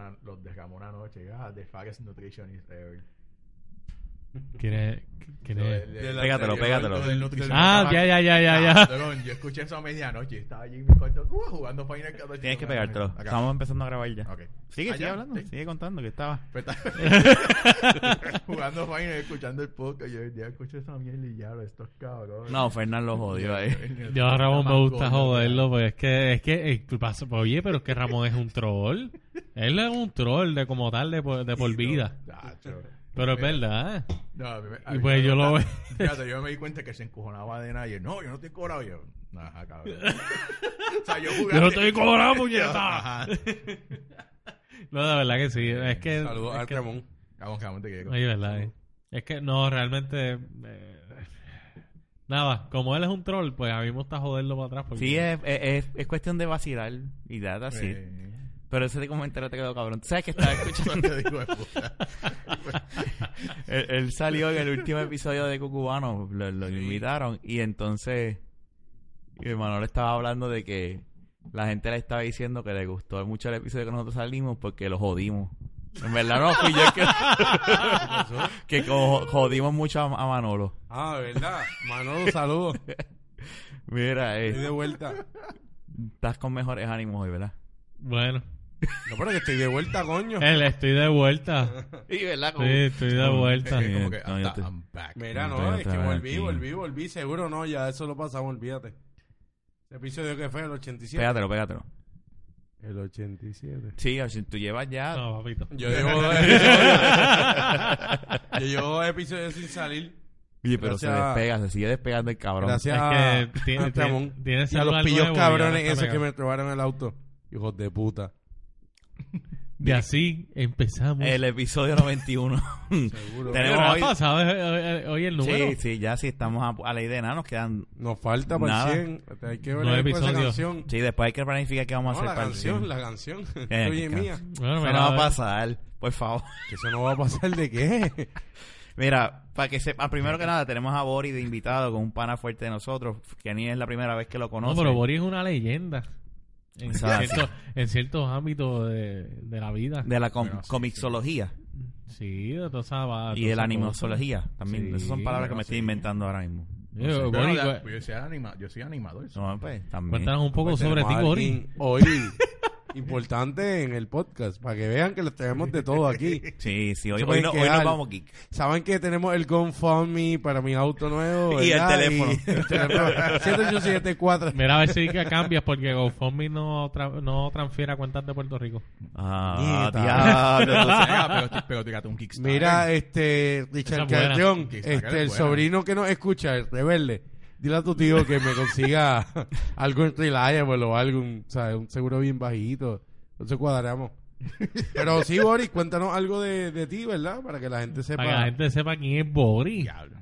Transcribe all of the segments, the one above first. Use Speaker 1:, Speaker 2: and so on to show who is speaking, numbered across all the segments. Speaker 1: marcamos una noche. Ah, the faggest nutritionist ever.
Speaker 2: ¿Quieres? quieres-
Speaker 1: Del-
Speaker 3: Pégatelo,
Speaker 1: del-
Speaker 3: pégatelo.
Speaker 1: del nutricionista.
Speaker 2: Ah, ya, ya, ya, ya, ya.
Speaker 1: Cabrón, yo escuché eso a medianoche. Estaba allí en mi cuarto uh, jugando Final 14.
Speaker 3: Tienes que pegártelo.
Speaker 1: Acá.
Speaker 3: Estamos empezando a grabar ya.
Speaker 1: Ok.
Speaker 3: Sigue,
Speaker 1: Allá,
Speaker 3: sigue hablando.
Speaker 1: sí.
Speaker 3: Sigue contando que estaba.
Speaker 1: Pues está- jugando Final, escuchando el podcast. Yo ya escuché esa mierda y ya, estos cabrones.
Speaker 3: No, Fernán lo jodió ahí.
Speaker 2: Yo a Ramón me gusta joderlo, porque es que, es que, eh, tú pasas, pues, oye, pero es que Ramón es un troll. Él es un troll de como tal de por, de por vida.
Speaker 1: Chacho.
Speaker 2: Pero es verdad, ¿eh?
Speaker 1: No, a mí me- a
Speaker 2: Y
Speaker 1: mí
Speaker 2: pues
Speaker 1: me
Speaker 2: yo lo
Speaker 1: gusta-
Speaker 2: veo.
Speaker 1: Fíjate, yo me di cuenta que se encojonaba de nadie. No, yo no estoy cobrado. Yo, ajá, cabrón. o sea, yo jugaba.
Speaker 2: Yo no estoy cobrado, puñeta.
Speaker 1: Ajá.
Speaker 2: No, de verdad que sí. Es que.
Speaker 4: Saludos
Speaker 2: es
Speaker 4: al
Speaker 2: que-
Speaker 4: Ramón.
Speaker 1: Vamos, cabrón, te quiero.
Speaker 2: Ay, verdad, eh. Es que no, realmente. eh, nada, como él es un troll, pues a mí me gusta joderlo para atrás. Porque,
Speaker 4: eh.
Speaker 3: Sí, es, es, es- es cuestión de vacilar y dar
Speaker 2: Ah,
Speaker 3: así.
Speaker 1: Eh,
Speaker 3: Pero ese de comentario te quedó cabrón. ¿Tú sabes que estaba escuchando?
Speaker 1: te digo, de puta.
Speaker 3: él, él salió en el último episodio de Cucubano, lo, lo invitaron y entonces y Manuel estaba hablando de que la gente le estaba diciendo que le gustó mucho el episodio que nosotros salimos porque lo jodimos. En verdad no fui yo el que, que co- jodimos mucho a, a Manolo.
Speaker 4: Ah, ¿verdad? Manolo, saludos.
Speaker 3: Mira, eh,
Speaker 4: Estoy de vuelta. No,
Speaker 3: estás con mejores ánimos hoy, ¿verdad?
Speaker 2: Bueno,
Speaker 4: pero que estoy de vuelta, coño.
Speaker 2: él, estoy de vuelta.
Speaker 3: Sí, ¿verdad?
Speaker 2: Sí, estoy de vuelta.
Speaker 1: Es como que,
Speaker 3: No, yo
Speaker 1: hasta
Speaker 3: te-
Speaker 1: I'm back.
Speaker 4: Mira,
Speaker 3: Estoy
Speaker 4: no, es que
Speaker 3: otra vez
Speaker 4: volví,
Speaker 3: aquí.
Speaker 4: volví, volví. Seguro no, ya eso lo pasamos, olvídate. Ese episodio que fue el 87.
Speaker 3: Pégatelo, pégatelo.
Speaker 4: El 87.
Speaker 3: Sí, o sea, tú llevas ya...
Speaker 2: No, papito.
Speaker 4: Yo llevo dos episodios. Yo llevo dos episodios sin salir.
Speaker 3: Oye, pero se
Speaker 4: Gracias.
Speaker 3: despega, se sigue despegando el cabrón.
Speaker 4: Gracias
Speaker 2: Es
Speaker 4: a,
Speaker 2: que tiene-
Speaker 4: a Ramón
Speaker 2: tiene- tiene
Speaker 4: y a
Speaker 2: celular
Speaker 4: los pillos
Speaker 2: nuevo y ahora
Speaker 4: cabrones
Speaker 2: está
Speaker 4: esos que
Speaker 2: pegado.
Speaker 4: me robaron el auto. Hijos de puta.
Speaker 2: Y así empezamos.
Speaker 3: El episodio 91.
Speaker 4: Seguro.
Speaker 2: Pero
Speaker 3: Tenemos hoy-
Speaker 2: Rafa, ¿sabes eh, eh, hoy el número?
Speaker 3: Sí, sí, ya sí estamos a, a la idea, nada, nos quedan...
Speaker 4: Nos falta para
Speaker 3: Nada.
Speaker 4: el 100. Hay que ver
Speaker 2: Nueve
Speaker 4: después esa
Speaker 2: episodios.
Speaker 4: canción.
Speaker 3: Sí, después hay que planificar qué
Speaker 4: No,
Speaker 3: vamos a
Speaker 4: la
Speaker 3: hacer para el
Speaker 4: canción,
Speaker 3: cine.
Speaker 4: la canción.
Speaker 3: Eh, qué
Speaker 4: Oye, mía.
Speaker 2: Bueno,
Speaker 3: Eso
Speaker 2: mira,
Speaker 3: no va
Speaker 2: a
Speaker 3: a
Speaker 2: ver.
Speaker 3: pasar, por favor.
Speaker 4: Que eso no va a pasar de qué.
Speaker 3: Mira, para que sepa, primero que nada, tenemos a Bori de invitado con un pana fuerte de nosotros, que ni es la primera vez que lo
Speaker 2: No,
Speaker 3: conoce.
Speaker 2: pero Boris es una leyenda. En,
Speaker 3: Exacto.
Speaker 2: cierto- en ciertos ámbitos de, de la vida.
Speaker 3: De la com-
Speaker 1: Bueno, sí,
Speaker 3: comixología
Speaker 2: Sí, de todas esas va-
Speaker 3: y
Speaker 2: todas
Speaker 3: el
Speaker 2: esas
Speaker 3: animosología también.
Speaker 2: Sí,
Speaker 3: Esas son palabras que
Speaker 1: bueno,
Speaker 3: me estoy
Speaker 1: sí.
Speaker 3: inventando ahora mismo.
Speaker 2: cosas. Yo,
Speaker 1: Pero
Speaker 2: Eh, Boris,
Speaker 1: la-
Speaker 2: cu-
Speaker 1: yo soy anima- yo soy animador. ¿sí?
Speaker 3: No, pues, también.
Speaker 2: cuéntanos un poco
Speaker 4: Pues
Speaker 2: sobre ti,
Speaker 4: tenemos a
Speaker 2: Boris.
Speaker 4: alguien Hoy, importante en el podcast, para que vean que les tenemos de todo aquí.
Speaker 3: Sí, sí, hoy, hoy,
Speaker 4: Se pueden
Speaker 3: no- hoy nos
Speaker 4: quejar.
Speaker 3: vamos geek.
Speaker 4: Saben que tenemos el GoFundMe para mi auto nuevo.
Speaker 3: Y el
Speaker 4: ¿verdad?
Speaker 3: teléfono.
Speaker 4: Y el teléfono. 7874.
Speaker 2: Mira a ver si que cambias porque GoFundMe no, tra- no transfiere a cuentas de Puerto Rico.
Speaker 3: Ah,
Speaker 4: Nieta.
Speaker 3: diablo, tú sabes.
Speaker 1: Venga, pero, pero tírate un Kickstarter.
Speaker 4: Mira, este,
Speaker 2: Esa
Speaker 4: Richard
Speaker 2: es buena.
Speaker 4: Carrión,
Speaker 1: Que saca la
Speaker 4: este, el
Speaker 1: buena.
Speaker 4: sobrino que nos escucha, el rebelde. Dile a tu tío que me consiga algo en Reliable o algo, un, ¿sabes? un seguro bien bajito. Entonces cuadramos. Pero sí, Boris, cuéntanos algo de, de ti, ¿verdad? Para que la gente sepa.
Speaker 2: Para que la gente sepa quién es
Speaker 3: eh.
Speaker 2: Boris.
Speaker 1: Diablo.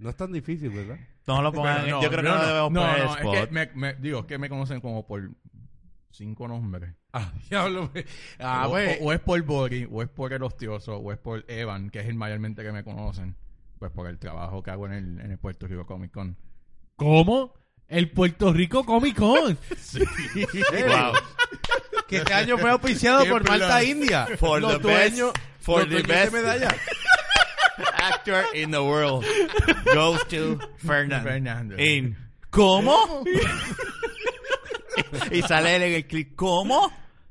Speaker 4: No es tan difícil, ¿verdad?
Speaker 3: No lo pongan.
Speaker 1: Pero no,
Speaker 3: yo creo que no,
Speaker 1: no,
Speaker 3: lo debemos
Speaker 1: no,
Speaker 3: poner
Speaker 1: no,
Speaker 3: spot.
Speaker 1: Es que me, me- digo, es que me conocen como por cinco nombres.
Speaker 4: Ah, diablo. pues. Ah,
Speaker 3: Oh,
Speaker 1: o,
Speaker 4: pues.
Speaker 1: o- o es por Bori, o es por el ostioso, o es por Evan, que es el mayormente que me conocen. Pues por el trabajo que hago en el, en el Puerto Rico Comic Con.
Speaker 2: ¿Cómo? El Puerto Rico Comic Con.
Speaker 3: Wow.
Speaker 4: Que este año fue auspiciado
Speaker 1: Qué
Speaker 4: por Malta
Speaker 1: plan.
Speaker 4: India.
Speaker 3: For
Speaker 4: los
Speaker 3: the best-
Speaker 4: dueños,
Speaker 3: for
Speaker 4: los
Speaker 3: the
Speaker 4: dueños de
Speaker 3: best.
Speaker 4: medalla.
Speaker 3: Actor in the world goes to Fernando.
Speaker 1: Fernando.
Speaker 3: In. ¿Cómo? y sale él en el clip. ¿Cómo?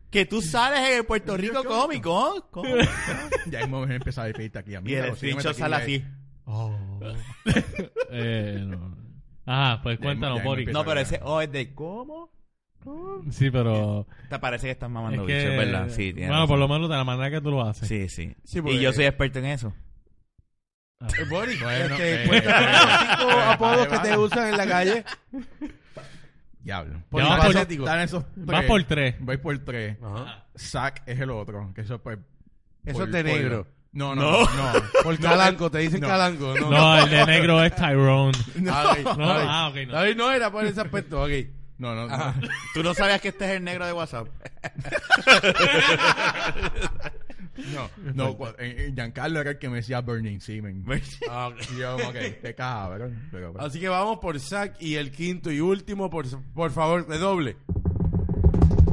Speaker 3: Que tú sales en el Puerto Rico Comic Con. ¿Cómo?
Speaker 1: ya mismo me empieza a pedirte aquí a mí.
Speaker 3: Y el
Speaker 1: claro, sígueme
Speaker 3: bicho
Speaker 1: aquí,
Speaker 3: sale
Speaker 1: ya-
Speaker 3: así.
Speaker 2: Eh, no. Ajá, pues
Speaker 1: Ya,
Speaker 2: cuéntanos,
Speaker 1: ya
Speaker 2: Boris.
Speaker 1: empieza.
Speaker 3: No, pero ese O es de ¿Cómo?
Speaker 2: Sí, pero.
Speaker 3: Te parece que estás
Speaker 2: Es
Speaker 3: mamando
Speaker 2: que-
Speaker 3: bicho, ¿verdad? Sí, tiene
Speaker 2: bueno,
Speaker 3: razón.
Speaker 2: por lo menos de la manera que tú lo haces.
Speaker 3: Sí, sí.
Speaker 4: Sí, porque-
Speaker 3: y yo soy experto en eso.
Speaker 2: Ah.
Speaker 4: Boris,
Speaker 1: Bueno,
Speaker 4: este,
Speaker 1: eh,
Speaker 4: cuéntanos
Speaker 1: eh,
Speaker 4: los cinco
Speaker 1: eh,
Speaker 4: apodos que
Speaker 1: vale,
Speaker 4: te
Speaker 1: vale.
Speaker 4: usan en la calle.
Speaker 1: Diablo.
Speaker 2: Por
Speaker 1: Ya
Speaker 2: el
Speaker 1: vas por-
Speaker 2: patético.
Speaker 1: están esos
Speaker 2: Vas
Speaker 1: tres.
Speaker 2: por tres.
Speaker 1: Voy por tres.
Speaker 4: Ajá.
Speaker 1: Zack es el otro, que eso pues...
Speaker 4: Ah. Eso es de negro.
Speaker 1: No, no, no.
Speaker 4: Por
Speaker 1: No,
Speaker 4: calanco, te dicen
Speaker 1: no.
Speaker 4: calanco. No,
Speaker 2: No, el de negro es Tyrone.
Speaker 4: Ah, ok,
Speaker 2: No,
Speaker 4: David.
Speaker 2: ah, ok, no.
Speaker 4: David no era por ese aspecto. Ok.
Speaker 1: No, no, no.
Speaker 3: Tú no sabías que este es el negro de WhatsApp.
Speaker 1: No, no, cua- en- en Giancarlo era el que me decía Burning Semen.
Speaker 4: Ah, ok.
Speaker 1: Y yo, ok, qué cabrón. Pero,
Speaker 2: Ah,
Speaker 1: pero,
Speaker 4: Así que vamos por Zack y el quinto y último, por, por favor, redoble.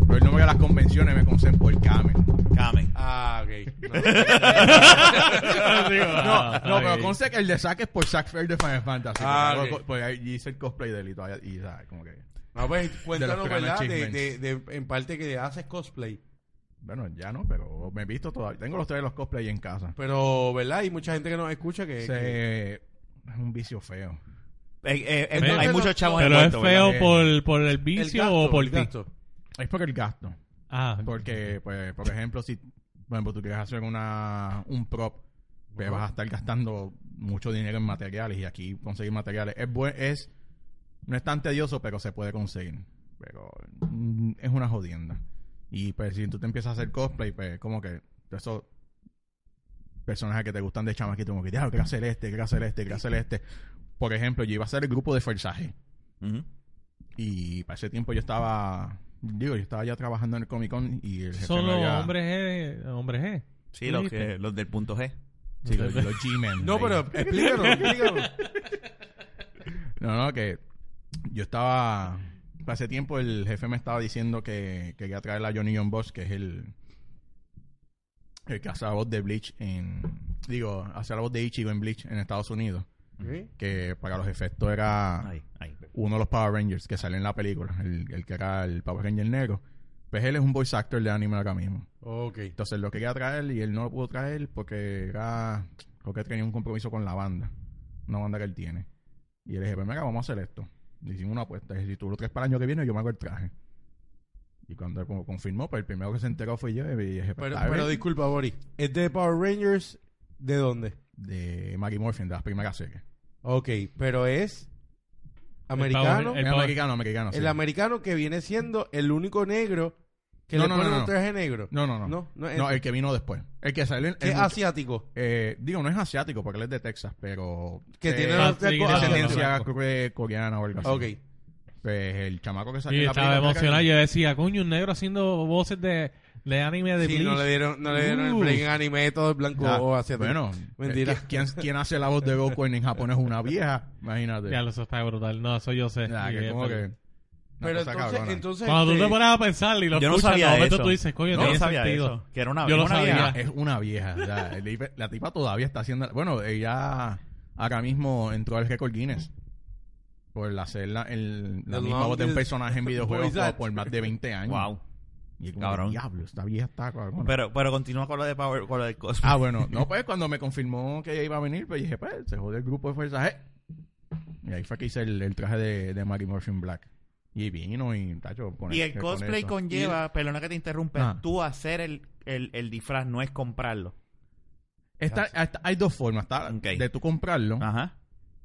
Speaker 1: pero no me voy a las convenciones, me conocen por Kamen.
Speaker 3: Camen.
Speaker 4: Ah, ok.
Speaker 2: Digo,
Speaker 1: No,
Speaker 2: ah,
Speaker 1: no, pero
Speaker 2: ok.
Speaker 1: conste que el de Zack es por Zack Fair de Final Fantasy.
Speaker 4: Ah,
Speaker 1: porque,
Speaker 4: ok.
Speaker 1: porque ahí hice el cosplay de él y todavía- y, ¿sabes? Como que,
Speaker 4: No, No, pues cuéntanos,
Speaker 1: De los
Speaker 4: ¿verdad? De,
Speaker 1: Achievements.
Speaker 4: de, de- en parte que haces cosplay.
Speaker 1: bueno, ya no, pero me he visto todavía. Tengo los tres de los cosplay en casa.
Speaker 4: Pero, ¿verdad? Hay mucha gente que nos escucha que... que-
Speaker 1: Se- Es un vicio feo.
Speaker 3: Eh, eh, eh,
Speaker 2: Pero-
Speaker 3: hay muchos chavos
Speaker 2: Pero es
Speaker 3: envueltos, ¿verdad?
Speaker 2: feo por, por el
Speaker 4: el
Speaker 2: vicio
Speaker 4: gasto,
Speaker 2: o por
Speaker 4: el
Speaker 2: ti.
Speaker 4: gasto.
Speaker 1: Es por el gasto.
Speaker 2: Ah,
Speaker 1: Porque, pues, por ejemplo, si por ejemplo, tú quieres hacer una, un prop, pues vas a estar gastando mucho dinero en materiales y aquí conseguir materiales es buen, es no es tan tedioso, pero se puede conseguir. Pero mm, es una jodienda. Y pues si tú te empiezas a hacer cosplay, pues como que esos personajes que te gustan de chamaquito, como que, diablo, quiero hacer este, quiero hacer este, quiero hacer este. Por ejemplo, yo iba a hacer el grupo de forzaje.
Speaker 3: Ujú.
Speaker 1: Y para ese tiempo yo estaba, digo, yo estaba ya trabajando en el Comic Con y el jefe
Speaker 2: solo
Speaker 1: me había-
Speaker 2: hombre G, hombre G.
Speaker 3: Sí, los, que, los del punto G.
Speaker 1: Sí, los, los G-Men.
Speaker 4: No,
Speaker 1: ahí.
Speaker 4: pero explícanos, explícanos.
Speaker 1: No, no, que yo estaba... Hace tiempo el jefe me estaba diciendo que que quería traer a Johnny John Bosch, que es el... El que hace la voz de Bleach en... Digo, hace la voz de Ichigo en Bleach en Estados Unidos.
Speaker 4: Ok.
Speaker 1: Que para los efectos era...
Speaker 3: Ahí, ahí.
Speaker 1: uno de los Power Rangers que sale en la película, el, el que era el Power Ranger negro. Pues él es un voice actor de anime ahora mismo.
Speaker 4: Ok.
Speaker 1: Entonces lo quería traer y él no lo pudo traer porque era. Creo que tenía un compromiso con la banda. Una banda que él tiene. Y él dije, pues mira, vamos a hacer esto. Le hicimos una apuesta. Y si tú lo traes para el año que viene, yo me hago el traje. Y cuando él como confirmó, pues el primero que se enteró fue yo. Y dije, pues,
Speaker 4: Pero,
Speaker 1: está
Speaker 4: pero
Speaker 1: bien.
Speaker 4: disculpa, Boris. ¿Es de Power Rangers de dónde?
Speaker 1: de Maggie Morphin, de las primeras series.
Speaker 4: Ok, pero es
Speaker 2: Power-
Speaker 4: americano.
Speaker 2: El
Speaker 1: El
Speaker 2: Power-
Speaker 1: americano, americano. sí.
Speaker 4: El americano que viene siendo el único negro que
Speaker 1: No,
Speaker 4: le
Speaker 1: no,
Speaker 4: ponen
Speaker 1: no,
Speaker 4: un
Speaker 1: no.
Speaker 4: traje negro.
Speaker 1: No, no, no.
Speaker 4: No, no, el-
Speaker 1: No, el que vino después. El que salió en.
Speaker 4: que
Speaker 1: el
Speaker 4: es
Speaker 1: mucho-
Speaker 4: asiático.
Speaker 1: Eh, digo, no es asiático porque él es de Texas, pero.
Speaker 4: Que
Speaker 1: eh,
Speaker 4: tiene
Speaker 2: ah,
Speaker 4: un traje
Speaker 2: sí, que tiene
Speaker 4: asiático.
Speaker 1: ascendencia creo que coreana o algo así.
Speaker 4: Ok.
Speaker 1: Pues el chamaco que salió.
Speaker 2: Y
Speaker 1: en la
Speaker 2: estaba
Speaker 1: película
Speaker 2: emocionado.
Speaker 1: que-
Speaker 2: Yo decía, coño, un negro haciendo voces de, de anime de
Speaker 4: Sí,
Speaker 2: Bleach.
Speaker 4: no le dieron, no le dieron el
Speaker 2: Uh.
Speaker 4: break en anime todo el blanco
Speaker 1: Ah,
Speaker 4: o asiático.
Speaker 1: Bueno,
Speaker 4: Mentira.
Speaker 1: eh, ¿quién, quién hace la voz de Goku en, en japonés? Una vieja, imagínate.
Speaker 2: Ya, eso está brutal. No, eso yo sé.
Speaker 1: Nah,
Speaker 2: Y,
Speaker 1: que
Speaker 2: eh,
Speaker 1: como que.
Speaker 2: pero-
Speaker 1: una
Speaker 4: pero
Speaker 1: cosa
Speaker 4: entonces,
Speaker 1: cabrona.
Speaker 4: entonces
Speaker 2: Cuando tú
Speaker 4: este,
Speaker 2: te pones a pensar y lo
Speaker 3: Yo no
Speaker 2: escuchas,
Speaker 3: sabía
Speaker 2: de momento
Speaker 3: eso.
Speaker 2: tú dices, coño,
Speaker 3: Yo no
Speaker 2: tiene
Speaker 3: sabía
Speaker 2: sentido.
Speaker 3: eso. Que era una,
Speaker 2: Yo lo
Speaker 3: una
Speaker 2: sabía.
Speaker 3: vieja.
Speaker 1: Ah, es una vieja. o sea, el- la tipa todavía está haciendo. Bueno, ella ahora mismo entró al récord Guinness. Por hacer la, el, la
Speaker 4: The
Speaker 1: misma voz de un
Speaker 4: longest
Speaker 1: personaje en videojuegos
Speaker 4: voice act.
Speaker 1: por más de 20 años.
Speaker 3: Wow.
Speaker 1: Y como,
Speaker 3: Cabrón.
Speaker 1: diablo, esta vieja está cabrona.
Speaker 3: Pero, pero continúa con lo de Power, con lo del cosplay.
Speaker 1: Ah, bueno, no, pues cuando me confirmó que ella iba a venir, pues dije, pues se jode el grupo de Fuerza G. Y ahí fue que hice el, el traje de, de Mary Morphin Black. Y vino y, tacho, con
Speaker 3: y
Speaker 1: el-
Speaker 3: el
Speaker 1: con
Speaker 3: cosplay
Speaker 1: eso.
Speaker 3: conlleva, perdona que te interrumpa,
Speaker 1: Ah.
Speaker 3: tú hacer el, el, el disfraz, no es comprarlo.
Speaker 1: Está- está- hay dos formas, está
Speaker 3: Ok. Ah.
Speaker 1: de tú comprarlo,
Speaker 3: Ajá.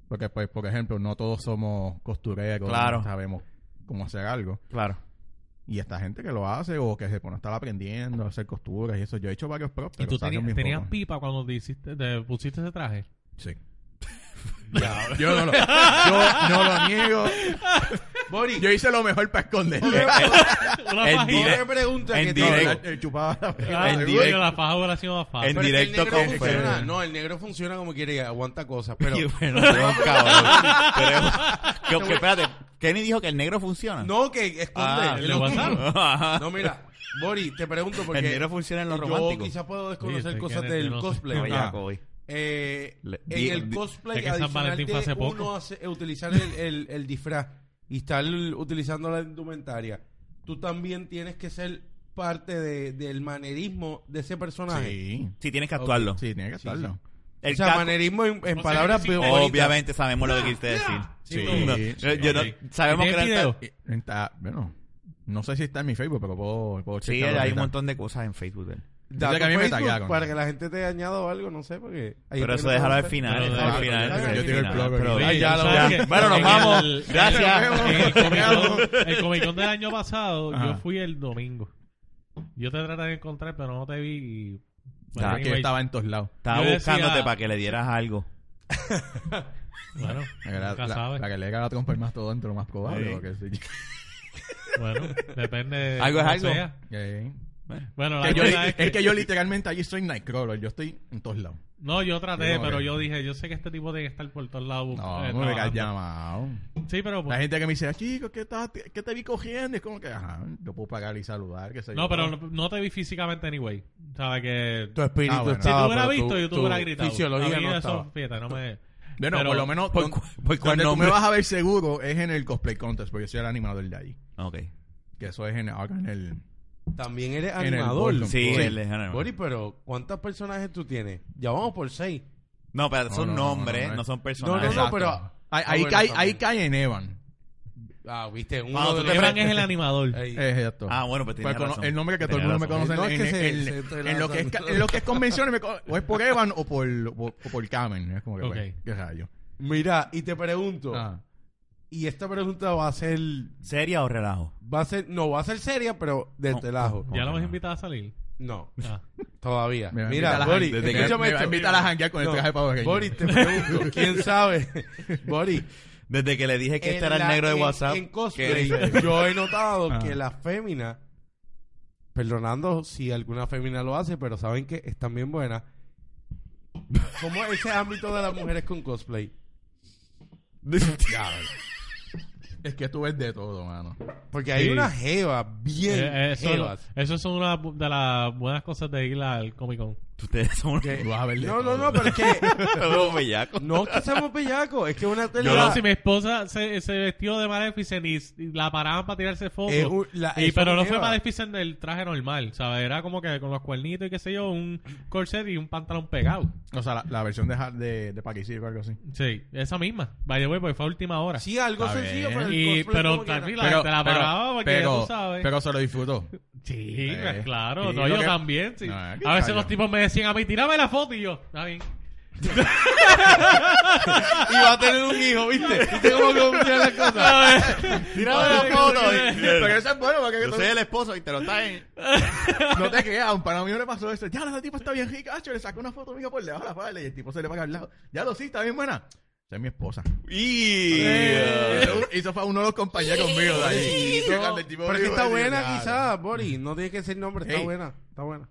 Speaker 1: porque, pues, por ejemplo, no todos somos costureros,
Speaker 3: Claro.
Speaker 1: no sabemos cómo hacer algo.
Speaker 3: Claro.
Speaker 1: Y esta gente que lo hace o que se pone a estar aprendiendo a hacer costuras y eso. Yo he hecho varios props,
Speaker 2: Y
Speaker 1: pero
Speaker 2: tú
Speaker 1: salen
Speaker 2: tenías,
Speaker 1: bien
Speaker 2: tenías
Speaker 1: pocos.
Speaker 2: pipa cuando te, hiciste, te pusiste ese traje.
Speaker 1: Sí. yo, no lo, yo no lo niego.
Speaker 4: Boris,
Speaker 1: Yo hice lo mejor para esconderlo.
Speaker 2: Una
Speaker 3: El
Speaker 2: faja-
Speaker 3: dile-
Speaker 4: Boris pregunta
Speaker 3: en
Speaker 4: que
Speaker 1: No,
Speaker 3: directo.
Speaker 1: el- el chupaba la-
Speaker 2: Ah,
Speaker 3: en
Speaker 2: coño,
Speaker 3: directo.
Speaker 2: La faja hubiera sido más fácil.
Speaker 3: En
Speaker 4: Pero es que el
Speaker 3: directo
Speaker 4: negro
Speaker 3: con
Speaker 4: funciona.
Speaker 3: Fer.
Speaker 4: No, el negro funciona como quiere y aguanta cosas, pero
Speaker 3: Y bueno, no, cabrón. Pero- que- que espérate, Kenny dijo que el negro funciona.
Speaker 4: no que esconde.
Speaker 3: Ah,
Speaker 4: el
Speaker 2: ¿le
Speaker 4: oscuro.
Speaker 2: WhatsApp?
Speaker 3: Ajá.
Speaker 4: No, mira, Boris, te pregunto porque
Speaker 3: el negro funciona en lo
Speaker 4: yo
Speaker 3: romántico.
Speaker 4: quizás puedo
Speaker 2: Sí,
Speaker 4: desconocer
Speaker 2: este
Speaker 4: cosas
Speaker 2: Kenneth, yo
Speaker 4: del
Speaker 2: no sé.
Speaker 4: cosplay. Ah.
Speaker 3: Qué
Speaker 4: ¿verdad?
Speaker 3: bellaco hoy.
Speaker 4: Eh,
Speaker 3: Le- di-
Speaker 4: en el
Speaker 3: di-
Speaker 4: cosplay
Speaker 2: es que San
Speaker 4: adicional
Speaker 2: Valentín
Speaker 4: de
Speaker 2: fue hace poco.
Speaker 4: uno hace- eh, utilizar el, el- el disfraz y estar utilizando la indumentaria, tú también tienes que ser parte de- del manerismo de ese personaje.
Speaker 1: Sí.
Speaker 3: Sí, tienes que actuarlo.
Speaker 1: Sí, tiene que estarlo.
Speaker 3: El
Speaker 4: o sea,
Speaker 3: caco-
Speaker 4: manerismo en, en
Speaker 2: No sé
Speaker 4: palabras
Speaker 2: qué decir.
Speaker 4: bonitas.
Speaker 3: obviamente sabemos lo que quisiste decir.
Speaker 1: Sí.
Speaker 3: No,
Speaker 1: Sí,
Speaker 3: yo- yo
Speaker 2: ok.
Speaker 3: no, sabemos
Speaker 2: ¿Y
Speaker 3: que
Speaker 2: tiene
Speaker 3: era-
Speaker 2: video?
Speaker 1: Y- está- bueno, no sé si está en mi Facebook, pero puedo, puedo
Speaker 3: Sí,
Speaker 1: checarlo
Speaker 3: hay un
Speaker 1: ahorita.
Speaker 3: montón de cosas en Facebook. de él.
Speaker 4: Dato
Speaker 1: Dice que a mí me
Speaker 4: Facebook
Speaker 1: tallaron.
Speaker 4: para que la gente te añada o algo, no sé, porque... hay gente
Speaker 3: Pero eso
Speaker 4: que no
Speaker 3: déjalo al
Speaker 4: sabe.
Speaker 3: final.
Speaker 2: Pero
Speaker 3: eso al
Speaker 2: déjalo,
Speaker 3: final,
Speaker 4: déjalo,
Speaker 3: eso al
Speaker 4: yo
Speaker 1: tengo el
Speaker 3: final,
Speaker 1: blog
Speaker 3: pero-
Speaker 1: ahí.
Speaker 2: Sí,
Speaker 4: ya
Speaker 2: tú
Speaker 4: lo-
Speaker 2: sabes
Speaker 3: ya.
Speaker 2: que
Speaker 3: Bueno, nos
Speaker 2: en
Speaker 3: vamos.
Speaker 2: el-
Speaker 3: Gracias.
Speaker 2: En el
Speaker 1: Nos
Speaker 2: Comic
Speaker 1: vemos.
Speaker 2: Con- el Comic Con del año pasado,
Speaker 1: Ajá.
Speaker 2: yo fui el domingo. Yo te traté de encontrar, pero no te vi. Y...
Speaker 1: Ah,
Speaker 2: Bueno,
Speaker 1: que
Speaker 2: anyway,
Speaker 1: estaba en todos lados.
Speaker 3: Estaba
Speaker 2: Yo decía-
Speaker 3: buscándote para que le dieras algo.
Speaker 2: bueno,
Speaker 1: La, que la-
Speaker 2: nunca
Speaker 1: la-
Speaker 2: sabes.
Speaker 1: la que le haga la trompa es más todo dentro, lo más probable.
Speaker 3: Sí.
Speaker 1: porque sí.
Speaker 2: Bueno, depende. de
Speaker 3: Algo es
Speaker 2: cómo
Speaker 3: algo.
Speaker 2: sea.
Speaker 1: Eh,
Speaker 2: Bueno, la
Speaker 1: Que yo-
Speaker 2: cosa es que-
Speaker 1: es que yo literalmente allí soy Nightcrawler. Yo estoy en todos lados.
Speaker 2: No, yo traté,
Speaker 1: Yo no,
Speaker 2: pero
Speaker 1: que-
Speaker 2: yo dije, yo sé que este tipo tiene que estar por todos lados.
Speaker 1: No,
Speaker 2: eh,
Speaker 1: no me
Speaker 2: trabajando.
Speaker 1: has llamado.
Speaker 2: Sí, pero... pues,
Speaker 1: La gente que me dice, chicos, ¿qué, estás- qué te vi cogiendo? Es como que, ajá, yo puedo pagar y saludar. qué sé
Speaker 2: No,
Speaker 1: yo. Ah,
Speaker 2: pero no, no te vi físicamente anyway. Sabes que...
Speaker 4: Tu espíritu
Speaker 1: Ah, bueno.
Speaker 4: estaba,
Speaker 2: si tú hubieras
Speaker 4: pero
Speaker 2: visto, yo te
Speaker 4: tu
Speaker 2: hubiera gritado.
Speaker 4: Fisiología
Speaker 2: A mí eso,
Speaker 4: no estaba.
Speaker 2: fíjate, no me...
Speaker 1: Bueno,
Speaker 2: pero-
Speaker 1: por lo menos,
Speaker 3: ¿Por
Speaker 1: don-
Speaker 3: cu- por cuál
Speaker 1: donde tú me
Speaker 3: nombre?
Speaker 1: vas a ver seguro es en el Cosplay Contest, porque yo soy el animador de allí.
Speaker 3: Ok.
Speaker 1: Que eso es en, ahora en el...
Speaker 4: También eres
Speaker 1: En el
Speaker 4: animador.
Speaker 1: Bolton.
Speaker 3: Sí,
Speaker 1: Sí.
Speaker 3: el de Hanna-Barbera.
Speaker 4: Boris, pero ¿cuántos personajes tú tienes? Ya vamos por seis.
Speaker 3: No, pero
Speaker 1: No, no,
Speaker 3: son
Speaker 1: no,
Speaker 3: nombres,
Speaker 1: no,
Speaker 3: no,
Speaker 1: no, no.
Speaker 3: son
Speaker 4: No, no,
Speaker 3: personajes.
Speaker 4: no,
Speaker 1: Exacto.
Speaker 4: pero...
Speaker 1: Ahí,
Speaker 4: Ah,
Speaker 1: ahí
Speaker 4: bueno,
Speaker 1: cae,
Speaker 4: también.
Speaker 1: ahí cae en Evan.
Speaker 4: Ah, viste, uno
Speaker 3: Ah, tú
Speaker 4: de
Speaker 3: te
Speaker 4: los-
Speaker 2: Evan es el animador.
Speaker 4: Ey.
Speaker 1: Exacto.
Speaker 3: Ah, bueno, pues
Speaker 1: Pues
Speaker 3: tienes
Speaker 1: cono-
Speaker 3: razón.
Speaker 1: el nombre que todo el
Speaker 3: Tienes
Speaker 1: mundo me
Speaker 3: razón.
Speaker 1: conoce
Speaker 4: No, es
Speaker 1: en,
Speaker 4: que
Speaker 1: en-
Speaker 4: se-
Speaker 1: en-
Speaker 4: se entrelazan.
Speaker 1: en lo que es, ca- en lo que es convenciones me co- o es por Evan o por, o, o por Kamen. Es como que, pues,
Speaker 2: Ok.
Speaker 1: qué rayo.
Speaker 4: Mira, y te pregunto,
Speaker 1: Ah.
Speaker 4: y esta pregunta va a ser...
Speaker 3: ¿Seria o relajo?
Speaker 4: Va a ser... No, va a ser seria, pero de
Speaker 3: No,
Speaker 4: telajo.
Speaker 2: ¿Ya lo
Speaker 3: no.
Speaker 2: hemos invitado a salir?
Speaker 4: No,
Speaker 2: Ah.
Speaker 4: todavía.
Speaker 1: Me va a invitar a
Speaker 4: Mira,
Speaker 1: la
Speaker 4: Boris,
Speaker 1: gente,
Speaker 3: desde que-
Speaker 4: escúchame
Speaker 1: me va a
Speaker 4: esto.
Speaker 1: invitar a janguear con el traje de pavo pequeño.
Speaker 4: Boris, te pregunto, ¿quién sabe? Boris,
Speaker 3: Desde que le dije que este
Speaker 4: en
Speaker 3: era el
Speaker 4: la-
Speaker 3: negro de
Speaker 4: en-
Speaker 3: WhatsApp.
Speaker 4: En
Speaker 3: que
Speaker 4: cosplay,
Speaker 3: era infeliz.
Speaker 4: yo he notado
Speaker 1: Ah.
Speaker 4: que las féminas, perdonando si alguna fémina lo hace, pero saben que están bien buenas. ¿Cómo es ese ámbito de las mujeres con cosplay?
Speaker 1: Es que tú ves de todo, mano.
Speaker 4: Porque hay
Speaker 2: Sí.
Speaker 4: unas jevas bien
Speaker 2: Eh, eso,
Speaker 4: jevas.
Speaker 2: eso es una de las buenas cosas de ir al Comic Con.
Speaker 3: Ustedes son unos
Speaker 1: Tú vas a ver de
Speaker 4: No, no,
Speaker 1: todo.
Speaker 4: no, pero es que
Speaker 3: todos bellacos.
Speaker 4: no es que seamos bellacos, es que una
Speaker 2: Yo,
Speaker 4: telera
Speaker 2: si mi esposa se, se vestió de Maleficent y, s- y la paraban para tirarse fotos.
Speaker 4: Es un- la-
Speaker 2: y,
Speaker 4: eso
Speaker 2: pero no
Speaker 4: lleva.
Speaker 2: fue Maleficent del traje normal, ¿sabes? Era como que con los cuernitos y qué sé yo, un corset y un pantalón pegado.
Speaker 1: O sea, la, la versión de, ja- de, de Paquicillo o algo así.
Speaker 2: Sí, esa misma. By the way, porque fue a última hora.
Speaker 4: sí algo
Speaker 1: Está
Speaker 4: sencillo,
Speaker 1: bien.
Speaker 4: pero el
Speaker 2: Y-
Speaker 4: cosplay
Speaker 2: pero
Speaker 4: como quiera.
Speaker 2: tranquila. La gente la paraba porque tú sabes.
Speaker 1: pero se lo disfrutó.
Speaker 2: Sí,
Speaker 1: Eh,
Speaker 2: pues, claro.
Speaker 1: sí,
Speaker 2: no,
Speaker 1: lo
Speaker 2: yo
Speaker 1: que-
Speaker 2: también. sí.
Speaker 1: No,
Speaker 2: a
Speaker 1: qué
Speaker 2: veces
Speaker 1: callo.
Speaker 2: los tipos me decían a mí, tírame la foto y yo, está bien.
Speaker 4: Y va a tener un hijo, ¿viste? ¿Viste cómo funcionan las cosas?
Speaker 3: Tírame la foto. y-
Speaker 1: pero eso es bueno porque
Speaker 3: Yo
Speaker 1: tú-
Speaker 3: soy el esposo y te lo traen.
Speaker 1: no te creas. A un pana mío le pasó eso. Ya, esa tipo está bien rica. acho, Le sacó una foto mía por debajo de la falda y el tipo se le va al lado. Ya lo sí, está bien buena. Esa es mi esposa. Eh,
Speaker 3: Y...
Speaker 1: Y eso fue uno de los compañeros conmigo de ahí. Cuando el tipo
Speaker 4: Pero es que
Speaker 1: dijo,
Speaker 4: está
Speaker 1: "Ay,
Speaker 4: buena
Speaker 1: diablo".
Speaker 4: quizás, Boris. No tiene que ser nombre, está
Speaker 1: Ey.
Speaker 4: buena. Está buena.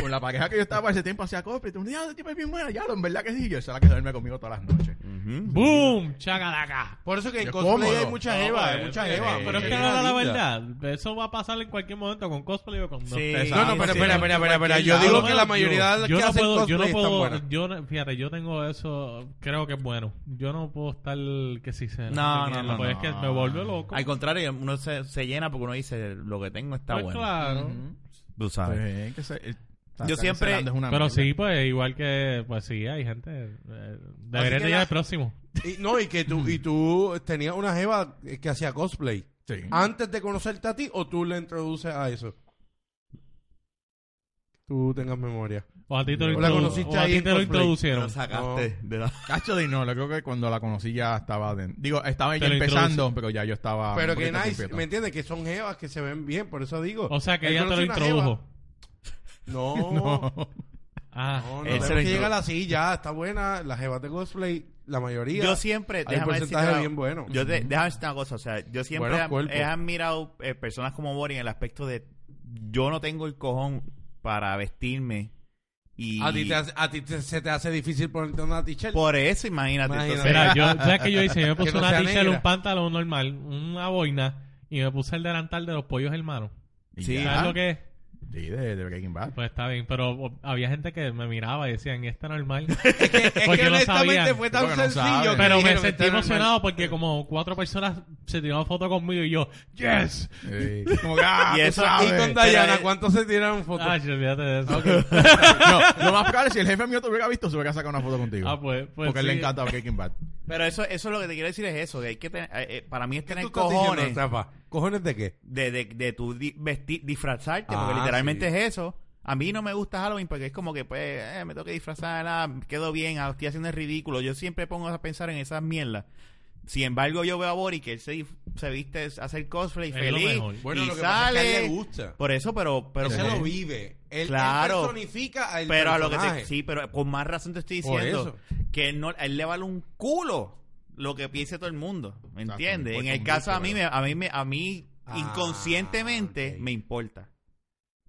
Speaker 1: Con la pareja que yo estaba ese tiempo hacía cosplay. Tú, ya, esa tipo es bien buena. Ya, lo, en verdad que sí. Yo se la que duerme conmigo todas las noches.
Speaker 2: ¡Boom! ¡Chacalaca!
Speaker 4: Por eso que en
Speaker 1: Yo
Speaker 4: cosplay
Speaker 1: cómodo.
Speaker 4: hay mucha jeva, hay mucha jeva.
Speaker 2: Pero es que
Speaker 4: mucha
Speaker 2: la, la
Speaker 4: linda.
Speaker 2: verdad, eso va a pasar en cualquier momento con cosplay o con no,
Speaker 3: Sí.
Speaker 2: ustedes
Speaker 4: No, no,
Speaker 2: saben.
Speaker 4: pero
Speaker 1: Sí,
Speaker 4: espera,
Speaker 1: sí,
Speaker 4: espera,
Speaker 1: sí,
Speaker 4: espera, espera. Yo
Speaker 1: cualquier
Speaker 4: digo
Speaker 1: lado.
Speaker 4: que la mayoría de las
Speaker 2: yo
Speaker 4: que
Speaker 2: no
Speaker 4: hacen
Speaker 2: puedo, yo no
Speaker 4: cosplay están
Speaker 2: puedo,
Speaker 4: buenas.
Speaker 2: yo no- fíjate, yo tengo eso, creo que es bueno. Yo no puedo estar que si se
Speaker 3: No, no, no,
Speaker 2: pues es
Speaker 3: no.
Speaker 2: que me vuelve loco.
Speaker 3: Al contrario, uno se, se llena porque uno dice, lo que tengo está
Speaker 2: Pues
Speaker 3: bueno.
Speaker 2: claro.
Speaker 3: Tú sabes.
Speaker 1: Pues, que se- el-
Speaker 3: Yo
Speaker 1: Santa
Speaker 3: siempre-
Speaker 1: Yolanda es una
Speaker 2: Pero
Speaker 1: mierda.
Speaker 2: sí, pues igual que pues sí, hay gente eh, debería
Speaker 4: que
Speaker 2: de ir
Speaker 4: la-
Speaker 2: al próximo.
Speaker 4: Y, no, y que tú, y tú tenías una jeva que hacía cosplay.
Speaker 1: Sí.
Speaker 4: Antes de conocerte a ti, o tú le introduces a eso. Tú tengas memoria.
Speaker 2: O a ti te lo,
Speaker 4: O la
Speaker 2: introdu-
Speaker 4: conociste
Speaker 2: o a
Speaker 4: ahí
Speaker 2: ti
Speaker 4: en
Speaker 2: te lo
Speaker 4: cosplay.
Speaker 2: introducieron.
Speaker 3: Lo sacaste de la...
Speaker 1: Cacho de no, lo creo que cuando la conocí ya estaba de- digo, estaba ya
Speaker 2: Te lo
Speaker 1: empezando, pero ya yo estaba
Speaker 3: Ah,
Speaker 4: Pero
Speaker 1: un
Speaker 4: que
Speaker 1: poquito
Speaker 4: nice,
Speaker 1: completo.
Speaker 4: ¿me entiendes? Que son jevas que se ven bien, por eso digo.
Speaker 2: O sea que
Speaker 4: Él
Speaker 2: ella te lo
Speaker 4: conoce una jeva.
Speaker 2: introdujo.
Speaker 4: No, no,
Speaker 1: No.
Speaker 2: Ah,
Speaker 4: no.
Speaker 3: Él se
Speaker 4: tenemos
Speaker 3: lo
Speaker 4: que
Speaker 3: introdu-
Speaker 4: llegar así, ya, está buena. Las jevas de cosplay, la mayoría.
Speaker 3: Yo siempre,
Speaker 4: Hay un
Speaker 3: déjame
Speaker 4: porcentaje
Speaker 3: decirte,
Speaker 4: bien bueno.
Speaker 3: Yo te- déjame decirte una cosa, o sea, yo siempre
Speaker 4: Buenos
Speaker 3: he-
Speaker 4: cuerpos.
Speaker 3: he admirado eh, personas como Boris en el aspecto de yo no tengo el cojón para vestirme y
Speaker 4: A ti, te hace- a ti te- se te hace difícil ponerte una t-shirt.
Speaker 3: por eso, imagínate,
Speaker 4: Imagínate.
Speaker 3: entonces,
Speaker 2: Mira, yo, ¿sabes qué yo hice? Yo me
Speaker 4: Que
Speaker 2: puse
Speaker 4: no
Speaker 2: una
Speaker 4: sea
Speaker 2: t-shirt,
Speaker 4: negra.
Speaker 2: un pantalón normal, una boina y me puse el delantal de los pollos hermanos.
Speaker 1: Y
Speaker 3: Sí.
Speaker 1: ya.
Speaker 2: ¿Sabes lo que es?
Speaker 1: Sí, de, de Breaking
Speaker 4: ah.
Speaker 1: Bad.
Speaker 2: Pues está bien, pero o, había gente que me miraba y decían, ¿y esta normal?
Speaker 4: Es que
Speaker 2: Porque no
Speaker 4: honestamente
Speaker 2: sabían.
Speaker 4: fue tan
Speaker 1: Porque no
Speaker 4: sencillo.
Speaker 1: saben.
Speaker 4: que
Speaker 2: Pero me
Speaker 4: dijeron,
Speaker 2: sentí
Speaker 4: "Este "Está normal".
Speaker 2: emocionado porque como cuatro personas se tiraron fotos conmigo y yo, ¡Yes!
Speaker 1: Sí. Como que, ah,
Speaker 3: Y
Speaker 1: tú
Speaker 3: eso-
Speaker 1: sabes.
Speaker 4: Y con
Speaker 3: Pero eh,
Speaker 4: Dayana,
Speaker 3: es-
Speaker 4: ¿cuántos se tiraron fotos?
Speaker 2: Ay, "Ah, olvídate de eso.
Speaker 1: No, lo más probable es si el jefe mío te hubiera visto, se hubiera sacado una foto contigo.
Speaker 2: Ah, pues, pues
Speaker 1: porque a él le
Speaker 2: sí.
Speaker 1: encanta Breaking Bad.
Speaker 3: pero eso eso lo que te quiero decir es eso, que hay que tener, eh, eh, para mí es
Speaker 4: ¿Qué tú
Speaker 3: tener
Speaker 4: estás diciendo,
Speaker 3: cojones
Speaker 4: Rafa? ¿Cojones de qué?
Speaker 3: de, de, de tu di- vestir, disfrazarte, porque
Speaker 4: Ah,
Speaker 3: literalmente
Speaker 4: sí.
Speaker 3: es eso. A mí no me gusta Halloween porque es como que, pues, eh, me tengo que disfrazar, ah, quedo bien, ah, estoy haciendo el ridículo. Yo siempre pongo a pensar en esas mierdas. Sin embargo, yo veo a Bori que él se, dif- se viste a hacer cosplay
Speaker 2: Es lo
Speaker 3: feliz
Speaker 2: mejor.
Speaker 4: Bueno,
Speaker 3: y
Speaker 4: lo que pasa es
Speaker 3: sale.
Speaker 4: que a él le gusta.
Speaker 3: Por eso, pero... pero
Speaker 4: Él se
Speaker 3: como-
Speaker 4: lo vive. Él,
Speaker 3: Claro.
Speaker 4: él personifica al
Speaker 3: pero a lo que
Speaker 4: personaje.
Speaker 3: te, sí, pero con más razón te estoy
Speaker 4: Por
Speaker 3: diciendo
Speaker 4: eso.
Speaker 3: que él no, a él le vale un culo lo que piense todo el mundo, ¿me
Speaker 1: Exacto,
Speaker 3: entiendes?
Speaker 1: me
Speaker 3: En
Speaker 1: importa
Speaker 3: el
Speaker 1: un
Speaker 3: caso
Speaker 1: bicho,
Speaker 3: a mí, me,
Speaker 1: pero-
Speaker 3: a mí, me, a mí
Speaker 4: Ah,
Speaker 3: inconscientemente
Speaker 4: ok.
Speaker 3: me importa.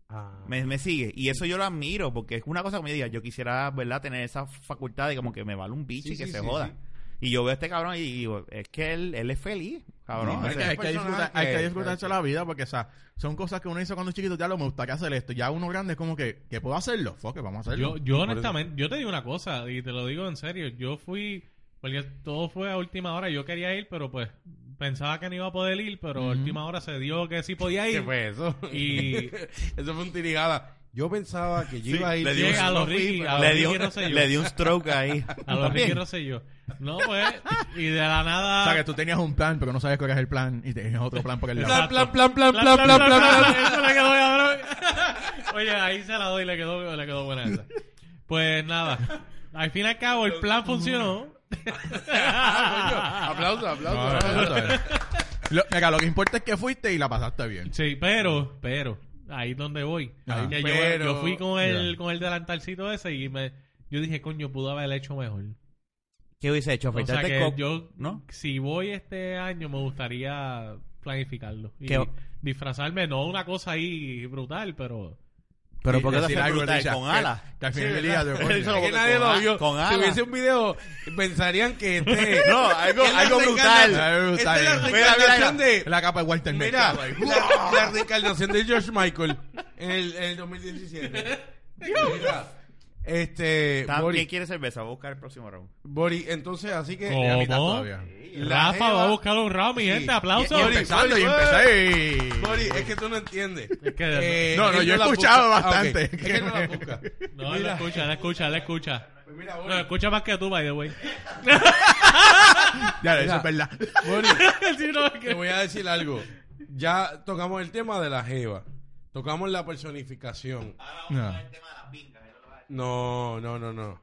Speaker 4: Ah.
Speaker 3: Me, me sigue. Y eso yo lo admiro, porque es una cosa que me diga, yo quisiera, ¿verdad?, tener esa facultad de como que me vale un bicho
Speaker 4: Sí,
Speaker 3: y que
Speaker 4: sí,
Speaker 3: se
Speaker 4: sí,
Speaker 3: joda.
Speaker 4: sí.
Speaker 3: Y yo veo a este cabrón y digo, es que él, él es feliz, cabrón.
Speaker 1: No,
Speaker 3: O
Speaker 4: pues,
Speaker 1: es que
Speaker 3: sea,
Speaker 1: hay que, disfrutar, hay que
Speaker 4: que-
Speaker 1: disfrutarse la vida porque o sea, son cosas que uno hizo cuando chiquito, ya lo me gustaría hacer esto. Ya uno grande es como que, que puedo hacerlo. Fuck, it, vamos a hacerlo.
Speaker 2: Yo, yo honestamente, yo te digo una cosa y te lo digo en serio. Yo fui, porque todo fue a última hora. Yo quería ir, pero pues pensaba que no iba a poder ir, pero a última hora se dio que sí podía
Speaker 4: ¿Qué
Speaker 2: ir.
Speaker 4: fue eso?
Speaker 2: Y
Speaker 4: eso fue un tirigala. Yo pensaba que yo
Speaker 3: Sí,
Speaker 4: iba a ir.
Speaker 3: le dio
Speaker 2: llega a los
Speaker 4: No fui,
Speaker 2: Ricky,
Speaker 4: pero-
Speaker 2: a los
Speaker 3: le
Speaker 2: Ricky
Speaker 3: dio,
Speaker 2: Rosselló.
Speaker 3: le dio un stroke ahí.
Speaker 2: A los Ricky Rosselló. No, pues, y de la nada...
Speaker 1: o sea, que tú tenías un plan, pero no sabes cuál es el plan y tenías otro plan por el lado.
Speaker 4: Plan, plan, plan, plan, plan, plan, plan, plan.
Speaker 2: Eso le quedó cabrón. Oye, ahí se la doy, le quedó, le quedó buena esa. Pues nada, al fin y al cabo el plan funcionó.
Speaker 4: Aplauso, aplauso.
Speaker 1: No,
Speaker 4: aplauso.
Speaker 1: no, no, no. Lo, mira, lo que importa es que fuiste y la pasaste bien.
Speaker 2: Sí, pero, pero, ahí es donde voy.
Speaker 1: Ajá.
Speaker 2: Que yo-
Speaker 4: Pero-
Speaker 2: yo, fui con el,
Speaker 1: Mira.
Speaker 2: con el delantalcito ese y me, yo dije, coño, pudo haber hecho mejor.
Speaker 3: ¿Qué hubiese hecho?
Speaker 4: Pues
Speaker 2: O sea
Speaker 3: Afeitarte
Speaker 2: que
Speaker 3: el coco,
Speaker 2: yo,
Speaker 3: ¿no?
Speaker 2: si voy este año, me gustaría planificarlo. Y
Speaker 3: Que-
Speaker 2: disfrazarme, no una cosa ahí brutal, pero...
Speaker 3: Pero
Speaker 1: Y
Speaker 3: ¿por qué lo
Speaker 1: decir
Speaker 3: hace
Speaker 1: algo,
Speaker 3: brutal?
Speaker 1: Richard,
Speaker 3: Con
Speaker 1: que-
Speaker 3: alas.
Speaker 1: Que, al final del día, yo, coño,
Speaker 3: Eso
Speaker 4: Es que
Speaker 3: Con
Speaker 4: nadie lo
Speaker 3: a-
Speaker 4: vio.
Speaker 3: con
Speaker 4: Si
Speaker 3: alas.
Speaker 4: hubiese un video, pensarían que este.
Speaker 3: No, algo,
Speaker 4: Él
Speaker 3: algo
Speaker 4: hace
Speaker 3: brutal.
Speaker 4: ganas.
Speaker 1: Ay, brutal.
Speaker 4: Esta es la
Speaker 3: Mira, mira,
Speaker 4: reencarnación de.
Speaker 1: la capa de Walter
Speaker 4: Mira,
Speaker 1: Mercado ahí.
Speaker 4: la, la reencarnación de George Michael en el, en el 2017. Mira, este.
Speaker 3: Ta- ¿Quién
Speaker 4: Bori,
Speaker 3: quiere cerveza? Voy a buscar el próximo round.
Speaker 4: Bori, entonces, así que.
Speaker 1: Tenía mitad
Speaker 2: ¿Cómo?
Speaker 1: todavía.
Speaker 4: la
Speaker 2: Rafa va a
Speaker 4: jeva-
Speaker 2: buscar un round, mi
Speaker 4: Sí.
Speaker 1: Y
Speaker 2: gente. Aplausos.
Speaker 1: empezando, y
Speaker 4: Bori,
Speaker 1: empecé. Eh,
Speaker 4: Bori, es que tú no entiendes.
Speaker 2: Es que-
Speaker 1: No, no,
Speaker 4: él
Speaker 1: yo he
Speaker 4: la
Speaker 1: escuchado
Speaker 4: busca. Ah, ok.
Speaker 1: bastante.
Speaker 4: Es que no la busca.
Speaker 2: No, él
Speaker 4: Eh, Mira.
Speaker 2: escucha, él escucha, él escucha.
Speaker 4: Pues mira, Bori.
Speaker 2: No, escucha más que tú, by the way.
Speaker 1: Ya, eso
Speaker 4: Mira.
Speaker 1: es verdad.
Speaker 4: Bori,
Speaker 2: Sí, no, es que-
Speaker 4: te voy a decir algo. Ya tocamos el tema de la jeva. Tocamos la personificación.
Speaker 2: Ah.
Speaker 1: No.
Speaker 4: No, no, no, no.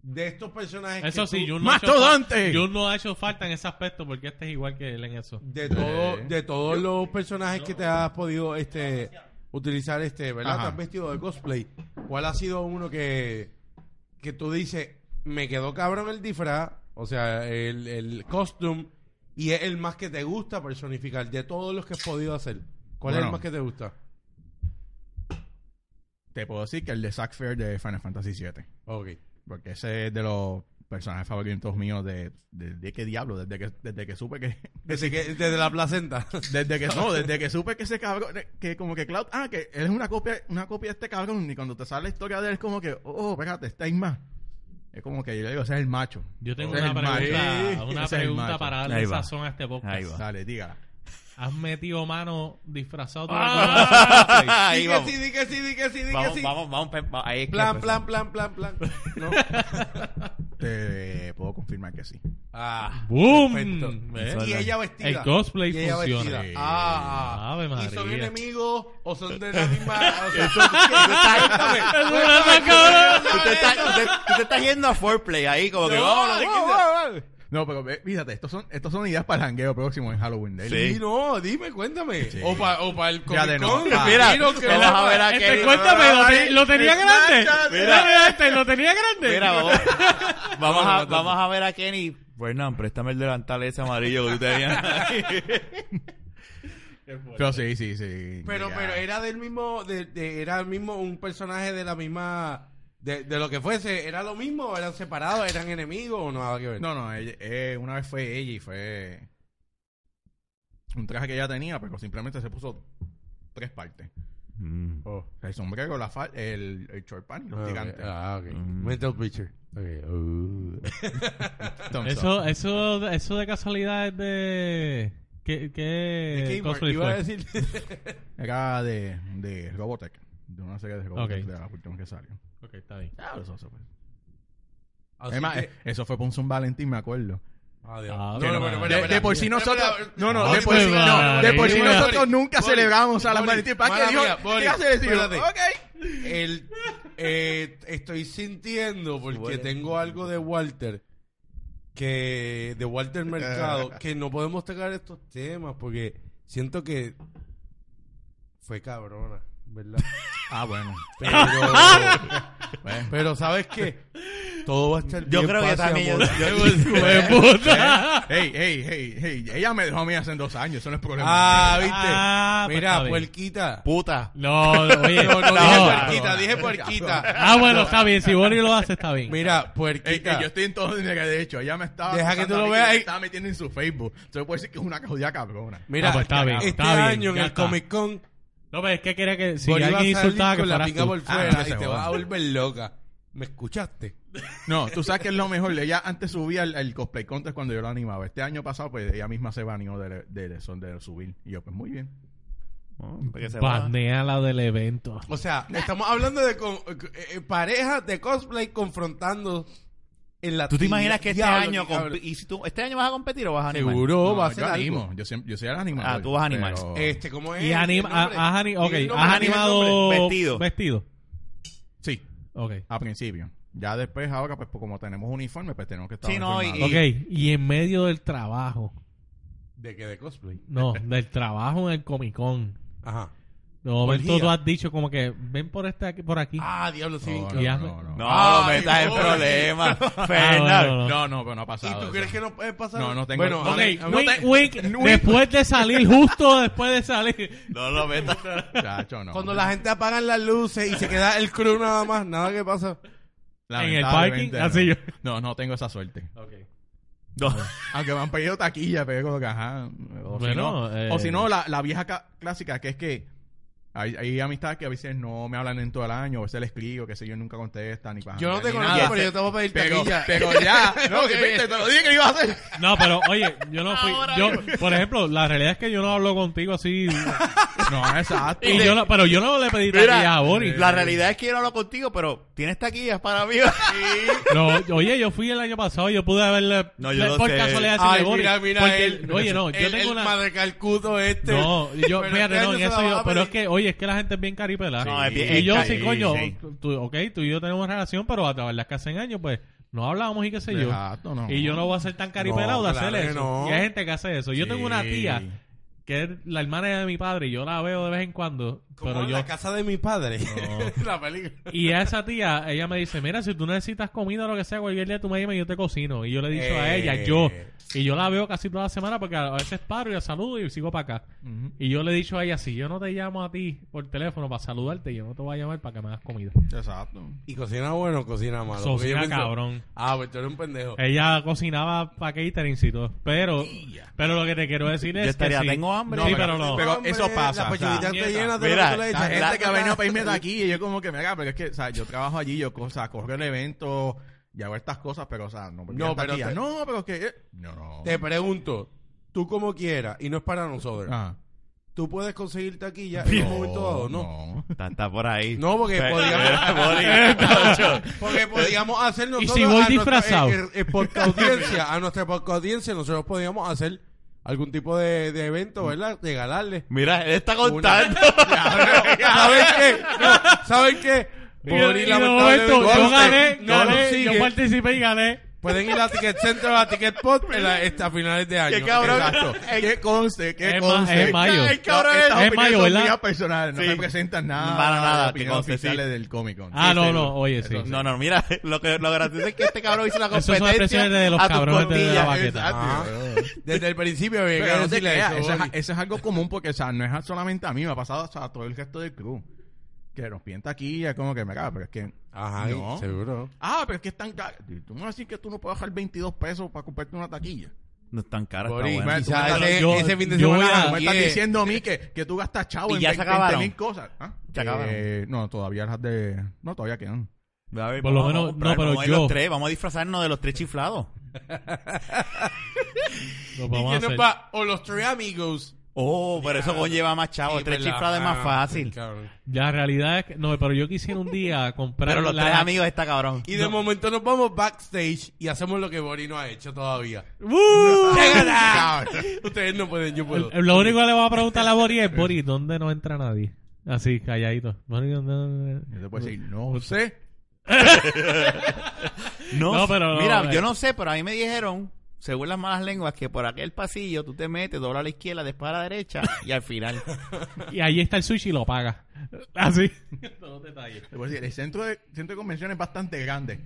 Speaker 4: De estos personajes.
Speaker 2: Eso
Speaker 4: que
Speaker 2: sí,
Speaker 4: tú-
Speaker 2: Jun no, ha hecho
Speaker 1: ¡Mastodonte!
Speaker 2: fal- Jun no ha hecho falta en ese aspecto porque este es igual que él en eso.
Speaker 4: de todo,
Speaker 1: Eh.
Speaker 4: de todos los personajes que te has podido este utilizar este, ¿verdad?
Speaker 1: Ajá.
Speaker 4: Te has vestido de cosplay. ¿Cuál ha sido uno que que tú dices, me quedó cabrón el disfraz, o sea, el, el costume y es el más que te gusta personificar de todos los que has podido hacer? ¿Cuál es
Speaker 1: Bueno.
Speaker 4: el más que te gusta?
Speaker 1: Te puedo decir que el de Zack Fair de Final Fantasy VII.
Speaker 4: Ok.
Speaker 1: Porque ese es de los personajes favoritos míos de, de, de qué diablo, desde que, desde que supe que...
Speaker 4: Desde que desde la placenta.
Speaker 1: Desde que, no, desde que supe que ese cabrón, que como que Cloud, ah, que él es una copia, una copia de este cabrón, y cuando te sale la historia de él es como que, oh, espérate, está más. Es como que yo le digo, ese es el macho.
Speaker 2: Yo tengo
Speaker 4: Pues
Speaker 1: Ese es
Speaker 2: una
Speaker 1: el macho.
Speaker 2: pregunta,
Speaker 1: Ese
Speaker 2: una
Speaker 1: es el
Speaker 2: pregunta
Speaker 1: macho.
Speaker 2: para darle
Speaker 3: Ahí va.
Speaker 2: sazón a este
Speaker 3: Ahí
Speaker 2: podcast.
Speaker 3: va.
Speaker 1: Dale, dígala.
Speaker 2: ¿Has metido mano disfrazado tú?
Speaker 4: Ah.
Speaker 2: Ah.
Speaker 3: Ahí
Speaker 4: Di que
Speaker 3: vamos.
Speaker 4: sí, di que sí, di que sí, di que
Speaker 3: Vamos,
Speaker 4: sí.
Speaker 3: vamos, vamos. pe- va- Ahí es que
Speaker 4: Plan,
Speaker 3: empezamos.
Speaker 4: plan, plan, plan, plan. No.
Speaker 1: Te puedo confirmar que sí.
Speaker 4: Ah.
Speaker 2: ¡Boom!
Speaker 4: Perfecto.
Speaker 2: ¿Ves?
Speaker 4: Y ella vestida.
Speaker 2: ¿Eh? El cosplay
Speaker 4: Y ella
Speaker 2: funciona.
Speaker 4: vestida. Ah, ah.
Speaker 2: Ave
Speaker 4: ¿Y son
Speaker 2: María.
Speaker 4: enemigos o son de la misma? O sea,
Speaker 2: ¡Es una cabrón!
Speaker 3: Tú te, estás, tú te- tú te estás yendo a foreplay ahí, como que vámonos.
Speaker 4: no,
Speaker 3: wow, wow.
Speaker 4: no,
Speaker 1: No, pero ve, fíjate, estos son, estos son ideas para el jangueo próximo en Halloween Day.
Speaker 3: Sí.
Speaker 4: Sí, no, dime, cuéntame.
Speaker 1: Sí.
Speaker 4: O para o pa el
Speaker 1: Ya de
Speaker 4: Comic Con.
Speaker 1: no.
Speaker 3: Ah, Mira,
Speaker 4: Mira, que
Speaker 3: vamos a ver a
Speaker 2: Este,
Speaker 3: Kevin.
Speaker 2: cuéntame, ¿lo, te- lo tenía grande?
Speaker 1: Snapchat,
Speaker 2: Mira, mira, este, ¿lo tenía grande?
Speaker 3: Mira, vamos, vamos, a, vamos a ver a Kenny. Fernán, préstame el delantal ese amarillo que tú tenías.
Speaker 1: Pero sí, sí, sí.
Speaker 4: Pero,
Speaker 1: Ya.
Speaker 4: pero era del mismo, de, de- era el mismo un personaje de la misma, de, de lo que fuese, era lo mismo, eran separados, eran enemigos o no, nada que ver.
Speaker 1: No, no, ella- eh, una vez fue ella y fue un traje que ella tenía, pero simplemente se puso tres partes.
Speaker 4: Oh.
Speaker 1: El sombrero, la fal- el, el short pan y los
Speaker 4: Ah, ok.
Speaker 1: gigantes.
Speaker 4: Ah, ok.
Speaker 3: Mm.
Speaker 4: Mental picture. Ok. uh.
Speaker 1: Thumbs up.
Speaker 2: Eso, eso, eso de casualidad es de... ¿Qué, qué
Speaker 4: ¿De qué
Speaker 2: cosplay
Speaker 4: iba a
Speaker 2: fue?
Speaker 4: decir?
Speaker 1: Era de, de Robotech, de una serie de Robotech
Speaker 2: Ok.
Speaker 1: de la última que salió.
Speaker 2: Ok, está bien.
Speaker 1: Ah, eso, eso fue.
Speaker 4: Así
Speaker 1: Es más,
Speaker 4: que-
Speaker 1: eh, eso fue por un San Valentín, me acuerdo.
Speaker 4: Ah, Dios.
Speaker 2: Ah,
Speaker 4: No, no,
Speaker 2: no,
Speaker 4: bueno,
Speaker 2: no.
Speaker 4: bueno,
Speaker 1: De,
Speaker 4: bueno.
Speaker 1: de por sí
Speaker 4: Mira,
Speaker 1: nosotros,
Speaker 4: mira,
Speaker 1: no,
Speaker 4: mira,
Speaker 1: no,
Speaker 2: Ay,
Speaker 1: de por sí,
Speaker 2: pues,
Speaker 1: no, de por sí
Speaker 2: María.
Speaker 1: nosotros nunca
Speaker 4: Bori,
Speaker 1: celebramos a la
Speaker 4: Bori,
Speaker 1: Valentín. ¿Para qué
Speaker 4: mala
Speaker 1: dijo?
Speaker 4: mía, Bori,
Speaker 1: ¿Qué hace decir?
Speaker 4: espérate.
Speaker 1: Ok.
Speaker 4: el, eh, estoy sintiendo porque
Speaker 3: Huele.
Speaker 4: tengo algo de Walter que de Walter Mercado que no podemos tocar estos temas porque siento que fue cabrona, ¿verdad?
Speaker 1: Ah, bueno.
Speaker 4: Pero,
Speaker 1: Bueno.
Speaker 4: pero sabes qué, todo va a estar
Speaker 3: Yo
Speaker 4: bien,
Speaker 3: creo que
Speaker 4: paz y
Speaker 3: también.
Speaker 4: amor.
Speaker 3: yo-
Speaker 2: Pues,
Speaker 4: ¿Eh?
Speaker 1: Hey, hey, hey, hey. Ella me dejó a mí hace dos años. Eso no es problema.
Speaker 4: Ah, ¿viste?
Speaker 2: Ah, pues está
Speaker 4: Mira,
Speaker 2: bien.
Speaker 4: puerquita.
Speaker 3: puta.
Speaker 2: No, no, oye.
Speaker 4: No, no,
Speaker 2: no.
Speaker 4: dije puerquita, dije puerquita.
Speaker 2: Ah, bueno, está bien. Si Bonnie lo hace, está bien.
Speaker 4: Mira,
Speaker 1: Ey,
Speaker 4: puerquita.
Speaker 1: ey, yo estoy en todo dinero de hecho. Ella me estaba.
Speaker 4: Deja que
Speaker 1: acusando
Speaker 4: tú lo
Speaker 1: a mí
Speaker 4: veas
Speaker 1: me
Speaker 4: ahí.
Speaker 1: estaba metiendo en su Facebook. Entonces puedo decir que es una jodida cabrona.
Speaker 4: Mira,
Speaker 2: Ah, pues está bien,
Speaker 4: este
Speaker 2: está bien,
Speaker 4: año en
Speaker 2: ya
Speaker 4: el
Speaker 2: está.
Speaker 4: Comic Con,
Speaker 2: No, pero es que quería que si
Speaker 4: Bonnie va
Speaker 2: alguien
Speaker 4: a salir
Speaker 2: insultaba que
Speaker 4: con la
Speaker 2: fueras
Speaker 4: pinga
Speaker 2: tú.
Speaker 4: por
Speaker 1: Ah, que
Speaker 4: fuera y
Speaker 1: se
Speaker 4: te
Speaker 1: joda.
Speaker 4: vas a volver loca. ¿Me escuchaste?
Speaker 1: No, tú sabes que es lo mejor. Ella antes subía el, el cosplay contest cuando yo lo animaba. Este año pasado, pues ella misma se baneó de, de, de, son- de subir. Y yo, pues muy bien.
Speaker 3: Oh, porque se va.
Speaker 2: Baneala del evento.
Speaker 4: O sea, estamos hablando de con- eh, eh, parejas de cosplay confrontando en la
Speaker 3: ¿Tú te
Speaker 4: tibia.
Speaker 3: imaginas que este
Speaker 4: Diablo,
Speaker 3: año...
Speaker 4: qué
Speaker 3: comp-
Speaker 4: cabrón.
Speaker 3: ¿Y si tú, este año vas a competir o vas a animar?
Speaker 4: Seguro
Speaker 1: No,
Speaker 4: va a
Speaker 1: yo
Speaker 4: ser algo.
Speaker 1: animo. Yo, siempre, yo soy el animador.
Speaker 3: Ah, tú vas a animar.
Speaker 1: pero-
Speaker 4: Este, ¿cómo es?
Speaker 2: Y anima,
Speaker 4: ¿Tiene nombre?
Speaker 2: has, ani- ok,
Speaker 4: ¿Tiene nombre?
Speaker 2: has
Speaker 3: ¿Tiene
Speaker 2: animado
Speaker 3: nombre? Vestido.
Speaker 2: Vestido.
Speaker 1: Sí,
Speaker 2: Ok.
Speaker 1: a principio. Ya después, ahora, pues como tenemos uniforme, pues tenemos que estar
Speaker 3: Sí, no, y-
Speaker 1: uniformados.
Speaker 2: Ok, y en medio del trabajo.
Speaker 4: ¿De qué? ¿De cosplay?
Speaker 2: No, del trabajo en el Comic Con.
Speaker 4: Ajá.
Speaker 2: De momento
Speaker 4: Orgía.
Speaker 2: tú has dicho como que ven por este aquí, por aquí.
Speaker 4: Ah, diablo, sí. bien
Speaker 1: No,
Speaker 4: cabrón.
Speaker 2: Y
Speaker 1: no,
Speaker 2: hazme-
Speaker 1: no, no.
Speaker 3: No, lo
Speaker 4: Ay,
Speaker 3: metas en
Speaker 4: boy.
Speaker 3: problemas.
Speaker 2: Ah, bueno,
Speaker 3: Fernan.
Speaker 2: no.
Speaker 1: No, no, pero no ha
Speaker 4: ¿Y
Speaker 1: pasado.
Speaker 4: tú
Speaker 1: eso.
Speaker 4: crees que no puede pasar?
Speaker 1: No, no tengo-
Speaker 4: Bueno,
Speaker 1: no
Speaker 2: ok,
Speaker 4: a mí- a mí-
Speaker 2: wink,
Speaker 1: te-
Speaker 2: wink,
Speaker 1: wink.
Speaker 2: después de salir, justo después de salir.
Speaker 3: No lo metas.
Speaker 1: Chacho, no.
Speaker 4: cuando la gente apaga las luces y se queda el crew nada más, nada que pasa.
Speaker 2: en el
Speaker 1: Lamentablemente,
Speaker 2: parking, así yo.
Speaker 1: No, no tengo esa suerte.
Speaker 3: No.
Speaker 1: Aunque me han pedido taquilla, pero como que, ajá. O si
Speaker 2: Bueno,
Speaker 1: no,
Speaker 2: eh.
Speaker 1: o si no la, la vieja ca- clásica, que es que hay, hay amistades que a veces no me hablan en todo el año, a veces les escribo, que sé yo, nunca contestan. Ni pa-
Speaker 4: Yo no
Speaker 1: ni
Speaker 4: te
Speaker 1: nada.
Speaker 4: conozco, pero yo te voy a pedir
Speaker 1: Pero,
Speaker 4: taquilla.
Speaker 1: pero ya, no, que viste, te lo dije que iba a hacer.
Speaker 2: No, pero oye, yo no fui.
Speaker 3: Ahora
Speaker 2: Yo, por ejemplo, la realidad es que yo no hablo contigo así.
Speaker 1: No, exacto.
Speaker 2: y yo no- pero yo no le pedí taquilla a
Speaker 3: Mira,
Speaker 2: Boris.
Speaker 3: la realidad es que yo no hablo contigo, pero tienes taquillas para mí.
Speaker 2: No, oye, yo fui el año pasado y yo pude haberle.
Speaker 3: No, yo lo
Speaker 2: por
Speaker 3: sé.
Speaker 2: casualidad
Speaker 4: Ay,
Speaker 2: decirle,
Speaker 4: mira,
Speaker 2: Boris,
Speaker 4: mira
Speaker 2: porque,
Speaker 4: él.
Speaker 2: Oye, no, yo
Speaker 4: el,
Speaker 2: tengo
Speaker 4: el
Speaker 2: una.
Speaker 4: madrecalcuto este.
Speaker 2: No, y yo,
Speaker 4: Pero
Speaker 2: fíjate,
Speaker 4: este
Speaker 2: no,
Speaker 4: año
Speaker 2: en
Speaker 4: se la
Speaker 2: eso
Speaker 4: vas
Speaker 2: yo,
Speaker 4: a
Speaker 2: pero es
Speaker 4: pedir.
Speaker 2: que, oye, es que la gente es bien caripela.
Speaker 3: No, es bien-
Speaker 2: y yo,
Speaker 3: es
Speaker 2: sí,
Speaker 3: cari-
Speaker 2: coño,
Speaker 1: sí.
Speaker 2: tú- ok, tú y yo tenemos relación, pero a través de las que hacen años, pues, no hablábamos y qué sé yo.
Speaker 1: Exacto, no.
Speaker 2: Y yo no voy a ser tan caripelado de
Speaker 4: No, claro
Speaker 2: hacer
Speaker 4: que
Speaker 2: eso.
Speaker 4: no.
Speaker 2: Y hay gente que hace eso. Yo tengo una
Speaker 1: Sí.
Speaker 2: tía que es la hermana de mi padre y yo la veo de vez en cuando,
Speaker 4: Como
Speaker 2: pero
Speaker 4: en
Speaker 2: yo...
Speaker 4: la casa de mi padre. la película.
Speaker 2: Y a esa tía, ella me dice, mira, si tú necesitas comida o lo que sea, cualquier día tú me llamas y yo te cocino. Y yo le he dicho a
Speaker 4: Eh.
Speaker 2: ella, yo. Y yo la veo casi toda la semana porque a veces paro y la saludo y sigo para acá.
Speaker 1: Ujú.
Speaker 2: Y yo le he dicho a ella, si yo no te llamo a ti por teléfono para saludarte, yo no te voy a llamar para que me hagas comida.
Speaker 1: Exacto.
Speaker 4: ¿Y cocina bueno o cocina malo?
Speaker 2: Sofía,
Speaker 4: Porque yo pienso-
Speaker 2: cabrón. Eh,
Speaker 4: Ah, pues tú eres un pendejo.
Speaker 2: Ella cocinaba para caterings y todo. Pero, pero lo que te quiero decir es
Speaker 3: estaría,
Speaker 2: que sí.
Speaker 3: tengo hambre.
Speaker 2: Sí,
Speaker 1: No, pero-
Speaker 2: pero no.
Speaker 1: pero eso pasa,
Speaker 4: La
Speaker 1: o sea,
Speaker 4: pochita te
Speaker 2: mierda.
Speaker 4: llena de
Speaker 3: Mira,
Speaker 4: lo que tú le
Speaker 1: La
Speaker 4: echas.
Speaker 1: gente
Speaker 3: La-
Speaker 1: que ha venido a pedirme de aquí y yo como que me haga, pero es que, o sea, yo trabajo allí, yo, o sea, corro el evento y hago estas cosas, pero, o sea, no, me
Speaker 4: No,
Speaker 1: pidan
Speaker 4: pero
Speaker 1: taquilla.
Speaker 4: te-
Speaker 1: no, pero es que, eh, no, no.
Speaker 4: Te pregunto, tú como quieras, y no es para nosotros,
Speaker 1: Ah.
Speaker 4: tú puedes conseguir taquilla en un momento dado, ¿no?
Speaker 1: no.
Speaker 3: Está, está por ahí.
Speaker 4: No, porque
Speaker 3: Fe-
Speaker 4: podríamos,
Speaker 3: Boris, ocho.
Speaker 4: porque
Speaker 2: Eh,
Speaker 4: podríamos hacer nosotros
Speaker 2: si voy
Speaker 4: a nuestra-
Speaker 2: disfrazado?
Speaker 4: eh, eh, podcast audiencia, a nuestra podcast audiencia, nosotros podríamos hacer algún tipo de, de
Speaker 2: Mm.
Speaker 4: evento, ¿verdad? Regalarle.
Speaker 3: Mira, él está contando.
Speaker 4: ¿Saben qué? No, ¿Saben qué?
Speaker 2: Y-
Speaker 4: Boris,
Speaker 2: y de
Speaker 4: lamentablemente,
Speaker 2: momento, yo gané,
Speaker 4: no lo
Speaker 2: gané,
Speaker 4: sigue.
Speaker 2: yo participé y gané.
Speaker 4: Pueden ir a Ticket Center o a Ticket Pot en la- esta- a finales de año.
Speaker 3: Qué cabrón.
Speaker 1: Exacto. ¿Qué conste? ¿Qué
Speaker 2: Es ma-
Speaker 1: conste?
Speaker 2: es mayo.
Speaker 1: No, estas
Speaker 2: Es
Speaker 1: opiniones
Speaker 2: mayo,
Speaker 1: son
Speaker 2: ¿verdad?
Speaker 1: mías personales, no
Speaker 3: Sí.
Speaker 1: representan nada.
Speaker 3: Para nada,
Speaker 1: las
Speaker 3: que
Speaker 1: opiniones
Speaker 3: conste, sí.
Speaker 1: oficiales del Comic Con.
Speaker 2: Ah,
Speaker 1: Sí,
Speaker 2: no,
Speaker 1: sí,
Speaker 2: no, oye, sí.
Speaker 1: Eso
Speaker 3: No, no, mira, lo que lo gracioso es que este cabrón hizo la
Speaker 2: Esas son
Speaker 3: competencia.
Speaker 2: expresiones de los
Speaker 3: a tus
Speaker 2: cabrones de la
Speaker 3: costillas.
Speaker 2: vaqueta.
Speaker 1: Exacto.
Speaker 4: Ah. Desde el principio había que
Speaker 1: Pero no te
Speaker 4: decirle
Speaker 1: creas,
Speaker 4: eso,
Speaker 1: eso, es,
Speaker 4: Boris.
Speaker 1: eso es algo común porque, o sea, no es solamente a mí, me ha pasado hasta a todo el resto del crew. Que nos piden taquilla, como que me cago, pero es que...
Speaker 4: Ajá,
Speaker 1: No.
Speaker 4: seguro.
Speaker 1: Ah, pero es que están caras. Tú me vas a decir que tú no puedes bajar 22 pesos para comprarte una taquilla.
Speaker 3: No es tan cara,
Speaker 4: Boris,
Speaker 3: está bueno.
Speaker 1: tú me
Speaker 4: quizás
Speaker 1: estás-
Speaker 4: ese,
Speaker 2: yo-
Speaker 4: ese fin de
Speaker 2: yo voy
Speaker 4: semana
Speaker 2: a-
Speaker 1: Tú me estás
Speaker 4: 10.
Speaker 1: diciendo a mí que, que tú gastas chavo
Speaker 3: Y
Speaker 1: en
Speaker 3: ya se acabaron.
Speaker 1: mil cosas. ¿Ah?
Speaker 3: Se acabaron.
Speaker 1: Eh, no, todavía las de... No, todavía quedan.
Speaker 3: A ver,
Speaker 2: Por lo
Speaker 3: vamos a
Speaker 2: menos-
Speaker 3: comprar,
Speaker 2: no, pero
Speaker 3: vamos a ir
Speaker 2: yo-
Speaker 3: los tres, vamos a disfrazarnos de los tres chiflados.
Speaker 2: Lo
Speaker 4: ¿Y
Speaker 2: vamos a
Speaker 4: quién nos
Speaker 2: hacer.
Speaker 4: va? O los tres amigos.
Speaker 3: Oh, pero eso conlleva más chavo.
Speaker 4: Sí,
Speaker 3: tres
Speaker 4: ¿verdad?
Speaker 3: chiflados es más
Speaker 4: Ah,
Speaker 3: fácil.
Speaker 4: cabrón.
Speaker 2: La realidad es que, no, pero yo quisiera un día comprar
Speaker 3: Pero los
Speaker 2: la-
Speaker 3: tres amigos está cabrón.
Speaker 4: Y de momento nos vamos backstage y hacemos lo que Boris no ha hecho todavía.
Speaker 2: ¡Uh!
Speaker 4: ¡Llegala! Ustedes no pueden, yo puedo.
Speaker 2: Lo único que le voy a preguntar a Boris es, Boris, ¿dónde no entra nadie? Así, calladito. Boris, ¿dónde
Speaker 1: Yo te puedo decir, no sé.
Speaker 3: No,
Speaker 2: No, pero no,
Speaker 3: mira,
Speaker 2: eh.
Speaker 3: yo no sé, pero a mí me dijeron, según las malas lenguas, que por aquel pasillo tú te metes, dobla a la izquierda, después a la derecha y al final.
Speaker 2: Y ahí está el sushi y lo paga. Así.
Speaker 1: Te puedo decir, el centro de, centro de convenciones es bastante grande.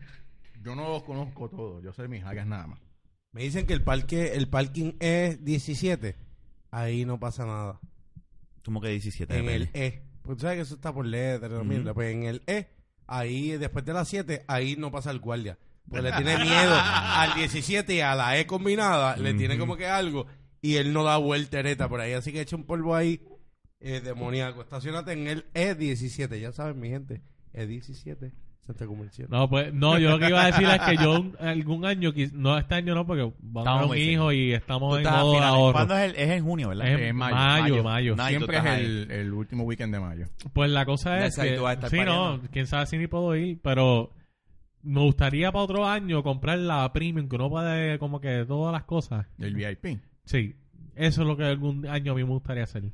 Speaker 1: Yo no los conozco todos, yo sé mis áreas nada más.
Speaker 4: Me dicen que el parque, el parking es 17. Ahí no pasa nada.
Speaker 3: Como que 17 de
Speaker 4: En el
Speaker 3: pele.
Speaker 4: E. Pues tú sabes que eso está por letra, la mierda. Pues en el E, ahí después de las 7, ahí no pasa el guardia. Pues le tiene miedo al 17 y a la E combinada, le tiene como que algo. Y él no da vuelta ereta por ahí. Así que echa un polvo ahí eh, demoníaco. Estacionate en el E17. Ya saben, mi gente. E E17. Centro Comercial.
Speaker 2: No, pues, no, yo lo que iba a decir es que yo un- algún año, quis- no este año no, porque vamos a
Speaker 3: Estamos
Speaker 2: tener
Speaker 3: muy
Speaker 2: un hijo y estamos
Speaker 3: Tú
Speaker 2: en
Speaker 3: estás a
Speaker 2: modo
Speaker 3: finales.
Speaker 2: ahorro.
Speaker 3: ¿Cuándo es el, es Eh, en junio, verdad?
Speaker 2: Es
Speaker 1: en mayo,
Speaker 2: mayo,
Speaker 1: mayo.
Speaker 2: mayo.
Speaker 3: Ay, tú
Speaker 1: Siempre es
Speaker 3: estás
Speaker 1: el, el último weekend de mayo.
Speaker 2: Pues la cosa es
Speaker 3: Exacto,
Speaker 2: que,
Speaker 3: tú vas a estar
Speaker 2: sí, no,
Speaker 3: pariendo.
Speaker 2: quién sabe si ni puedo ir, pero me gustaría para otro año comprar la premium, que uno puede como que todas las cosas.
Speaker 1: El VIP.
Speaker 2: Sí, eso es lo que algún año a mí me gustaría hacer.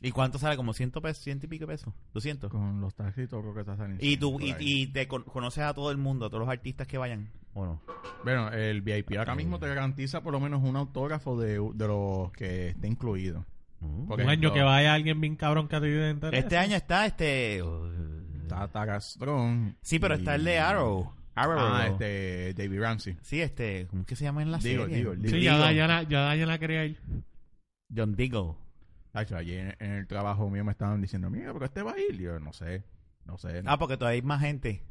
Speaker 3: ¿Y cuánto sale? ¿Como 100 pesos? ¿100 y pico pesos? ¿200?
Speaker 1: Con los taxitos creo que está saliendo.
Speaker 3: ¿Y tú
Speaker 1: por
Speaker 3: y,
Speaker 1: ahí.
Speaker 3: y te con- conoces a todo el mundo, a todos los artistas que vayan? ¿O no?
Speaker 1: Bueno, el VIP ahora mismo te garantiza por lo menos un autógrafo de, de los que esté incluido. Porque
Speaker 2: un año
Speaker 1: lo-
Speaker 2: que vaya alguien bien cabrón que a ti te interese.
Speaker 3: Este año está este...
Speaker 1: Tata Gastrón.
Speaker 3: Sí, pero
Speaker 1: y-
Speaker 3: está el de Arrow. Arrow.
Speaker 1: Ah, este, David Ramsey.
Speaker 3: Sí, este... ¿Cómo es que se llama en la
Speaker 1: Digo,
Speaker 3: serie?
Speaker 1: digo, digo.
Speaker 2: Sí, ya Dayana, ya Dayana quería ir.
Speaker 3: John Deagle.
Speaker 1: Tacho, ayer en el trabajo mío me estaban diciendo, mira, porque este va a ir. Y Yo no sé, no sé,
Speaker 3: Ah, porque todavía hay más gente.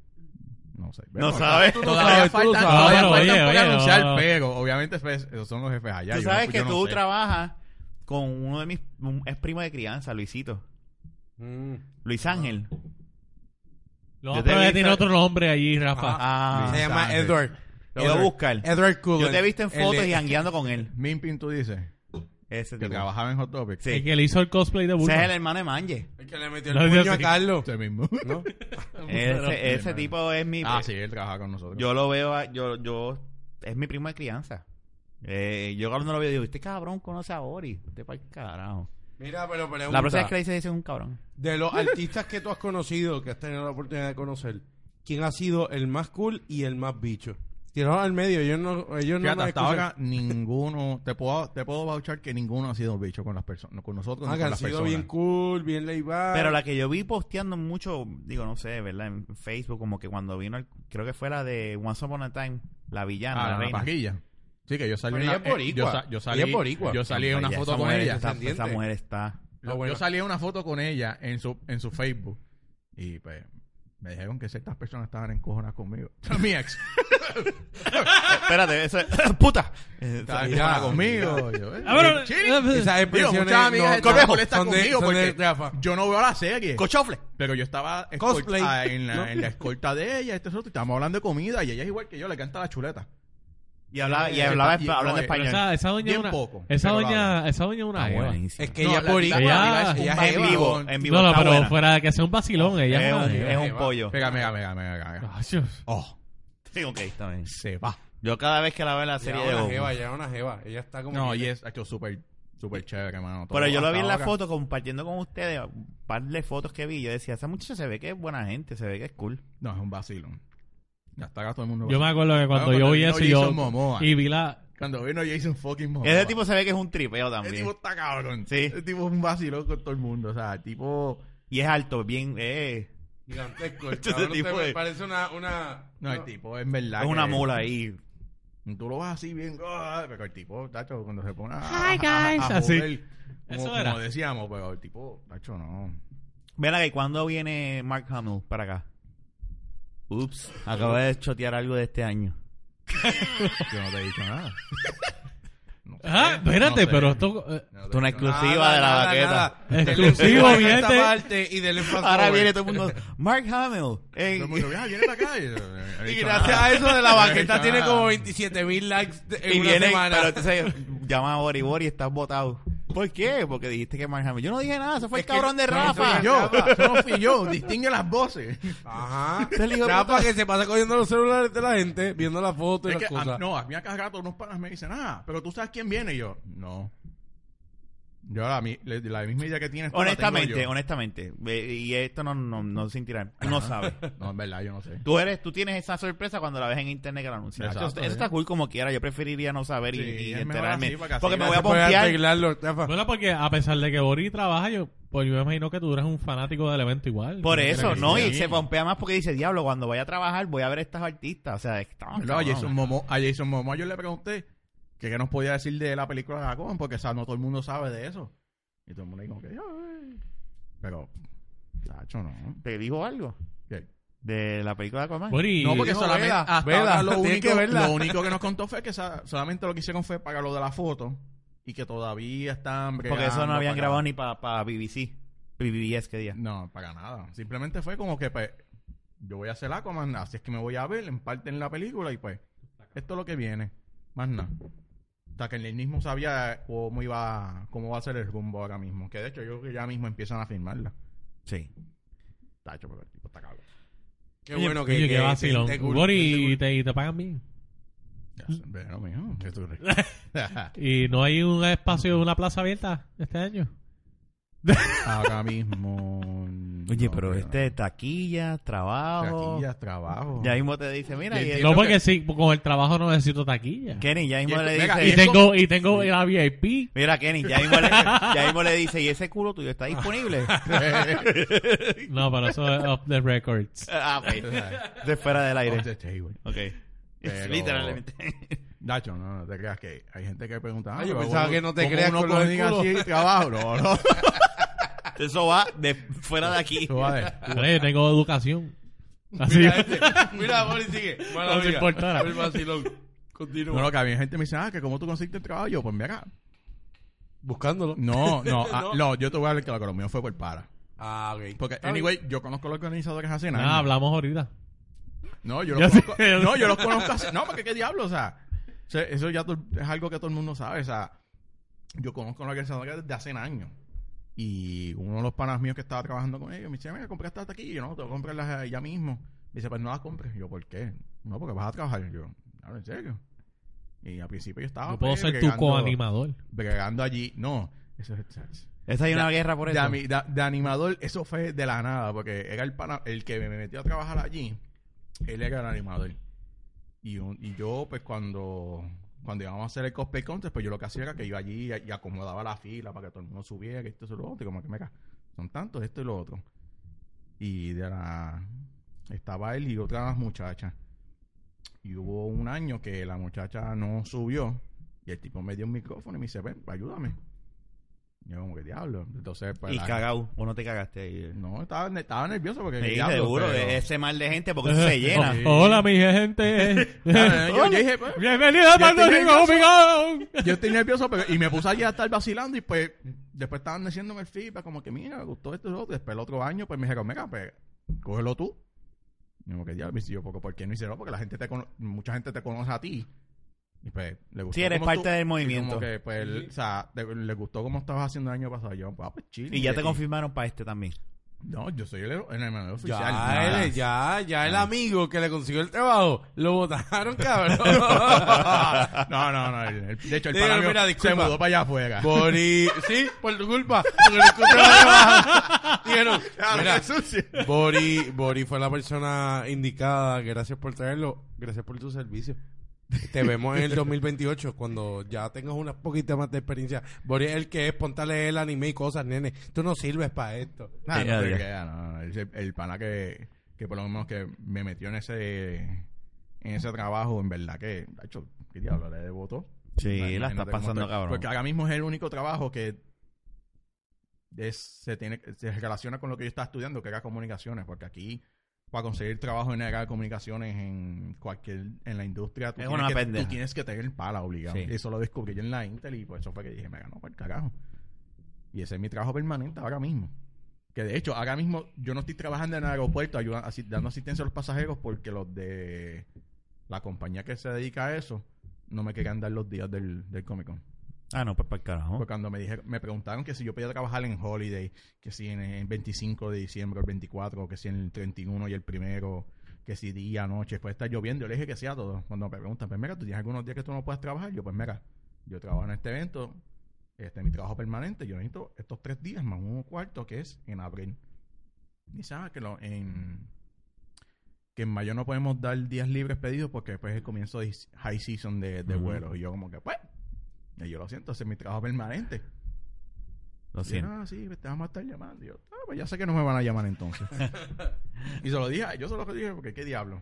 Speaker 1: no sé.
Speaker 3: No
Speaker 1: Bueno,
Speaker 3: sabes.
Speaker 1: tú no
Speaker 3: Todavía
Speaker 1: sabes,
Speaker 3: faltan-
Speaker 1: faltan-
Speaker 2: sabes.
Speaker 1: todavía
Speaker 2: No, pero
Speaker 1: faltan
Speaker 2: oye,
Speaker 1: por
Speaker 2: oye,
Speaker 1: anunciar,
Speaker 2: no.
Speaker 1: pero obviamente pues, esos son los jefes allá.
Speaker 3: tú
Speaker 1: Yo no-
Speaker 3: sabes
Speaker 1: yo
Speaker 3: que
Speaker 1: no
Speaker 3: tú
Speaker 1: sé.
Speaker 3: trabajas con uno de mis... un- es primo de crianza, Luisito.
Speaker 4: Mm.
Speaker 3: Luis Ángel.
Speaker 2: Lo
Speaker 3: Yo
Speaker 2: más
Speaker 3: te he
Speaker 2: probable
Speaker 3: visto-
Speaker 2: tiene otro nombre allí, Rafa.
Speaker 3: Ah.
Speaker 4: Se llama
Speaker 1: Sánchez.
Speaker 4: Edward.
Speaker 3: Lo voy a
Speaker 4: Edward-
Speaker 3: buscar.
Speaker 4: Edward Cullen.
Speaker 3: Yo te he visto en
Speaker 4: El
Speaker 3: fotos
Speaker 4: de-
Speaker 3: y jangueando con él.
Speaker 1: Mimpin, tú dices,
Speaker 3: Ese
Speaker 1: que
Speaker 3: tipo.
Speaker 1: trabajaba en Hot Topic.
Speaker 3: Sí.
Speaker 2: El que le hizo el cosplay de
Speaker 3: Ese es el
Speaker 2: Bulma.
Speaker 3: hermano de Manje.
Speaker 4: El que le metió el
Speaker 2: No, yo
Speaker 4: puño a
Speaker 2: sí.
Speaker 4: Carlos.
Speaker 1: Ese mismo.
Speaker 4: ¿no?
Speaker 3: Ese, ese tipo es mi...
Speaker 1: ah, sí, él trabajaba con nosotros.
Speaker 3: Yo lo veo, a- yo, yo, es mi primo de crianza. Eh, yo cuando lo veo digo, este cabrón conoce a Ori, este pa'l carajo.
Speaker 4: Mira, pero pregunta.
Speaker 3: La próxima vez que le dice, es un cabrón.
Speaker 4: De los artistas que tú has conocido, que has tenido la oportunidad de conocer, ¿quién ha sido el más cool y el más bicho? Tiraron al medio, ellos no, ellos
Speaker 1: Fíjate,
Speaker 4: no nos
Speaker 1: hasta
Speaker 4: escuchan.
Speaker 1: ahora ninguno, te puedo, te puedo vouchar que ninguno ha sido un bicho con las personas, con nosotros,
Speaker 4: Ah,
Speaker 1: ni
Speaker 4: que
Speaker 1: con
Speaker 4: han
Speaker 1: las
Speaker 4: sido
Speaker 1: personas.
Speaker 4: bien cool, bien laid back.
Speaker 3: Pero la que yo vi posteando mucho, digo, no sé, ¿verdad? En Facebook, como que cuando vino, el- creo que fue la de Once Upon a Time, la villana,
Speaker 1: Ah,
Speaker 3: la
Speaker 1: la
Speaker 3: reina.
Speaker 1: parrilla. Sí, que yo salí
Speaker 4: Pero
Speaker 1: en
Speaker 4: ella
Speaker 1: la-
Speaker 4: es boricua.
Speaker 1: yo sa- Yo, salí,
Speaker 4: Ella es boricua.
Speaker 1: Yo salí en una
Speaker 3: Ella,
Speaker 1: foto
Speaker 3: esa
Speaker 1: con
Speaker 3: mujer,
Speaker 1: ella.
Speaker 3: Esa,
Speaker 4: Descendiente.
Speaker 3: esa mujer está...
Speaker 1: Yo-
Speaker 4: bueno.
Speaker 1: Yo salí en una foto con ella en su, en su Facebook. Y pues me dijeron que ciertas personas estaban encojonadas conmigo. Mi ex
Speaker 3: Espérate, eso es... ¡Puta! Eh,
Speaker 1: estaba
Speaker 4: Ya.
Speaker 1: encojonada conmigo. Yo, eh,
Speaker 2: Ah, bueno,
Speaker 1: chile.
Speaker 2: eh, eh,
Speaker 4: Esas
Speaker 1: Digo,
Speaker 4: expresiones
Speaker 1: muchas amigas
Speaker 4: no,
Speaker 1: están
Speaker 4: no,
Speaker 1: molestas
Speaker 4: son de-
Speaker 1: conmigo
Speaker 4: son de
Speaker 1: porque
Speaker 4: Rafa.
Speaker 1: yo no veo la serie.
Speaker 3: ¡Cochofle!
Speaker 1: Pero yo estaba escort-
Speaker 4: Cosplay.
Speaker 1: ah, en, la,
Speaker 4: ¿No?
Speaker 1: en la escolta de ella, este es otro, y estábamos hablando de comida y ella es igual que yo, le canta la chuleta.
Speaker 3: Y hablaba, y
Speaker 1: Eh,
Speaker 3: hablaba,
Speaker 1: y-
Speaker 3: hablando
Speaker 1: no, eh,
Speaker 2: Pero
Speaker 3: español.
Speaker 2: esa, esa doña es
Speaker 1: Bien
Speaker 2: una,
Speaker 1: poco,
Speaker 2: esa
Speaker 1: pero
Speaker 2: doña, esa doña es una
Speaker 3: Está
Speaker 2: jeva.
Speaker 3: buenísima.
Speaker 4: Es que
Speaker 1: No,
Speaker 4: ella
Speaker 1: la-
Speaker 4: por
Speaker 1: la-
Speaker 2: Ella-
Speaker 1: la-
Speaker 4: ella
Speaker 1: la-
Speaker 4: es
Speaker 3: en
Speaker 4: jeva.
Speaker 3: vivo, en vivo
Speaker 2: No, no,
Speaker 3: está
Speaker 2: pero
Speaker 3: buena.
Speaker 2: fuera de que sea un vacilón, ella
Speaker 3: es,
Speaker 2: es una
Speaker 3: un,
Speaker 2: jeva.
Speaker 3: es un
Speaker 4: jeva.
Speaker 3: pollo.
Speaker 1: Mega, mega, mega, mega, mega.
Speaker 2: Cacho.
Speaker 1: Oh,
Speaker 3: Sí, ok, está bien.
Speaker 1: se va.
Speaker 3: Yo cada vez que la veo en la
Speaker 4: Ella
Speaker 3: serie "Mm".
Speaker 4: es
Speaker 3: de
Speaker 4: una
Speaker 3: Bob.
Speaker 4: jeva, ella es una jeva. Ella está como...
Speaker 1: No,
Speaker 4: que-
Speaker 1: y es ha hecho súper, súper chévere, hermano.
Speaker 3: Pero yo lo vi en la
Speaker 1: foto
Speaker 3: foto compartiendo con ustedes, un par de fotos que vi. Yo decía, esa muchacha se ve que es buena gente, se ve que es cool.
Speaker 1: No, es un vacilón. Ya está acá todo el mundo.
Speaker 2: Yo me acuerdo que cuando
Speaker 1: Bueno,
Speaker 2: yo
Speaker 1: cuando
Speaker 2: vi
Speaker 1: vino
Speaker 2: eso, yo
Speaker 1: Jason Momoa.
Speaker 2: y vi la,
Speaker 1: Cuando vino Jason fucking Momoa.
Speaker 3: Ese tipo se ve que es un tripeo
Speaker 1: Ese
Speaker 3: también.
Speaker 1: tipo está cabrón.
Speaker 3: Sí.
Speaker 1: Ese tipo es un vacilón con todo el mundo. O sea, el tipo.
Speaker 3: Y es alto, bien... Eh,
Speaker 4: Gigantesco. El
Speaker 3: Ese
Speaker 4: cabrón
Speaker 3: tipo
Speaker 4: te-
Speaker 3: es-
Speaker 4: parece una... una
Speaker 1: No, el tipo es verdad.
Speaker 3: es una
Speaker 1: que-
Speaker 3: mula ahí.
Speaker 1: Tú lo vas así bien. ah, Pero el tipo, tacho, cuando se pone.
Speaker 2: Hi, guys, así.
Speaker 1: Como,
Speaker 2: Eso era.
Speaker 1: como decíamos, pero el tipo, tacho, no.
Speaker 3: Ven acá, ¿y cuándo viene Mark Hamill para acá? Ups, acabo de chotear algo de este año.
Speaker 1: Yo no te he dicho nada. No sé,
Speaker 2: ah, espérate,
Speaker 1: no sé.
Speaker 2: pero esto, eh,
Speaker 1: No te he
Speaker 3: Tú una
Speaker 1: dicho nada.
Speaker 3: exclusiva de la baqueta.
Speaker 2: Exclusivo,
Speaker 4: Denle un
Speaker 2: mi
Speaker 4: like a esta
Speaker 2: gente.
Speaker 4: parte y denle un fast
Speaker 3: Ahora
Speaker 4: forward.
Speaker 3: viene todo el mundo, Mark Hamill.
Speaker 1: Todo
Speaker 3: eh,
Speaker 1: el mundo, "Ah, viene para acá. Y yo, no he
Speaker 4: Y
Speaker 1: dicho
Speaker 4: gracias
Speaker 1: nada.
Speaker 4: a eso de la
Speaker 1: No
Speaker 4: baqueta
Speaker 1: he
Speaker 4: tiene
Speaker 1: dicho nada.
Speaker 4: como 27 mil likes de- en
Speaker 3: y
Speaker 4: una
Speaker 3: viene,
Speaker 4: semana.
Speaker 3: pero entonces llama a Bori Bori y estás botado. ¿Por qué? Porque dijiste que Mark Hamill. Yo no dije nada, eso fue
Speaker 4: Es
Speaker 3: el
Speaker 4: que-
Speaker 3: cabrón de
Speaker 4: no,
Speaker 3: Rafa.
Speaker 4: eso
Speaker 1: Fui yo, eso no fui yo. Distingue las voces.
Speaker 4: Ajá.
Speaker 3: Este hijo de
Speaker 4: Nada,
Speaker 3: puta.
Speaker 4: para que se pasa cogiendo los celulares de la gente, viendo la foto y
Speaker 1: Es
Speaker 4: las
Speaker 1: que, a-
Speaker 4: cosas.
Speaker 1: "Ah, no, a mí a cada rato unos panas me dicen, ah, pero tú sabes quién viene. Y yo, no. Yo la, mi- le- la misma idea que tienes tú la tengo
Speaker 3: Honestamente,
Speaker 1: yo.
Speaker 3: honestamente. eh, Y esto no, no, no sin tirar. Tú no sabes.
Speaker 1: No, en verdad, yo no sé.
Speaker 3: Tú eres, tú tienes esa sorpresa cuando la ves en internet que la anuncian.
Speaker 1: Exacto,
Speaker 3: eso,
Speaker 1: sí.
Speaker 3: eso está cool como quiera. Yo preferiría no saber y,
Speaker 1: Sí,
Speaker 3: y
Speaker 1: es mejor
Speaker 3: enterarme.
Speaker 1: así, porque así
Speaker 3: porque me
Speaker 1: no
Speaker 3: voy a
Speaker 1: se
Speaker 4: Puedes
Speaker 3: pompear.
Speaker 4: arreglarlo, Rafa.
Speaker 2: Bueno, porque a pesar de que Bori trabaja, yo, pues yo me imagino que tú eres un fanático del evento igual.
Speaker 3: Por
Speaker 2: Como
Speaker 3: eso,
Speaker 2: quiera que
Speaker 3: no,
Speaker 2: sea.
Speaker 3: y se pompea más porque dice, diablo, cuando vaya a trabajar voy a ver a estos artistas. O sea, está
Speaker 1: No, a Jason Momoa, a Jason Momoa yo le pregunté que qué nos podía decir de la película de Dragón, porque o sea, no todo el mundo sabe de eso. Y todo el mundo dijo que "Ay". Pero, Tacho, no.
Speaker 3: ¿Te dijo algo?
Speaker 1: ¿Qué?
Speaker 3: De la película de Aquaman.
Speaker 2: Bori,
Speaker 1: No, porque
Speaker 4: dijo,
Speaker 1: solamente
Speaker 4: "Vela,
Speaker 1: hasta
Speaker 4: vela,
Speaker 1: ahora lo
Speaker 4: tienes
Speaker 1: único,
Speaker 4: que verla".
Speaker 1: lo único que nos contó fue que sa- solamente lo que hicieron fue pagar lo de la foto y que todavía están
Speaker 3: porque eso
Speaker 1: bregando
Speaker 3: no habían
Speaker 1: para-
Speaker 3: grabado ni para BBC. PBS, ¿qué día?
Speaker 1: No, para nada. Simplemente fue como que, pues, yo voy a hacer Aquaman, así es que me voy a ver en parte en la película y pues, esto es lo que viene. Más nada. O sea, que él mismo sabía cómo iba, cómo va a ser el rumbo ahora mismo. Que de hecho, yo creo que ya mismo empiezan a firmarla.
Speaker 3: Sí.
Speaker 1: Tacho, pero el tipo está cabrón.
Speaker 4: Qué
Speaker 2: oye,
Speaker 4: bueno que.
Speaker 2: oye,
Speaker 4: que-
Speaker 2: qué vacilón.
Speaker 4: que- que-
Speaker 2: Bori, y te, y te pagan bien.
Speaker 1: Ya sé, Pero, mijo, que tú crees.
Speaker 2: ¿Y no hay un espacio, una plaza abierta este año?
Speaker 1: Ahora mismo.
Speaker 3: Oye,
Speaker 1: no,
Speaker 3: pero este taquilla, trabajo.
Speaker 1: Taquillas, trabajo.
Speaker 3: Ya mismo te dice, mira,
Speaker 1: Yo
Speaker 3: y-
Speaker 1: entiendo.
Speaker 2: No,
Speaker 1: creo
Speaker 2: porque
Speaker 1: que-
Speaker 2: sí, con el trabajo no necesito taquilla.
Speaker 3: Kenny, ya mismo
Speaker 1: Y-
Speaker 3: le
Speaker 1: venga,
Speaker 3: dice.
Speaker 2: Y
Speaker 1: y
Speaker 2: tengo, y tengo la VIP.
Speaker 3: Mira, Kenny, ya mismo, le, ya mismo le dice, ¿y ese culo tuyo está disponible?
Speaker 1: este
Speaker 2: No, pero eso es off the records.
Speaker 3: ah, ok. De fuera del
Speaker 1: Off the
Speaker 3: aire.
Speaker 1: table.
Speaker 3: Ok.
Speaker 1: Pero-
Speaker 3: Literalmente.
Speaker 1: Nacho, no, no te creas que hay gente que pregunta.
Speaker 4: Ah, yo
Speaker 1: pero
Speaker 4: pensaba
Speaker 1: ¿cómo-
Speaker 4: que no te
Speaker 1: cómo
Speaker 4: creas
Speaker 1: uno
Speaker 4: con lo del
Speaker 1: consigue
Speaker 4: culo?
Speaker 1: así trabajo, no, no.
Speaker 3: Eso va de fuera de aquí.
Speaker 1: Tú vas a ver.
Speaker 2: Vale, yo tengo educación. Así.
Speaker 4: Mira, este. Mira, Bori, sigue. Mala
Speaker 2: No se
Speaker 4: mía.
Speaker 2: importara.
Speaker 4: El vacilón.
Speaker 1: No,
Speaker 4: Continúa.
Speaker 1: no, que a mí gente me dice, ah, que cómo tú conseguiste el trabajo. Yo, pues mira,
Speaker 4: Buscándolo.
Speaker 1: no, no, ah, no. yo te voy a hablar claro, que lo mío fue por para.
Speaker 4: Ah, ok.
Speaker 1: Porque,
Speaker 4: Está bien.
Speaker 1: anyway, yo conozco a los organizadores
Speaker 3: Ah,
Speaker 1: hace nada.
Speaker 2: Nada, hablamos ahorita.
Speaker 1: No, yo
Speaker 2: Ya
Speaker 1: los
Speaker 2: sé.
Speaker 1: conozco. No, yo los conozco hace. No, porque qué diablo, o sea. o sea, Eso ya to- es algo que todo el mundo sabe, o sea. Yo conozco a los organizadores desde hace años. Y uno de los panas míos que estaba trabajando con ellos me dice, mira, compré estas aquí. Yo no, tengo que comprarlas eh, ya mismo. Me dice, pues no las compres. Y yo, ¿por qué? No, porque vas a trabajar. Y yo, claro, en serio. Y al principio yo estaba.
Speaker 2: Yo puedo
Speaker 1: pues,
Speaker 2: ser tu
Speaker 1: bregando-
Speaker 2: coanimador.
Speaker 1: Bregando allí. No, eso es.
Speaker 3: Esa hay una guerra por
Speaker 1: De,
Speaker 3: eso.
Speaker 1: ami- da- de animador, eso fue de la nada, porque era el pana- el que me metió a trabajar allí, él era el animador. Y, un- y yo, pues cuando, cuando íbamos a hacer el cosplay contest, pues yo lo que hacía era que iba allí y, y acomodaba la fila para que todo el mundo subiera, que esto y lo otro, y como que me son tantos, esto y lo otro. Y de la estaba él y otra muchacha. Y hubo un año que la muchacha no subió y el tipo me dio un micrófono y me dice, ven, ayúdame. Y yo como que diablo. Entonces, pues...
Speaker 3: y
Speaker 1: la-
Speaker 3: cagao, o no te cagaste. ahí.
Speaker 1: No, estaba, ne- estaba nervioso porque...
Speaker 3: Sí,
Speaker 1: diablo,
Speaker 3: seguro, eh.
Speaker 1: pero-
Speaker 3: ese mal de gente porque eso se llena.
Speaker 2: Oh, hola, mi gente.
Speaker 1: Claro, yo, yo dije, pues,
Speaker 2: Bienvenido a
Speaker 1: Ya
Speaker 2: Puerto
Speaker 1: estoy
Speaker 2: Rico, amigo.
Speaker 1: yo estoy nervioso pero- y me puse allí a estar vacilando y pues después estaban diciéndome el feedback como que mira, me gustó esto y lo otro. Después el otro año pues me dijeron, mira, pues cógelo tú. Y yo, que diablo, y yo, porque ¿por qué no hicieron? Porque la gente te cono- mucha gente te conoce a ti. Y pues le gustó.
Speaker 3: Sí, eres
Speaker 1: cómo
Speaker 3: parte
Speaker 1: tú-
Speaker 3: del
Speaker 1: y
Speaker 3: movimiento.
Speaker 1: Como que pues, o sea, te- le gustó cómo estabas haciendo el año pasado. Y yo, ah, pues chill.
Speaker 3: Y ya te confirmaron para este también.
Speaker 1: No, yo soy el, el, hermano
Speaker 4: Ya,
Speaker 1: oficial. nada.
Speaker 4: él- ya, ya el amigo que le consiguió el trabajo lo votaron, cabrón.
Speaker 1: no, no, no. el- el- de hecho, el
Speaker 4: Digo,
Speaker 1: pana mío
Speaker 4: mira,
Speaker 1: se
Speaker 4: disculpa.
Speaker 1: mudó para allá afuera.
Speaker 4: Bori, sí, por tu culpa. Porque no encontró el trabajo. Dijeron,
Speaker 1: Claro,
Speaker 4: mira,
Speaker 1: qué sucio.
Speaker 4: Bori, Bori fue la persona indicada. Gracias por traerlo. Gracias por tu servicio. Te vemos en el 2028 cuando ya tengas una poquita más de experiencia. Bori es el que es, pontale el anime y cosas, nene. Tú no sirves para esto.
Speaker 1: Ah,
Speaker 3: Sí,
Speaker 1: no te
Speaker 3: adiós.
Speaker 1: creas, no, no, El, el pana que, que por lo menos que me metió en ese en ese trabajo, en verdad que, de hecho, ¿qué diablo le voto?
Speaker 3: Sí, la estás pasando, cabrón.
Speaker 1: Porque ahora mismo es el único trabajo que es- se tiene se relaciona con lo que yo estaba estudiando, que era comunicaciones, porque aquí para conseguir trabajo en área de comunicaciones en cualquier en la industria tú,
Speaker 3: Es
Speaker 1: tienes,
Speaker 3: una
Speaker 1: que,
Speaker 3: pendeja.
Speaker 1: tú tienes que tener pala obligado.
Speaker 3: Sí.
Speaker 1: Eso lo descubrí yo en la Intel y por eso fue que dije, me ganó por carajo. Y ese es mi trabajo permanente ahora mismo. Que de hecho, ahora mismo yo no estoy trabajando en el aeropuerto ayuda- asi- dando asistencia a los pasajeros porque los de la compañía que se dedica a eso no me querían dar los días del, del Comic Con.
Speaker 3: Ah, no, pues para el carajo.
Speaker 1: Porque cuando me dijeron, me preguntaron que si yo podía trabajar en Holiday, que si en el 25 de diciembre, el 24, que si en el 31 y el primero, que si día, noche, puede estar lloviendo. Yo le dije que sí a todo. Cuando me preguntan, pues mira, tú tienes algunos días que tú no puedes trabajar, yo pues mira, yo trabajo en este evento este, mi trabajo permanente, yo necesito estos tres días más un cuarto que es en abril. Y sabes que lo- en, que en mayo no podemos dar días libres pedidos porque después es el comienzo de high season de, de
Speaker 3: Ujú.
Speaker 1: vuelo. Y yo como que, pues, y yo lo siento, ese es mi trabajo permanente.
Speaker 3: Lo
Speaker 1: Y yo,
Speaker 3: siento.
Speaker 1: "Ah, sí, te vamos a estar llamando. Y yo, ah, pues ya sé que no me van a llamar entonces. y se lo dije, yo se lo dije porque qué diablo.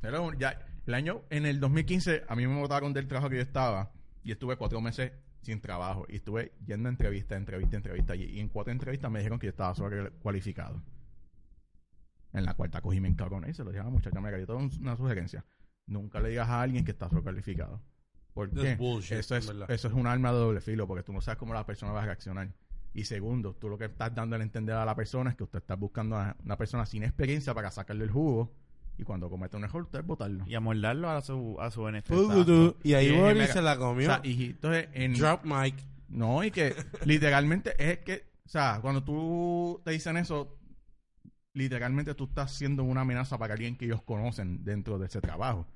Speaker 1: Era un- ya, el año, en el 2015, a mí me botaron del trabajo que yo estaba y estuve cuatro meses sin trabajo y estuve yendo a entrevista, entrevista, entrevista. Y, y en cuatro entrevistas me dijeron que yo estaba sobrecualificado. En la cuarta cogí me encabroné y se lo dije a la muchacha, mira, yo tengo un- una sugerencia. Nunca le digas a alguien que está sobrecualificado. ¿Por
Speaker 4: That's
Speaker 1: qué?
Speaker 4: bullshit,
Speaker 1: eso, es,
Speaker 4: en verdad.
Speaker 1: eso es un arma de doble filo porque tú no sabes cómo la persona va a reaccionar. Y segundo, tú lo que estás dando a entender a la persona es que usted está buscando a una persona sin experiencia para sacarle el jugo y cuando comete un error, usted es botarlo.
Speaker 3: Y amoldarlo a su, a su beneficio.
Speaker 4: Pududu. Y ahí
Speaker 1: Y dije,
Speaker 4: Boris
Speaker 1: mira,
Speaker 4: se la
Speaker 1: O
Speaker 4: comió.
Speaker 1: sea, y entonces, en,
Speaker 4: Drop mic.
Speaker 1: no, y que literalmente es que, o sea, cuando tú te dicen eso, literalmente tú estás siendo una amenaza para alguien que ellos conocen dentro de ese trabajo.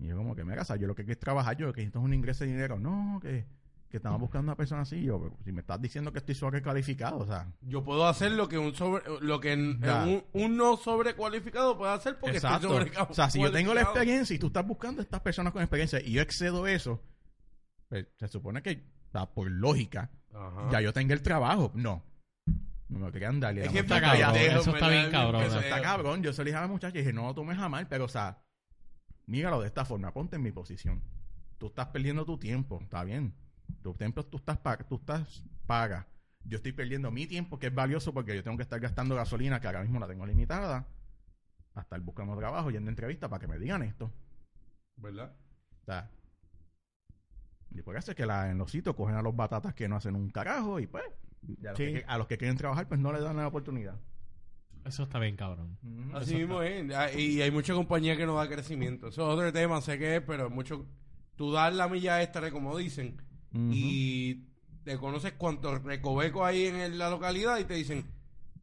Speaker 1: Y yo como que me casa, yo lo que quiero es trabajar, yo lo que necesito es un ingreso de dinero. No, que, que estamos buscando a una persona así. Yo, pero si me estás diciendo que estoy sobrecalificado, o sea,
Speaker 4: Yo puedo hacer lo que un sobre, lo que en-
Speaker 1: Ya.
Speaker 4: un, un no sobrecualificado puede hacer porque estoy
Speaker 1: Exacto.
Speaker 4: sobrecualificado.
Speaker 1: O sea, si yo tengo la experiencia y tú estás buscando a estas personas con experiencia y yo excedo eso, pues, se supone que, o sea, por lógica,
Speaker 4: Ajá.
Speaker 1: ya yo tenga el trabajo. No. No me querían darle.
Speaker 4: Es
Speaker 1: la
Speaker 4: que
Speaker 1: muchacha.
Speaker 2: está cabrón,
Speaker 1: Ya,
Speaker 2: eso está bien cabrón,
Speaker 1: Eso está cabrón. eh. Yo se lo dije a la muchacha y dije, no lo tomes a mal, pero, o sea, míralo de esta forma. Ponte en mi posición. Tú estás perdiendo tu tiempo, está bien. Tu tiempo tú estás, pa- tú estás paga. Yo estoy perdiendo mi tiempo, que es valioso porque yo tengo que estar gastando gasolina, que ahora mismo la tengo limitada, a estar buscando trabajo, yendo a entrevistas para que me digan esto.
Speaker 4: ¿Verdad?
Speaker 1: O sea, y por eso es que la- en los sitios cogen a los batatas que no hacen un carajo y pues, y a, los
Speaker 3: Sí.
Speaker 1: que, a los que quieren trabajar, pues no les dan la oportunidad.
Speaker 2: Eso está bien, cabrón.
Speaker 4: Así mismo es. Ah, Y hay mucha compañía que no da crecimiento. Eso es otro tema, sé que es, pero mucho. Tú das la milla extra, como dicen,
Speaker 1: Ujú.
Speaker 4: y te conoces cuántos recovecos hay en la localidad y te dicen,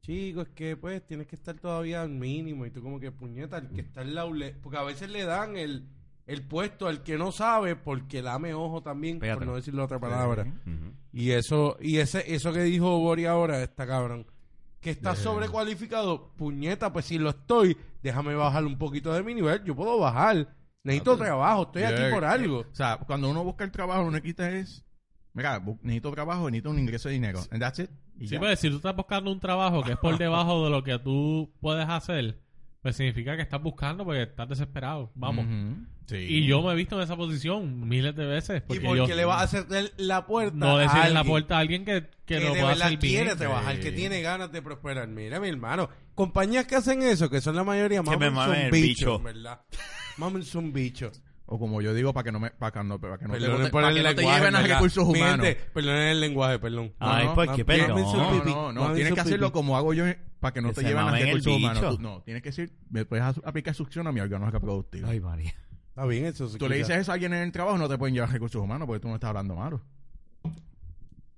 Speaker 4: chico, es que pues tienes que estar todavía al mínimo. Y tú, como que puñeta, el que está en la. ule-". Porque a veces le dan el, el puesto al que no sabe porque lame ojo también,
Speaker 3: Pégatelo.
Speaker 4: por no decir la otra palabra.
Speaker 3: Ujú.
Speaker 4: Y eso, y ese, eso que dijo Bori ahora está cabrón. Que está sobrecualificado, puñeta, pues si lo estoy, déjame bajar un poquito de mi nivel, yo puedo bajar. Necesito trabajo, estoy aquí
Speaker 1: Yeah.
Speaker 4: por algo.
Speaker 1: eh, O sea, cuando uno busca el trabajo, lo que quita es, mira, bu- necesito trabajo, necesito un ingreso de dinero. And that's it. Y
Speaker 2: Sí,
Speaker 1: ya.
Speaker 2: pues si tú estás buscando un trabajo que es por debajo de lo que tú puedes hacer, pues significa que estás buscando porque estás desesperado. Vamos.
Speaker 1: Ujú. Sí.
Speaker 2: Y yo me he visto en esa posición miles de veces.
Speaker 4: Y
Speaker 2: Porque
Speaker 4: porque
Speaker 2: yo
Speaker 4: le vas a hacer la puerta.
Speaker 2: no
Speaker 4: a
Speaker 2: decirle en la
Speaker 4: alguien
Speaker 2: puerta a alguien que, que,
Speaker 4: que,
Speaker 2: no
Speaker 4: de
Speaker 2: pueda
Speaker 4: verdad
Speaker 2: hacer bien.
Speaker 4: quiere trabajar, que
Speaker 1: Sí.
Speaker 4: tiene ganas de prosperar. Mira, mi hermano, compañías que hacen eso, que son la mayoría,
Speaker 3: Que me
Speaker 4: mamen
Speaker 3: mamen
Speaker 4: son
Speaker 3: el bicho.
Speaker 4: bichos, ¿verdad? Mamen son bichos.
Speaker 1: O como yo digo, para que no me, para que no, para que no, te,
Speaker 4: Perdonen
Speaker 1: bote-
Speaker 4: por
Speaker 1: para
Speaker 4: el
Speaker 1: que no te
Speaker 4: lenguaje,
Speaker 1: lleven a
Speaker 4: ¿verdad?
Speaker 1: recursos
Speaker 4: Mi
Speaker 1: humanos.
Speaker 4: gente, perdonen el lenguaje, perdón.
Speaker 3: Ay,
Speaker 1: no,
Speaker 3: pues
Speaker 4: no,
Speaker 3: qué
Speaker 4: mamen son
Speaker 3: perdón.
Speaker 1: No,
Speaker 4: pipí,
Speaker 1: no, no,
Speaker 4: mamen
Speaker 1: tienes
Speaker 4: son
Speaker 1: que hacerlo
Speaker 4: pipí.
Speaker 1: como hago yo para que no
Speaker 3: Que
Speaker 1: te
Speaker 3: se
Speaker 1: lleven a
Speaker 3: mamen el
Speaker 1: recursos humanos.
Speaker 3: bicho.
Speaker 1: Tú- no, tienes que decir, me puedes as- aplicar succión a mi órgano reproductivo.
Speaker 3: Ay, María.
Speaker 4: Está bien, eso se
Speaker 1: Tú le
Speaker 4: escucha.
Speaker 1: dices eso a alguien en el trabajo, no te pueden llevar recursos humanos porque tú no estás hablando malo.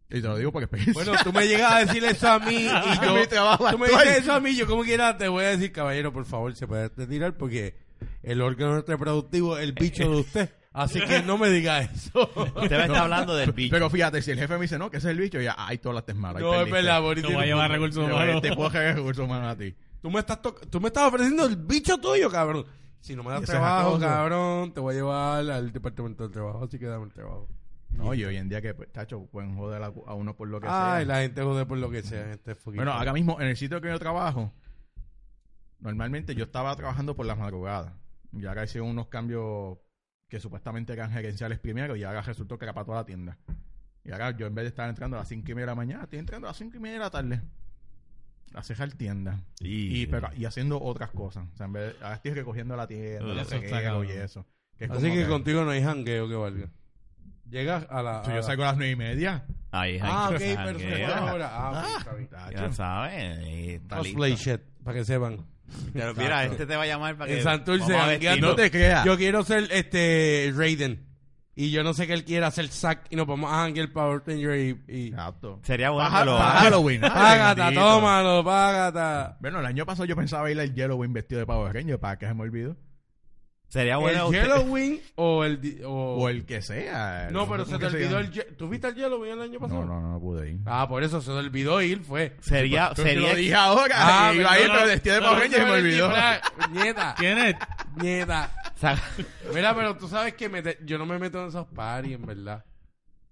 Speaker 1: Y te lo digo porque experiencia.
Speaker 4: Bueno, tú me llegas a decir eso a mí y yo...
Speaker 1: mi trabajo
Speaker 4: tú me
Speaker 1: actual.
Speaker 4: dices eso a mí, yo como quiera te voy a decir, caballero, por favor, se puede retirar porque el órgano reproductivo es el bicho de usted. Así que no me diga eso.
Speaker 3: Usted me está hablando del bicho.
Speaker 1: Pero fíjate, si el jefe me dice, no, que ese es el bicho, ya, ay, todas las tesmaras.
Speaker 4: No, es verdad, Boris.
Speaker 2: No va a
Speaker 4: tiene un
Speaker 2: llevar
Speaker 4: punto.
Speaker 2: recursos humanos.
Speaker 1: Te puedo cagar recursos humanos a ti.
Speaker 4: Tú me, estás toc- tú me estás ofreciendo el bicho tuyo, cabrón. Si no me das
Speaker 1: Ese es
Speaker 4: trabajo,
Speaker 1: acoso.
Speaker 4: cabrón, te voy a llevar al departamento del trabajo. Así que dame el trabajo.
Speaker 1: No, y hoy en día que, pues, tacho, pueden joder a, a uno por lo que
Speaker 4: Ay,
Speaker 1: sea.
Speaker 4: la gente jode por lo que sea en este fucking-
Speaker 1: Bueno, ahora mismo, en el sitio que yo trabajo, normalmente yo estaba trabajando por las madrugadas. Y ahora hice unos cambios que supuestamente eran gerenciales primero y ahora resultó que era para toda la tienda. Y ahora yo en vez de estar entrando a las 5 y media de la mañana, estoy entrando a las 5 y media de la tarde a cejar tienda. Y, pero- y haciendo otras cosas. O sea, en vez de- ahora estoy recogiendo la tienda,
Speaker 3: Eso
Speaker 1: los
Speaker 2: está
Speaker 1: regueros y
Speaker 2: cabrón.
Speaker 1: eso. Que es
Speaker 4: Así
Speaker 1: como
Speaker 4: que contigo no hay jangueo que valga. Llegas a la...
Speaker 1: si
Speaker 4: a
Speaker 1: yo
Speaker 4: la-
Speaker 1: salgo a las 9 y media.
Speaker 3: Ay,
Speaker 4: Ah,
Speaker 3: ay,
Speaker 4: ok,
Speaker 3: qué
Speaker 4: perfecto.
Speaker 3: jangueo.
Speaker 4: Ahora, ah, ok, está bien.
Speaker 1: tacho.
Speaker 3: Ya sabes. eh, Está
Speaker 4: Cosplay
Speaker 3: listo.
Speaker 4: shit, para que sepan.
Speaker 3: Pero mira, este te va a llamar para que...
Speaker 4: En Santurce,
Speaker 3: Vamos a
Speaker 4: jangueando.
Speaker 1: No
Speaker 3: vestirlo.
Speaker 1: te creas.
Speaker 4: Yo quiero ser este Raiden. Y yo no sé que él quiera hacer sack y nos vamos a janguear para Power Ranger y... y...
Speaker 1: Exacto.
Speaker 3: Sería bueno
Speaker 1: Baja-
Speaker 3: que lo
Speaker 1: baja
Speaker 3: hagas.
Speaker 1: Halloween. Ay,
Speaker 4: Págata,
Speaker 1: bendito.
Speaker 4: tómalo, págata.
Speaker 1: Bueno, el año pasado yo pensaba ir al Halloween vestido de Power Ranger, ¿para qué se me olvidó?
Speaker 3: Sería bueno.
Speaker 4: ¿El
Speaker 3: usted-
Speaker 4: Yellowwing o el.? di- o-
Speaker 1: O el que sea.
Speaker 4: No, pero
Speaker 1: ¿cómo
Speaker 4: se te
Speaker 1: que llama?
Speaker 4: olvidó el. Ye- ¿Tú viste el Yellowwing el año pasado?
Speaker 1: No, no, no, no pude ir.
Speaker 4: Ah, por eso se te olvidó ir, fue.
Speaker 3: Sería,
Speaker 1: Pero Yo
Speaker 3: sería,
Speaker 1: lo dije ahora.
Speaker 4: Ah,
Speaker 1: y
Speaker 4: pero
Speaker 1: iba ahí,
Speaker 2: no,
Speaker 1: pero
Speaker 2: no,
Speaker 1: vestido de
Speaker 2: no,
Speaker 1: Power Rangers y me olvidó.
Speaker 4: Nieta,
Speaker 2: Kenneth,
Speaker 4: nieta.
Speaker 3: sa-
Speaker 4: Mira, pero tú sabes que me te- yo no me meto en esos parties, en verdad.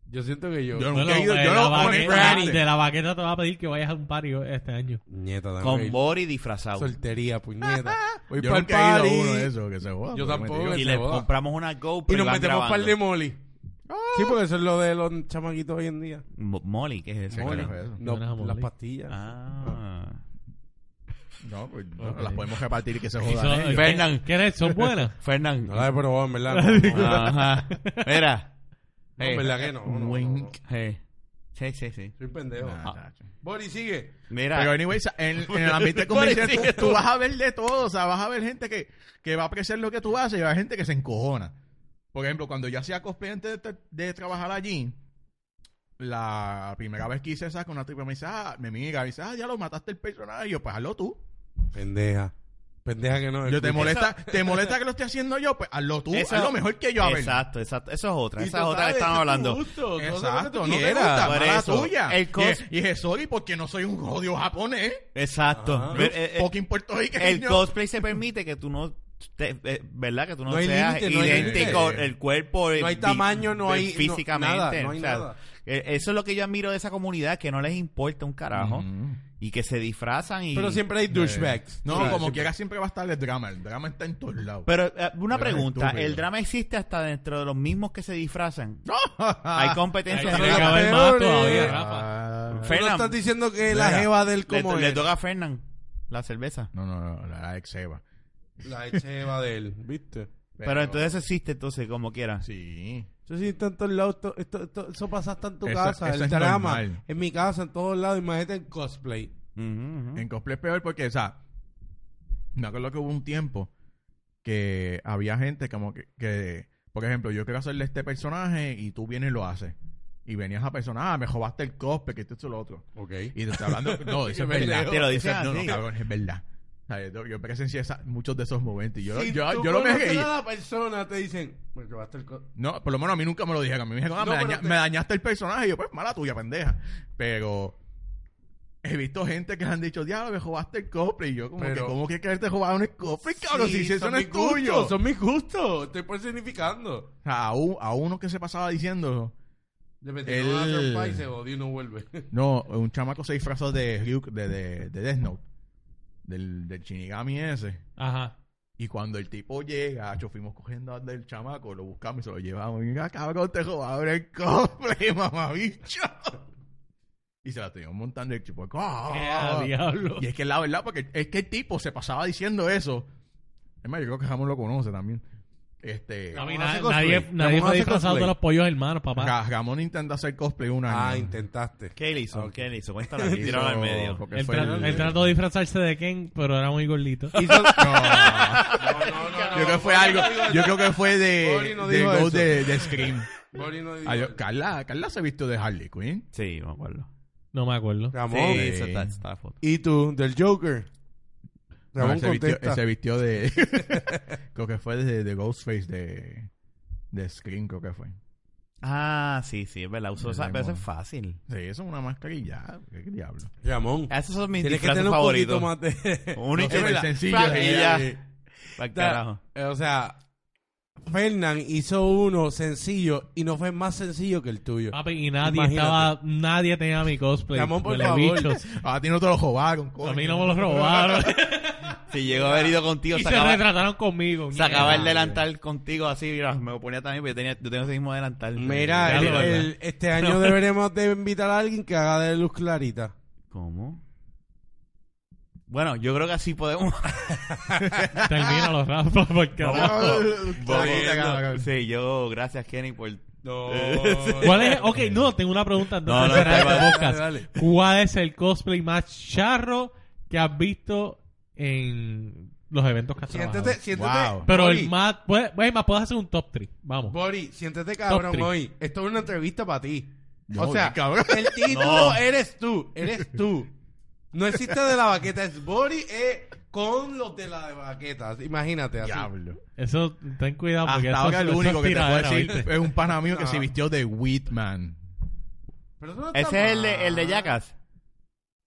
Speaker 4: Yo siento que yo.
Speaker 1: Yo no-
Speaker 2: bueno,
Speaker 1: he ido-
Speaker 2: pues,
Speaker 1: yo
Speaker 2: la
Speaker 1: no-
Speaker 2: vaqueta-
Speaker 1: Granny.
Speaker 2: de la vaqueta te va a pedir que vayas a un pario este año.
Speaker 4: Nieta, dame
Speaker 3: con
Speaker 4: ir.
Speaker 3: Bori disfrazado.
Speaker 4: Soltería, puñeta. Voy
Speaker 1: Yo
Speaker 4: pa'l
Speaker 1: nunca he ido a
Speaker 4: party.
Speaker 1: uno de esos, que se joda,
Speaker 4: Yo
Speaker 1: porque me
Speaker 4: tampoco.
Speaker 1: digo-
Speaker 3: Y
Speaker 4: se
Speaker 3: le
Speaker 4: joda.
Speaker 3: compramos una GoPro
Speaker 4: Y
Speaker 3: y
Speaker 4: nos
Speaker 3: van
Speaker 4: metemos par
Speaker 3: grabando. Ah.
Speaker 4: de molly. Sí, porque eso es lo de los chamaquitos hoy en día.
Speaker 3: Mo- Molly, ¿qué es
Speaker 1: ¿Qué
Speaker 3: eso?
Speaker 1: carajo
Speaker 3: Molly.
Speaker 1: es eso?
Speaker 2: No
Speaker 4: No,
Speaker 2: era
Speaker 4: las
Speaker 2: Molly.
Speaker 4: pastillas.
Speaker 3: Ah.
Speaker 1: No, pues no,
Speaker 2: Ok.
Speaker 1: las podemos repartir y que se ¿eh?
Speaker 2: Y son-
Speaker 1: jodan. ellos.
Speaker 3: Fernan.
Speaker 2: Kenneth, ¿son buenas?
Speaker 4: No
Speaker 3: Fernando.
Speaker 4: la he probado, en verdad. No, no,
Speaker 3: Ajá. Mira.
Speaker 4: no,
Speaker 3: Eh,
Speaker 4: en verdad que no. no, no, no.
Speaker 1: Wink.
Speaker 3: eh. Sí, sí, sí.
Speaker 4: Soy un pendejo.
Speaker 1: Nah,
Speaker 3: Ah.
Speaker 1: tacho.
Speaker 4: Boris, sigue.
Speaker 3: Mira.
Speaker 1: Pero anyway, sa- en, en el ambiente de convenciones tú, tú vas a ver de todo, o sea, vas a ver gente que, que va a apreciar lo que tú haces y va a haber gente que se encojona. Por ejemplo, cuando yo hacía cosplay antes de, de trabajar allí, la primera vez que hice esa con una tripa me dice, ah, me mira, me dice, ah, ya lo mataste el personaje, y yo, pues hazlo tú.
Speaker 4: Pendeja. Pendeja que
Speaker 3: Pues
Speaker 4: no.
Speaker 1: Yo te
Speaker 4: escucha.
Speaker 1: molesta, te molesta que lo esté haciendo yo, pues hazlo tú,
Speaker 3: Eso-
Speaker 1: hazlo mejor que yo, a ver.
Speaker 3: Exacto, exacto. Eso es otra.
Speaker 4: Y
Speaker 3: Esa
Speaker 4: tú
Speaker 3: es otra que
Speaker 4: sabes,
Speaker 3: estamos
Speaker 4: es tu
Speaker 3: hablando.
Speaker 4: gusto, tú haces lo que tú
Speaker 1: Exacto, no te
Speaker 4: quieras.
Speaker 1: gusta,
Speaker 3: Por
Speaker 1: mala
Speaker 3: eso,
Speaker 1: tuya.
Speaker 3: el cos-
Speaker 1: y, y dije, sorry, porque no soy un odio japonés,
Speaker 3: Exacto.
Speaker 4: Ajá.
Speaker 3: Ver- eh, eh,
Speaker 1: fucking puertorriqueño.
Speaker 3: el cosplay se permite que tú no. te- eh, ¿Verdad? Que tú no,
Speaker 4: No hay
Speaker 3: seas
Speaker 4: límite, no hay
Speaker 3: idéntico.
Speaker 1: límite.
Speaker 3: el cuerpo. eh,
Speaker 4: No hay
Speaker 3: vi-
Speaker 4: tamaño, no hay- no-
Speaker 3: Físicamente.
Speaker 4: nada, no hay
Speaker 3: o sea,
Speaker 4: nada.
Speaker 3: eh, Eso es lo que yo admiro de esa comunidad, que no les importa un carajo.
Speaker 1: Ujú.
Speaker 3: Y que se disfrazan y.
Speaker 4: Pero siempre hay douchebags.
Speaker 1: No,
Speaker 4: Siempre,
Speaker 1: como
Speaker 4: siempre.
Speaker 1: quiera siempre va a estar el drama. El drama está en todos lados.
Speaker 3: Pero eh, una
Speaker 1: Pero
Speaker 3: pregunta,
Speaker 1: estúpido.
Speaker 3: ¿el drama existe hasta dentro de los mismos que se disfrazan? Hay
Speaker 2: Ahí
Speaker 3: competencia.
Speaker 2: tiene
Speaker 4: la
Speaker 2: que haber
Speaker 4: peor,
Speaker 2: más todavía,
Speaker 4: eh.
Speaker 2: Rafa.
Speaker 1: Ah,
Speaker 4: Tú no
Speaker 3: Fernan,
Speaker 4: estás diciendo que la
Speaker 3: venga,
Speaker 4: jeva del
Speaker 3: le,
Speaker 4: como
Speaker 3: le
Speaker 4: él.
Speaker 3: toca a Fernan la cerveza.
Speaker 1: no, no, no, la ex Eva.
Speaker 4: La jeva de él, ¿viste?
Speaker 3: Pero, entonces eso existe, entonces, como quiera.
Speaker 1: Sí.
Speaker 4: Eso sí, está en todos lados. to- esto- esto- eso pasa hasta en tu
Speaker 1: Eso-
Speaker 4: casa,
Speaker 1: eso
Speaker 4: el
Speaker 1: es
Speaker 4: drama.
Speaker 1: normal.
Speaker 4: En mi casa, en todos lados. Imagínate en cosplay.
Speaker 3: Ujú, ujú.
Speaker 1: En cosplay es peor porque, o sea, me acuerdo que hubo un tiempo que había gente como que, que, por ejemplo, yo quiero hacerle este personaje y tú vienes y lo haces. Y venías a personaje, ah, me jodaste el cosplay, que esto es lo otro.
Speaker 4: Ok.
Speaker 1: Y te está hablando, no, eso es verdad.
Speaker 3: Te lo dicen
Speaker 1: Eso es- no,
Speaker 3: así.
Speaker 1: no, cabrón, es verdad. O sea, yo, yo presencié esa- muchos de esos momentos. Y yo,
Speaker 4: Si
Speaker 1: yo,
Speaker 4: tú
Speaker 1: yo lo me
Speaker 4: conoces
Speaker 1: reí.
Speaker 4: a la persona, te dicen... "Me robaste el co-".
Speaker 1: No, por lo menos a mí nunca me lo dijeron. A mí me dijeron, ah,
Speaker 4: No,
Speaker 1: me,
Speaker 4: pero
Speaker 1: daña-
Speaker 4: te-
Speaker 1: me dañaste el personaje. Y yo, pues, mala tuya, pendeja. Pero he visto gente que le han dicho, diablo, me jodaste el cofre. Y yo, como
Speaker 4: Pero-
Speaker 1: que, ¿cómo que este quererte jobar un cofre, cabrón?
Speaker 4: Sí,
Speaker 1: si eso
Speaker 4: son
Speaker 1: no
Speaker 4: mis
Speaker 1: es tuyo.
Speaker 4: gustos, Son mis gustos. Estoy personificando.
Speaker 1: O sea, a, un- a uno que se pasaba diciendo,
Speaker 4: Le metieron a
Speaker 1: El-
Speaker 4: trompa y se jodió y no vuelve.
Speaker 1: no, un chamaco se disfrazó de Ryuk, de, de, de Death Note, del, del Shinigami ese.
Speaker 2: Ajá.
Speaker 1: Y cuando el tipo llega, acho, fuimos cogiendo al del chamaco, lo buscamos y se lo llevamos. Y mira, cabrón, te robaron el cofre, mamabicho. Y se la tuvimos montando y el tipo, ¡ah!
Speaker 2: Eh, diablo.
Speaker 1: Y es que la verdad, porque es que el tipo se pasaba diciendo eso. Es más, yo creo que Jamón lo conoce también. Este.
Speaker 2: A mí
Speaker 4: Ramón
Speaker 2: na-
Speaker 4: hace cosplay.
Speaker 2: nadie,
Speaker 4: Ramón
Speaker 2: nadie fue
Speaker 4: hace
Speaker 2: disfrazado
Speaker 4: cosplay.
Speaker 2: de los pollos hermanos, papá.
Speaker 1: Ra- Ramón intenta hacer cosplay una.
Speaker 4: ah, intentaste.
Speaker 3: ¿Qué le hizo?
Speaker 4: Ok.
Speaker 3: ¿Qué le hizo? Cuéntalo aquí, tíralo al medio.
Speaker 2: Él, tra- él trató de disfrazarse de Ken, pero era muy gordito.
Speaker 1: Yo creo que fue algo. Yo creo que fue de.
Speaker 4: Bori no
Speaker 1: de
Speaker 4: dijo
Speaker 1: Go
Speaker 4: eso.
Speaker 1: de, de Scream.
Speaker 4: Bori no dijo
Speaker 1: Ah, yo-
Speaker 4: eso.
Speaker 1: Carla, Carla se vistió de Harley Quinn.
Speaker 3: Sí, me acuerdo.
Speaker 2: No me acuerdo.
Speaker 4: Ramón.
Speaker 3: Sí, esa está, esa está la foto.
Speaker 4: ¿Y tú? ¿Del Joker? Ramón
Speaker 1: No, se, vistió,
Speaker 4: contesta.
Speaker 1: se vistió de. creo que fue de, de Ghostface de. De Scream, creo que fue.
Speaker 3: Ah, sí, sí, es verdad. Usó
Speaker 1: Sí,
Speaker 3: esa, pero eso es
Speaker 1: bueno.
Speaker 3: fácil.
Speaker 1: Sí, eso es una mascarilla. ¿Qué diablo?
Speaker 4: Ramón.
Speaker 3: Esos son mis
Speaker 4: Tienes que
Speaker 3: disfraces
Speaker 4: tener un poquito
Speaker 3: favoritos.
Speaker 4: más de...
Speaker 3: Un
Speaker 1: No, es verdad. Sencillo,
Speaker 3: y
Speaker 1: sí,
Speaker 3: ya.
Speaker 1: sí.
Speaker 3: Pa'l carajo.
Speaker 4: Eh, O sea, Fernán hizo uno sencillo y no fue más sencillo que el tuyo.
Speaker 2: Papi, y nadie
Speaker 4: Imagínate.
Speaker 2: estaba, nadie tenía mi cosplay.
Speaker 4: Ramón, por
Speaker 2: Huele
Speaker 4: favor.
Speaker 2: bichos.
Speaker 1: Ah, A ti no te lo robaron, coño.
Speaker 2: A mí no me lo robaron.
Speaker 3: Si llegó a haber ido contigo,
Speaker 2: y se
Speaker 3: sacaba,
Speaker 2: retrataron conmigo.
Speaker 3: sacaba el delantal contigo así, mira, me lo ponía también, porque yo, tenía, yo tengo ese mismo delantal.
Speaker 4: Mira,
Speaker 2: Ya
Speaker 4: el-
Speaker 2: lo verdad.
Speaker 4: el- este año deberemos de invitar a alguien que haga de luz clarita.
Speaker 3: ¿Cómo? Bueno, yo creo que así podemos.
Speaker 2: Termina los Rafa, porque ahora-
Speaker 3: sí, yo, gracias Kenny por.
Speaker 4: No.
Speaker 2: ¿Cuál es? Oh, Ok, no, tengo una pregunta antes
Speaker 3: No,
Speaker 2: de
Speaker 3: no,
Speaker 2: cerrar
Speaker 3: dale,
Speaker 2: este
Speaker 3: dale,
Speaker 2: podcast. ¿Cuál es el cosplay más charro que has visto en los eventos que has
Speaker 4: Siéntate,
Speaker 2: trabajado?
Speaker 4: siéntate.
Speaker 1: Wow.
Speaker 2: Pero
Speaker 4: Bori,
Speaker 2: el más... Pues, güey, más puedes hacer un top 3. Vamos.
Speaker 4: Bori, siéntate cabrón
Speaker 2: three.
Speaker 4: hoy. Esto es una entrevista para ti.
Speaker 1: No,
Speaker 4: o sea,
Speaker 1: bien, cabrón.
Speaker 4: el título
Speaker 3: No.
Speaker 4: eres tú, eres tú. No existe de la baqueta, es Bori, eh, con los de la de baquetas. Imagínate, así.
Speaker 1: Diablo.
Speaker 2: Eso, ten cuidado porque
Speaker 1: Hasta
Speaker 2: eso,
Speaker 1: ahora el
Speaker 2: eso es
Speaker 1: único que te puedo
Speaker 2: tiradera,
Speaker 1: decir
Speaker 2: ¿viste?
Speaker 1: es un pana mío que
Speaker 4: Ah.
Speaker 1: se vistió de Whitman.
Speaker 4: Pero eso no está
Speaker 3: Ese es el
Speaker 4: mal.
Speaker 3: de, el de Jackass.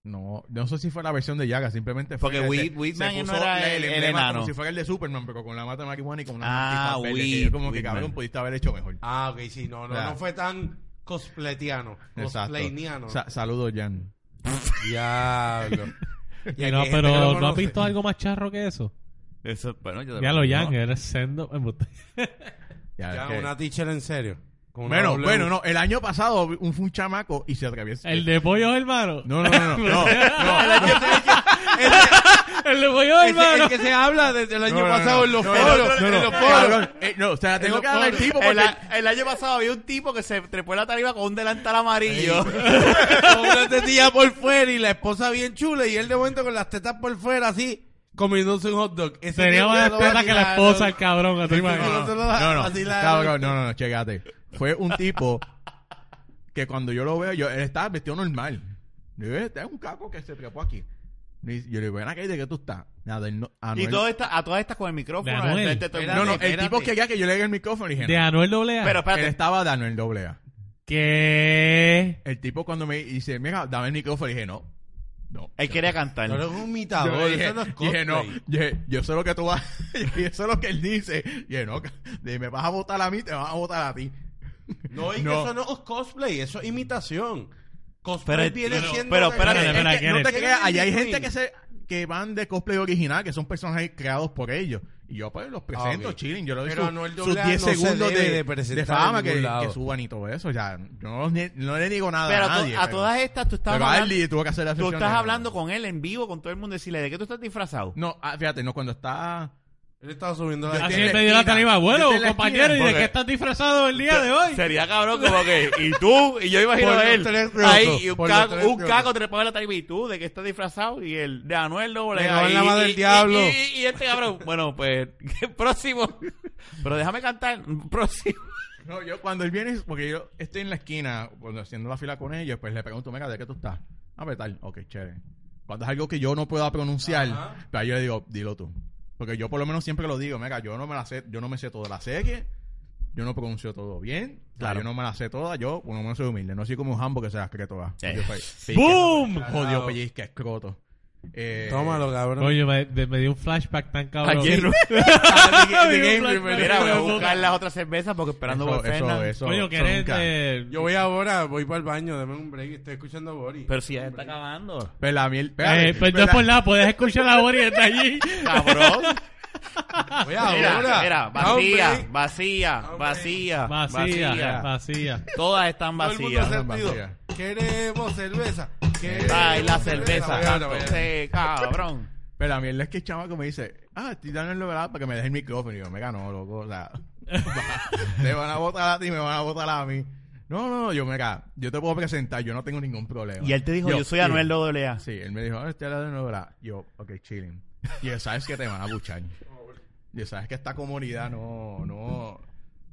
Speaker 1: No, no sé si fue la versión de Yaga, simplemente fue...
Speaker 3: Porque
Speaker 1: ese-
Speaker 3: Whit- Whitman
Speaker 1: se puso
Speaker 3: no era el- el
Speaker 1: emblema
Speaker 3: enano.
Speaker 1: Como si fuera el de Superman, pero con la mata de marihuana y con una
Speaker 3: Ah,
Speaker 1: mantita verde, que
Speaker 3: Whit-
Speaker 1: yo como que,
Speaker 3: Whitman.
Speaker 1: cabrón, pudiste haber hecho mejor.
Speaker 4: Ah, ok, sí, no, no,
Speaker 1: Claro.
Speaker 4: no fue tan cospletiano.
Speaker 1: Exacto.
Speaker 4: Cosplainiano.
Speaker 1: Sa- Saludos, Jan.
Speaker 4: Diablo. Y
Speaker 2: No,
Speaker 4: aquí hay gente que lo
Speaker 2: pero ¿tú has
Speaker 4: conoce.
Speaker 2: visto algo más charro que eso?
Speaker 3: Eso, bueno, yo te
Speaker 2: Ya lo
Speaker 3: digo,
Speaker 2: Yang,
Speaker 3: ¿no?
Speaker 2: eres sendo. embuste.
Speaker 1: Ya,
Speaker 4: Ya,
Speaker 1: es que-
Speaker 4: una teacher en serio. Con una
Speaker 1: Bueno,
Speaker 4: doble-
Speaker 1: bueno, no. El año pasado un, fue un chamaco y se atraviesa.
Speaker 2: El de pollos, hermano.
Speaker 1: No, no, no, no. no, no.
Speaker 2: El de pollos,
Speaker 4: Ese es
Speaker 2: hermano.
Speaker 4: el que se habla desde el año
Speaker 1: No, no,
Speaker 4: pasado
Speaker 1: no.
Speaker 4: en los
Speaker 1: No,
Speaker 4: foros.
Speaker 1: no, no,
Speaker 4: en
Speaker 1: no.
Speaker 4: los foros.
Speaker 1: Cabrón, eh, no, o sea, tengo que dar el tipo
Speaker 3: el,
Speaker 1: porque...
Speaker 3: a- el año pasado había un tipo que se trepó en la tarima con un delantal amarillo.
Speaker 4: Con una tetilla por fuera y la esposa bien chula y él de momento con las tetas por fuera así comiéndose un hot dog. Ese
Speaker 2: Tenía
Speaker 4: tío
Speaker 2: más
Speaker 4: lo
Speaker 2: teta que la
Speaker 4: vacilaron.
Speaker 2: esposa, el cabrón. ¿no te
Speaker 1: No,
Speaker 2: imaginas?
Speaker 4: se
Speaker 1: no,
Speaker 4: lo da-
Speaker 1: no, no,
Speaker 4: así la-
Speaker 1: cabrón, no, no, no, checate. Fue un tipo que cuando yo lo veo, yo, él estaba vestido normal. Le digo, este es un caco que se trepó aquí. Y Yo le digo, ven acá, ¿y ¿de qué tú estás? Nada, él no,
Speaker 3: y
Speaker 1: Anuel-
Speaker 3: todo esta, a todas estas con el micrófono.
Speaker 2: De Anuel.
Speaker 3: al frente de todo el
Speaker 4: Era
Speaker 1: no,
Speaker 3: mundo.
Speaker 1: no, el
Speaker 4: espérate.
Speaker 1: tipo quería que yo le dé el micrófono y dije,
Speaker 2: De
Speaker 1: no.
Speaker 2: Anuel Doblea.
Speaker 3: Pero
Speaker 1: él
Speaker 3: espérate,
Speaker 1: estaba de Anuel doble A.
Speaker 2: ¿Qué?
Speaker 1: El tipo cuando me dice, mira, dame el micrófono, y dije, no. No.
Speaker 3: él quería cantar.
Speaker 4: Pero es un
Speaker 1: Yo
Speaker 4: imitador,
Speaker 1: dije,
Speaker 4: eso no es
Speaker 1: dije,
Speaker 4: cosplay.
Speaker 1: no, dije, yo sé lo que tú vas, yo sé lo que él dice. Dije, no, ca- dije, me vas a votar a mí, te vas a votar a ti.
Speaker 4: No, y que
Speaker 1: No.
Speaker 4: eso no es cosplay, eso es imitación.
Speaker 3: Pero
Speaker 4: Cosplay
Speaker 3: es-
Speaker 4: viene
Speaker 3: pero-
Speaker 4: siendo...
Speaker 3: pero
Speaker 4: de-
Speaker 3: espérate,
Speaker 1: Es
Speaker 2: espérate.
Speaker 1: que no
Speaker 2: Kenneth.
Speaker 1: te creas, allá hay gente
Speaker 4: Kenneth.
Speaker 1: que se que van de cosplay original, que son personajes creados por ellos. Y yo pues los presento,
Speaker 4: Ah, ok.
Speaker 1: chilling, yo les doy
Speaker 4: Pero
Speaker 1: su-
Speaker 4: Anuel
Speaker 1: sus
Speaker 4: AA
Speaker 1: 10
Speaker 4: no se
Speaker 1: segundos
Speaker 4: debe
Speaker 1: de,
Speaker 4: de
Speaker 1: de
Speaker 4: presentar
Speaker 1: fama
Speaker 4: en
Speaker 1: que,
Speaker 4: ningún lado.
Speaker 1: que suban y todo eso. Ya, yo no, ni- no le digo nada
Speaker 3: Pero a,
Speaker 1: a
Speaker 3: to-
Speaker 1: nadie.
Speaker 3: a
Speaker 1: pero-
Speaker 3: todas estas tú estás
Speaker 1: pero a
Speaker 3: hablando,
Speaker 1: Arlie tuvo que hacer la
Speaker 3: tú
Speaker 1: sesión,
Speaker 3: estás
Speaker 1: no, no,
Speaker 3: hablando con él en vivo, con todo el mundo, y decirle, ¿de qué tú estás disfrazado?
Speaker 1: No, ah, fíjate, no, cuando está...
Speaker 4: Él estaba subiendo
Speaker 1: Yo
Speaker 4: la...
Speaker 2: Así
Speaker 1: en
Speaker 2: me
Speaker 1: la
Speaker 2: dio la
Speaker 1: esquina.
Speaker 2: tarima. Bueno,
Speaker 1: Yo estoy en la
Speaker 2: compañero, ¿y
Speaker 1: esquina,
Speaker 2: de
Speaker 1: porque-
Speaker 2: qué estás disfrazado el día de hoy?
Speaker 3: Sería cabrón como que, y tú, y yo imagino
Speaker 4: Por
Speaker 3: a
Speaker 4: los
Speaker 3: él,
Speaker 4: tres
Speaker 3: ahí,
Speaker 4: rotos,
Speaker 3: y un
Speaker 4: por los
Speaker 3: caco,
Speaker 4: tres
Speaker 3: un
Speaker 4: rotos.
Speaker 3: caco trepado en la tarima, y tú, ¿de qué estás disfrazado? Y él, de Anuel Doble.
Speaker 4: Le
Speaker 3: A,
Speaker 4: cago en
Speaker 3: y-
Speaker 4: la madre
Speaker 3: y-
Speaker 4: del diablo.
Speaker 3: Y, y- y este cabrón, bueno, pues, próximo. Pero déjame cantar, próximo.
Speaker 1: No, yo cuando él viene, porque yo estoy en la esquina, cuando haciendo la fila con ellos, pues le pregunto, mira, ¿de qué tú estás? Ah, pues tal, ok, chévere. Cuando es algo que yo no pueda pronunciar,
Speaker 4: Ajá.
Speaker 1: pues yo le digo, dilo tú. Porque yo por lo menos siempre lo digo, mira, yo no me la sé, yo no me sé toda la serie, yo no pronuncio todo bien, o sea,
Speaker 3: Claro.
Speaker 1: yo no me la sé toda, yo por lo menos soy humilde, no soy como un jambo que se las cree todas. Yo soy,
Speaker 2: ¡Boom!
Speaker 1: Jodido pellizca, escroto. Eh,
Speaker 4: Tómalo, cabrón.
Speaker 2: Coño, me, de- me dio un flashback tan cabrón.
Speaker 3: Aquí en-
Speaker 1: de- de-
Speaker 2: Me dio un
Speaker 1: de-
Speaker 2: flashback
Speaker 3: Mira,
Speaker 2: tan
Speaker 3: voy a
Speaker 2: cabrón.
Speaker 3: buscar las otras cervezas porque esperando
Speaker 1: Eso,
Speaker 3: por
Speaker 1: eso,
Speaker 3: Fernan.
Speaker 1: eso.
Speaker 2: Coño, que
Speaker 1: son
Speaker 2: eres
Speaker 1: ca-
Speaker 2: de...
Speaker 4: Yo voy ahora, voy para el baño, dame un break, estoy escuchando a Boris.
Speaker 3: Pero si ya está acabando.
Speaker 1: Pues la miel-
Speaker 2: Eh,
Speaker 1: espérate,
Speaker 2: pues no
Speaker 1: pues
Speaker 2: es
Speaker 1: la-
Speaker 2: por nada, puedes escuchar la voz y está allí.
Speaker 3: Cabrón.
Speaker 4: Voy
Speaker 3: Mira,
Speaker 4: ahora.
Speaker 3: mira,
Speaker 4: Dame un
Speaker 3: vacía,
Speaker 4: break.
Speaker 3: vacía,
Speaker 4: Hombre.
Speaker 3: vacía,
Speaker 2: Vacía, vacía.
Speaker 3: Todas están
Speaker 4: Todo el mundo
Speaker 3: vacías.
Speaker 1: hace-
Speaker 4: sentido.
Speaker 1: Vacía.
Speaker 4: Queremos cerveza.
Speaker 3: Ay, la
Speaker 4: Queremos
Speaker 3: cerveza.
Speaker 4: Voy ahora, voy ahora.
Speaker 3: Entonces, cabrón.
Speaker 1: Pero la mierda es que el chamaco me dice, ah, estoy dando el verdad para que me deje el micrófono. Y yo, me ganó, loco. O sea, te van a votar a ti, me van a votar a mí. No, no, no, yo, mira, yo te puedo presentar, yo no tengo ningún problema.
Speaker 3: Y él te dijo, yo, soy
Speaker 1: sí.
Speaker 3: Anuel Doblea.
Speaker 1: Sí, él me dijo, ah, estoy dando el verdad. Yo, ok, chilling. Y él, sabes que te van a buchar. Y él, sabes que esta comunidad no, no. O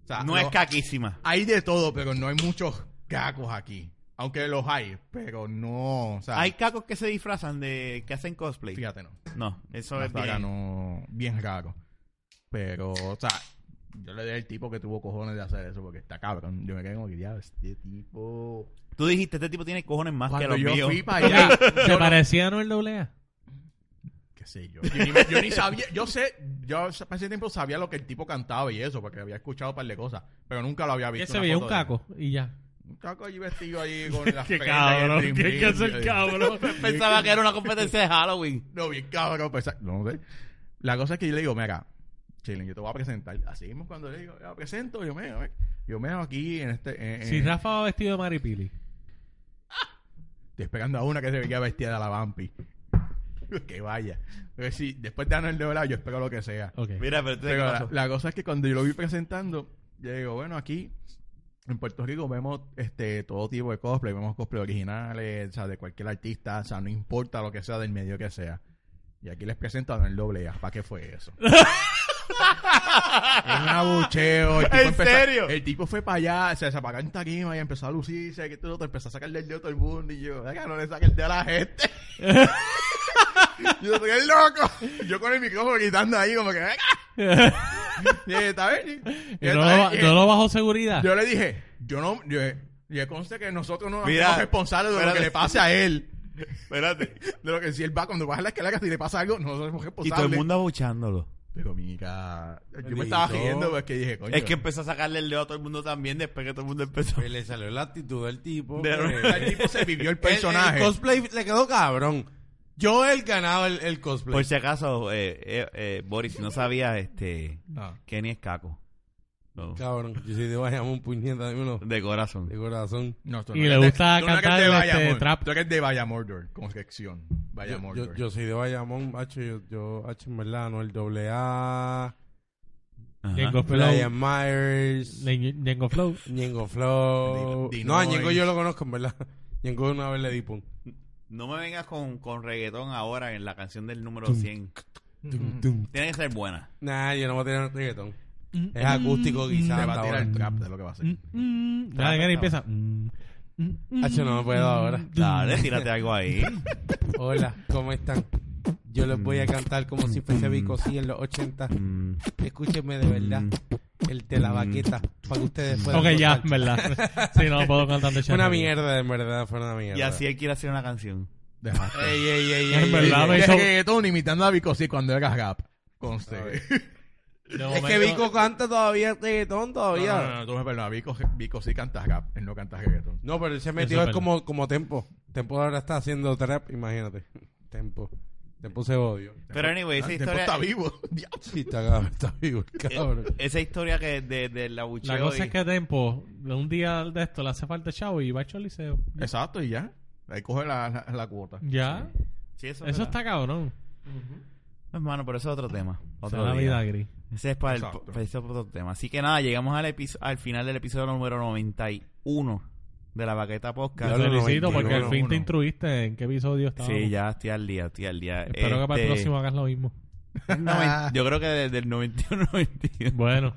Speaker 1: sea,
Speaker 3: No es caquísima.
Speaker 1: Hay de todo, pero no hay muchos cacos aquí. Aunque los hay, pero no, o sea,
Speaker 3: Hay cacos que se disfrazan de que hacen cosplay.
Speaker 1: fíjate, no.
Speaker 3: No, eso
Speaker 1: Una
Speaker 3: es
Speaker 1: saga
Speaker 3: bien.
Speaker 1: no- bien raro. Pero, o sea, yo le di al tipo que tuvo cojones de hacer eso porque está cabrón. Yo me quedé como que, diablo, este tipo.
Speaker 3: Tú dijiste, este tipo tiene cojones más
Speaker 1: Cuando
Speaker 3: que
Speaker 1: yo
Speaker 3: los míos.
Speaker 1: fui para allá,
Speaker 2: ¿Te parecía a Noel Doblea?
Speaker 1: qué sé yo. Yo ni, me- yo ni sabía, yo sé, yo para ese tiempo sabía lo que el tipo cantaba y eso, porque había escuchado un par de cosas, pero nunca lo había
Speaker 2: Que
Speaker 1: visto.
Speaker 2: se
Speaker 1: una
Speaker 2: veía
Speaker 1: foto
Speaker 2: un
Speaker 1: de él.
Speaker 2: caco y ya.
Speaker 1: Un caco allí vestido ahí con las
Speaker 2: Qué
Speaker 1: prendas y el
Speaker 2: cabrón,
Speaker 1: bling
Speaker 2: qué
Speaker 1: bling.
Speaker 2: que es el
Speaker 1: Yo-
Speaker 2: cabrón.
Speaker 3: Pensaba que era una competencia de Halloween.
Speaker 1: No, bien cabrón. pues, no sé. La cosa es que yo le digo, mira, Chilen, yo te voy a presentar. Así mismo cuando le digo, "Ah, presento, yo me, yo me hago aquí en este... en-
Speaker 2: Si
Speaker 1: en-
Speaker 2: Rafa va vestido de Maripili.
Speaker 1: Estoy esperando a una que se veía vestida de la vampi. que vaya. Pero si después de Anuel de verdad, yo espero lo que sea.
Speaker 2: Ok.
Speaker 3: Mira, pero, este
Speaker 1: Pero la, la cosa es que cuando yo lo vi presentando, yo digo, bueno, aquí en Puerto Rico vemos este todo tipo de cosplay, vemos cosplay originales, o sea, de cualquier artista, o sea, no importa lo que sea, del medio que sea. Y aquí les presento a Anuel Doble A. ¿Para qué fue eso? es un abucheo. El tipo
Speaker 3: ¿En
Speaker 1: empezó-
Speaker 3: serio?
Speaker 1: El tipo fue para allá, se desapagó en tarima y empezó a lucirse, que todo, empezó a sacarle el dedo a todo el mundo y yo, "Venga, no le saques el dedo a la gente. Yo estoy el loco. Yo con el micrófono gritando ahí, como que. "Ah". Y ella, ¿Está bien? Y
Speaker 2: Y
Speaker 1: ella,
Speaker 2: no,
Speaker 1: "Está
Speaker 2: lo,
Speaker 1: bien".
Speaker 2: no lo bajo seguridad.
Speaker 1: Yo le dije, yo no. Yo, yo conste que nosotros no
Speaker 3: Mira,
Speaker 1: somos responsables de lo que
Speaker 3: espérate.
Speaker 1: le pase a él.
Speaker 3: Espérate.
Speaker 1: De lo que si él va, cuando baja la escalera, si le pasa algo, nosotros somos
Speaker 3: Y
Speaker 1: responsables.
Speaker 3: todo el mundo abuchándolo.
Speaker 1: Pero, mica. Yo
Speaker 4: Bendito.
Speaker 1: me estaba riendo porque dije, coño.
Speaker 3: Es que empezó a sacarle el dedo a todo el mundo también después que todo el mundo empezó.
Speaker 4: Pues le salió la actitud del tipo.
Speaker 3: De-
Speaker 4: que-
Speaker 1: el tipo se vivió el
Speaker 4: El- El,
Speaker 1: personaje.
Speaker 4: cosplay le quedó cabrón. Yo él ganaba el, el cosplay.
Speaker 3: Por si acaso, eh, eh, eh, Boris, si no sabías, este,
Speaker 1: Ah.
Speaker 3: Kenny es caco. No.
Speaker 4: Cabrón, yo soy de Bayamón, puñeta, dímelo.
Speaker 3: De
Speaker 4: De
Speaker 3: corazón.
Speaker 4: corazón.
Speaker 1: No, tú
Speaker 2: Y
Speaker 1: no
Speaker 2: le
Speaker 1: eres de-
Speaker 2: gusta
Speaker 1: tú no eres
Speaker 2: cantar,
Speaker 1: de
Speaker 2: este,
Speaker 1: Bayamón.
Speaker 2: trap.
Speaker 1: Tú eres de Vayamordor, con sección.
Speaker 4: Yo,
Speaker 1: Vayamordor.
Speaker 4: yo, yo soy de Bayamón, macho. Yo, yo hacho, en verdad, no el doble A.
Speaker 3: Ajá.
Speaker 2: Django Flow.
Speaker 4: Brian Myers.
Speaker 2: Ñ- Django Flow.
Speaker 4: Ñengo Flow.
Speaker 1: Di- Di
Speaker 4: No, a
Speaker 1: Noise.
Speaker 4: Ñengo yo lo conozco, en verdad. Ñengo una vez le di pum.
Speaker 3: No me vengas con, con reggaetón ahora en la canción del número 100.
Speaker 4: Tum, tum.
Speaker 3: Tiene que ser buena.
Speaker 4: Nah, yo no voy a tener reggaetón. Es acústico
Speaker 1: Te
Speaker 4: quizás
Speaker 1: va
Speaker 4: hasta
Speaker 1: a tirar
Speaker 4: ahora.
Speaker 1: el trap de lo que va a hacer.
Speaker 2: Nada, Kenny Mm, empieza. mm, mm, mm,
Speaker 4: Hacho, no me puedo ahora.
Speaker 3: Dale, tírate algo ahí.
Speaker 4: Hola, ¿cómo están? Yo les voy a cantar como si fuese Vico sí en los 80.
Speaker 3: Mm.
Speaker 4: Escúchenme de verdad. El de la vaqueta. Para que ustedes puedan.
Speaker 2: Ok, ya, en
Speaker 4: gozar.
Speaker 2: verdad. Sí, no puedo cantar de
Speaker 4: Fue una
Speaker 2: Shakira.
Speaker 4: mierda, en verdad. Fue una mierda.
Speaker 3: Y así él quiere hacer una canción.
Speaker 1: Dejaste.
Speaker 4: Ey, ey, ey,
Speaker 2: En
Speaker 4: ey,
Speaker 2: verdad,
Speaker 4: ey,
Speaker 2: me
Speaker 4: ey.
Speaker 1: Es
Speaker 2: hizo-
Speaker 1: reggaetón imitando a Vico sí cuando era rap. Conste.
Speaker 2: De
Speaker 4: Es que
Speaker 2: momento- Ah.
Speaker 4: Vico canta todavía reggaetón,
Speaker 1: No,
Speaker 4: todavía.
Speaker 1: no, no, no, tú me perdonas. Vico, Vico sí canta rap. Él no canta reggaetón.
Speaker 4: No, pero él se metió
Speaker 2: es
Speaker 4: es como, como Tempo. Tempo ahora está haciendo trap, imagínate. Tempo. Tempo se odio.
Speaker 3: Pero
Speaker 4: Pues
Speaker 3: anyway,
Speaker 1: Ah,
Speaker 3: esa
Speaker 1: el
Speaker 3: historia...
Speaker 1: tipo está vivo. Diablo.
Speaker 4: Sí, está, cabrón, está vivo, el
Speaker 2: Eh,
Speaker 4: cabrón.
Speaker 3: Esa historia que de, de la bucheo
Speaker 2: La cosa
Speaker 3: y-
Speaker 2: es que Tempo, de un día de esto, le hace falta chavo y va hecho al liceo.
Speaker 1: Exacto, y ya. Ahí coge la, la, la cuota.
Speaker 2: Ya,
Speaker 3: Sí, eso,
Speaker 2: eso
Speaker 3: es verdad.
Speaker 2: está cabrón.
Speaker 3: Hermano, pero eso es otro tema.
Speaker 2: Otra
Speaker 3: Otro día.
Speaker 2: vida gris.
Speaker 3: Ese es para el,
Speaker 1: Exacto.
Speaker 3: para ese otro tema. Así que nada, llegamos al, episo- al final del episodio número 91 de la Baqueta Podcast.
Speaker 4: Ya
Speaker 2: Te
Speaker 4: lo
Speaker 2: felicito
Speaker 4: 91,
Speaker 2: porque al fin te
Speaker 4: uno.
Speaker 2: instruiste en qué episodio estábamos.
Speaker 3: Sí, ya Este, estoy al día, estoy al día.
Speaker 2: Espero que para el próximo hagas lo mismo.
Speaker 3: próximo. Yo creo que desde el 91 92.
Speaker 2: Bueno,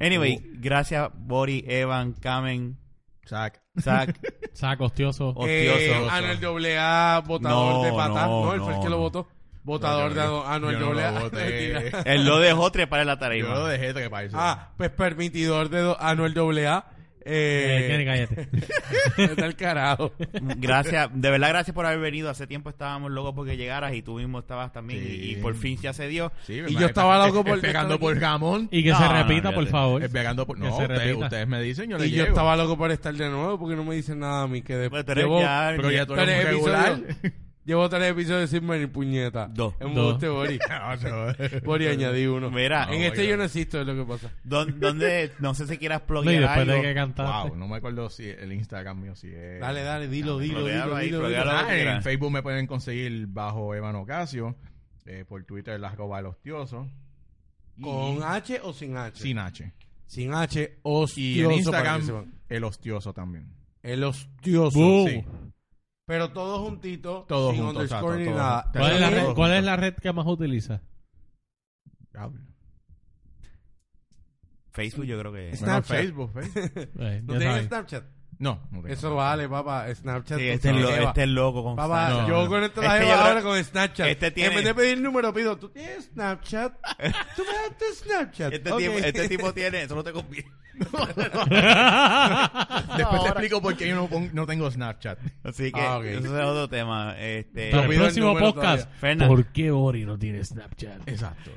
Speaker 3: Anyway, gracias Bori, Evan, Kamen,
Speaker 1: Sac.
Speaker 3: Zach,
Speaker 2: saco hostioso.
Speaker 3: Hostioso.
Speaker 4: Eh, Anuel doble A, votador
Speaker 3: No,
Speaker 4: de patas.
Speaker 3: no,
Speaker 4: No, él fue el
Speaker 3: no,
Speaker 4: que lo
Speaker 3: no.
Speaker 4: votó. Votador de ah,
Speaker 1: Yo-
Speaker 4: Anuel
Speaker 1: yo no
Speaker 4: doble
Speaker 1: lo
Speaker 4: A.
Speaker 1: voté.
Speaker 4: Mentira.
Speaker 3: Él lo dejó trepar en la
Speaker 1: Yo lo
Speaker 3: tarea.
Speaker 1: dejé este treparse.
Speaker 4: Ah, pues permitidor de do- Anuel doble A.
Speaker 2: Eh, Kenny,
Speaker 4: Eh,
Speaker 2: cállate.
Speaker 4: está el carajo.
Speaker 3: Gracias, de verdad gracias por haber venido. Hace tiempo estábamos locos porque llegaras y tú mismo estabas también
Speaker 1: Sí.
Speaker 3: y, y por fin ya se dio.
Speaker 1: Sí,
Speaker 4: y
Speaker 1: me
Speaker 4: yo
Speaker 1: imagino.
Speaker 4: estaba loco
Speaker 1: Es-
Speaker 4: por-
Speaker 1: es Pegando por jamón.
Speaker 2: Y que
Speaker 3: No,
Speaker 2: se
Speaker 3: no,
Speaker 2: repita,
Speaker 3: no,
Speaker 2: por
Speaker 3: no.
Speaker 2: favor.
Speaker 1: Es pegando por...
Speaker 2: Que
Speaker 1: No,
Speaker 2: se
Speaker 1: ustedes,
Speaker 2: repita.
Speaker 1: ustedes me dicen, yo le
Speaker 4: Y yo
Speaker 1: llego.
Speaker 4: estaba loco por estar de nuevo porque no me dicen nada a mí. Que de,
Speaker 3: Bueno, tú eres
Speaker 4: llevo-
Speaker 3: Pues, ya-
Speaker 1: Pero ya tú eres
Speaker 4: tres
Speaker 1: un regular.
Speaker 4: episodios. Llevo tres episodios sin venir puñeta.
Speaker 3: Dos.
Speaker 4: Es un
Speaker 2: Dos.
Speaker 4: gusto, Bori.
Speaker 1: No, Ah, no.
Speaker 4: Bori, añadí uno.
Speaker 3: Mira,
Speaker 4: en
Speaker 1: Oh
Speaker 4: este
Speaker 1: my
Speaker 4: yo
Speaker 1: God.
Speaker 4: no existo, es lo que pasa.
Speaker 3: ¿dó- ¿dónde? No sé si quieras
Speaker 2: No, y
Speaker 3: pluguear
Speaker 2: después de
Speaker 3: algo.
Speaker 2: que cantaste.
Speaker 1: Wow, no me acuerdo si el Instagram mío si es...
Speaker 4: Dale, dale, dilo, dilo,
Speaker 3: bloquealo
Speaker 4: dilo,
Speaker 3: ahí,
Speaker 4: dilo, dilo.
Speaker 3: bloquealo.
Speaker 1: Ah,
Speaker 3: lo que
Speaker 1: en
Speaker 3: quieras.
Speaker 1: Facebook me pueden conseguir bajo Evan Ocasio. eh, por Twitter, las roba el ostioso. Y-
Speaker 4: ¿Con H o sin H?
Speaker 1: Sin H.
Speaker 4: Sin H,
Speaker 1: Y en
Speaker 4: ostioso. para que
Speaker 1: Instagram,
Speaker 4: sepan.
Speaker 1: el ostioso también.
Speaker 4: El ostioso.
Speaker 2: Boom.
Speaker 1: Sí.
Speaker 4: Pero todo juntito,
Speaker 1: Todo
Speaker 4: sin
Speaker 1: junto,
Speaker 4: underscore
Speaker 1: exacto,
Speaker 4: ni
Speaker 1: todo
Speaker 4: nada.
Speaker 1: junto.
Speaker 2: ¿Cuál, es la
Speaker 1: Todo
Speaker 2: red, cuál
Speaker 1: junto.
Speaker 2: es la red que más utilizas?
Speaker 1: Diablo.
Speaker 3: Facebook yo creo que...
Speaker 4: Es-
Speaker 1: Bueno,
Speaker 4: Snapchat.
Speaker 1: Facebook, Facebook.
Speaker 2: Eh,
Speaker 4: ¿No
Speaker 2: ya
Speaker 4: tienes
Speaker 2: sabes.
Speaker 4: Snapchat?
Speaker 1: No, no tengo.
Speaker 4: Eso vale, papá. Snapchat.
Speaker 3: Sí,
Speaker 4: tú
Speaker 3: este, es
Speaker 4: sabes
Speaker 3: lo-
Speaker 4: que va.
Speaker 3: este es loco con
Speaker 4: Papá,
Speaker 1: No,
Speaker 3: Snapchat.
Speaker 4: yo
Speaker 1: no.
Speaker 4: con
Speaker 3: Este
Speaker 4: esta la
Speaker 3: yo
Speaker 4: llevo
Speaker 3: creo-
Speaker 4: ahora con Snapchat.
Speaker 3: este tiene-
Speaker 4: En vez de pedir el número, pido, ¿tú tienes Snapchat? ¿Tú me das tu Snapchat?
Speaker 3: Este,
Speaker 4: Ok.
Speaker 3: tipo, este tipo tiene, eso no te conviene.
Speaker 1: Después te explico por qué yo no, pon- no tengo Snapchat.
Speaker 3: Así que
Speaker 4: Ah, ok.
Speaker 3: eso es otro tema. Este,
Speaker 2: Para el
Speaker 4: Te Eh, pido el
Speaker 2: próximo
Speaker 4: número
Speaker 2: podcast,
Speaker 4: todavía.
Speaker 3: Fernan.
Speaker 2: ¿por qué Ori no tiene Snapchat?
Speaker 1: Exacto.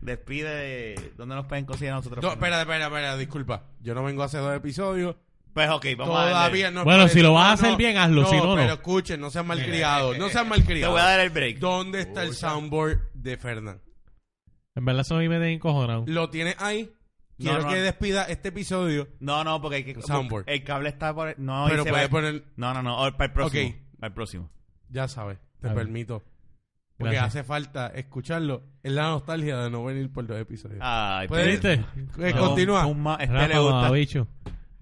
Speaker 3: despide dónde nos pueden conseguir a nosotros.
Speaker 4: No, espera, espera, espera, disculpa. Yo no vengo hace dos episodios.
Speaker 3: Pues ok, vamos a darle.
Speaker 4: Todavía no.
Speaker 2: Bueno,
Speaker 4: por
Speaker 2: si
Speaker 4: eso,
Speaker 2: lo vas a
Speaker 4: no,
Speaker 2: hacer
Speaker 4: no.
Speaker 2: bien, hazlo, si no, no.
Speaker 4: Pero escuchen, no sean malcriados. No sean
Speaker 3: Eh,
Speaker 4: malcriados.
Speaker 3: Te voy a dar el break.
Speaker 4: ¿Dónde está el soundboard de Fernán?
Speaker 2: En verdad, eso a mí me tiene encojonado.
Speaker 4: ¿Lo tienes ahí? Quiero
Speaker 3: no.
Speaker 4: que despida este episodio.
Speaker 3: No, no, porque hay que,
Speaker 4: El soundboard.
Speaker 3: el cable está por... No,
Speaker 4: pero
Speaker 3: y se
Speaker 4: puedes
Speaker 3: va-
Speaker 4: poner.
Speaker 3: No, no, no, o- para el próximo.
Speaker 4: Ok.
Speaker 3: Para el próximo.
Speaker 4: Ya sabes, te
Speaker 2: Está bien.
Speaker 4: permito. Porque
Speaker 2: Gracias.
Speaker 4: hace falta escucharlo. Es la nostalgia de no venir por los episodios.
Speaker 3: Ay,
Speaker 4: Puedes-
Speaker 3: pero-
Speaker 2: ¿Viste?
Speaker 4: Eh,
Speaker 2: No,
Speaker 4: continúa.
Speaker 3: un ma- Este le
Speaker 2: Rafa,
Speaker 3: gusta.
Speaker 2: mamabicho.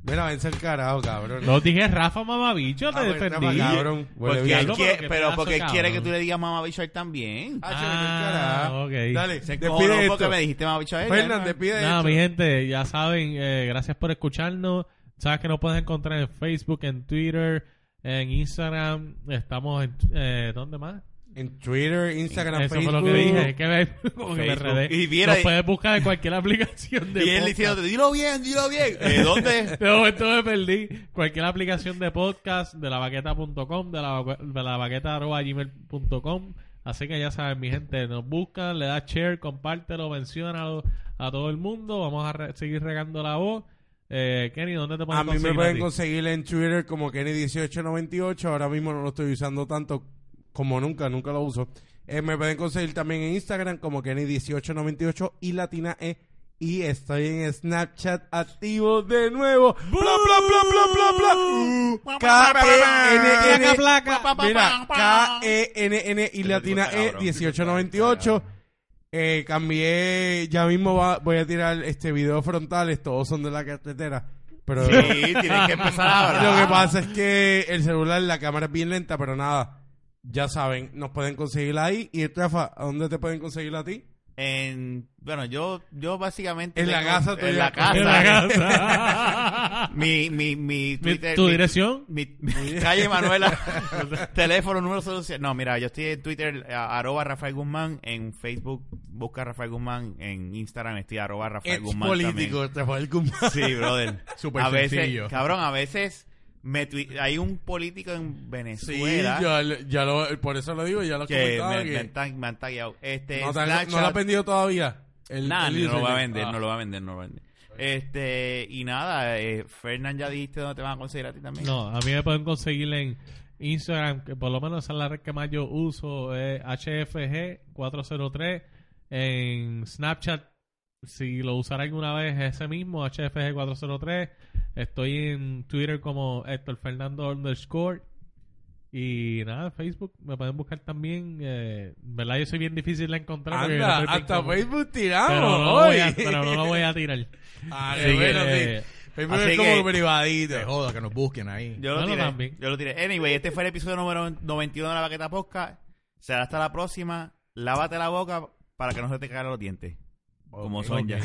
Speaker 4: Mira, vence el carajo, cabrón.
Speaker 2: No dije Rafa, mamabicho,
Speaker 4: Ah,
Speaker 2: te
Speaker 4: pues,
Speaker 2: defendí.
Speaker 4: Rafa, cabrón. Huele
Speaker 3: Porque
Speaker 4: bien.
Speaker 3: él
Speaker 2: Diablo,
Speaker 3: quiere-
Speaker 2: pero qué
Speaker 3: pero
Speaker 2: pedazo,
Speaker 3: porque él quiere que
Speaker 2: cabrón.
Speaker 3: tú le digas mamá bicho a él también.
Speaker 2: Ah,
Speaker 4: Ah, chévere, el
Speaker 2: ok.
Speaker 4: carajo. Dale,
Speaker 3: Se
Speaker 4: despide
Speaker 3: encojonó porque me
Speaker 4: esto.
Speaker 3: dijiste mamá bicho a él.
Speaker 4: Fernan,
Speaker 3: ya,
Speaker 4: despide
Speaker 2: Nada,
Speaker 4: esto.
Speaker 2: mi gente, ya saben, eh, gracias por escucharnos. Sabes que nos puedes encontrar en Facebook, en Twitter, en Instagram. Estamos en. eh, ¿Dónde más?
Speaker 4: En Twitter, Instagram,
Speaker 2: Eso
Speaker 4: Facebook.
Speaker 2: fue lo que dije. Es que me, como que me
Speaker 3: Facebook.
Speaker 2: enredé.
Speaker 3: Y viera-
Speaker 2: Nos puedes buscar en cualquier aplicación de
Speaker 3: Y él
Speaker 2: podcast.
Speaker 3: diciéndote, dilo bien, dilo bien. ¿Eh, ¿Dónde?
Speaker 2: De Este momento me perdí. Cualquier aplicación de podcast, de la baqueta.com, de la, de la baqueta arroba gmail punto com. Así que ya saben, mi gente, nos buscan, le das share, compártelo, menciónalo a todo el mundo. Vamos a re- seguir regando la voz. Eh, Kenny, ¿dónde te pueden
Speaker 4: A mí me
Speaker 2: conseguir
Speaker 4: pueden
Speaker 2: ti?
Speaker 4: conseguir en Twitter como Kenny1898. Ahora mismo no lo estoy usando tanto como nunca, nunca lo uso. Eh, me pueden conseguir también en Instagram como Kenny1898 y Latina E. Y estoy en Snapchat activo de nuevo. Bla, bla, bla, E bla, bla, bla. K-E-N-N. Mira, E K-E-N-N y Latina E 1898. Eh, cambié, ya mismo va- voy a tirar este video frontales, todos son de la carretera. Pero
Speaker 3: Sí, tienes que empezar a hablar.
Speaker 4: lo que pasa es que el celular, la cámara es bien lenta, pero nada, ya saben, nos pueden conseguir ahí. Y Rafa, ¿a dónde te pueden conseguir a ti?
Speaker 3: En, bueno, yo, yo básicamente.
Speaker 4: En la
Speaker 3: tengo-
Speaker 4: casa tuya.
Speaker 3: En la casa.
Speaker 2: En la casa.
Speaker 3: Mi, mi, mi
Speaker 2: Mi-
Speaker 3: Twitter.
Speaker 2: ¿Tu
Speaker 3: mi-
Speaker 2: dirección?
Speaker 3: mi- mi calle Manuela. teléfono, número social. No, mira, yo estoy en Twitter, eh, arroba Rafael Guzmán. En Facebook, busca Rafael Guzmán. En Instagram estoy arroba Rafael Guzmán. también.
Speaker 4: Rafael Guzmán.
Speaker 3: Sí, brother.
Speaker 1: Súper
Speaker 3: a veces,
Speaker 1: sencillo.
Speaker 3: Cabrón, a veces me tui- hay un político en
Speaker 4: Sí,
Speaker 3: Venezuela
Speaker 4: Pues, ya, ya lo, por eso lo digo, ya lo
Speaker 3: que
Speaker 4: comentaba.
Speaker 3: me,
Speaker 4: que
Speaker 3: me han tag- me han tagueado. Este,
Speaker 4: no, te- no
Speaker 3: Snapchat-
Speaker 4: lo has vendido todavía. El-
Speaker 3: Nah,
Speaker 4: el
Speaker 3: no lo va a
Speaker 4: user.
Speaker 3: vender,
Speaker 4: Ah.
Speaker 3: no lo va a vender, no lo va a vender. Este, y nada, eh, Fernán, ya dijiste dónde te van a conseguir a ti también.
Speaker 2: No, a mí me pueden conseguir en Instagram, que por lo menos esa es la red que más yo uso, es HFG403. En Snapchat, si lo usaré alguna vez, es ese mismo, HFG403. Estoy en Twitter como Héctor Fernando underscore. Y nada, en Facebook me pueden buscar también. Eh, en ¿Verdad? Yo soy bien difícil de encontrar. porque yo
Speaker 4: Anda,
Speaker 2: soy bien
Speaker 4: hasta
Speaker 2: común.
Speaker 4: Facebook
Speaker 2: Pero
Speaker 4: tiramos
Speaker 2: no, lo
Speaker 4: hoy.
Speaker 2: voy a- pero no lo voy a tirar.
Speaker 4: Ah,
Speaker 2: Así que,
Speaker 4: bueno,
Speaker 2: eh,
Speaker 4: sí. Facebook
Speaker 3: así
Speaker 4: es como
Speaker 3: que-
Speaker 4: privadito.
Speaker 1: Te joda que nos busquen ahí.
Speaker 3: Yo lo
Speaker 2: Bueno,
Speaker 3: tiré.
Speaker 2: también.
Speaker 3: Yo lo tiré. Anyway, este fue el episodio número 91 de la Baqueta Posca. Será hasta la próxima. Lávate la boca para que no se te caigan los dientes. Como son ya.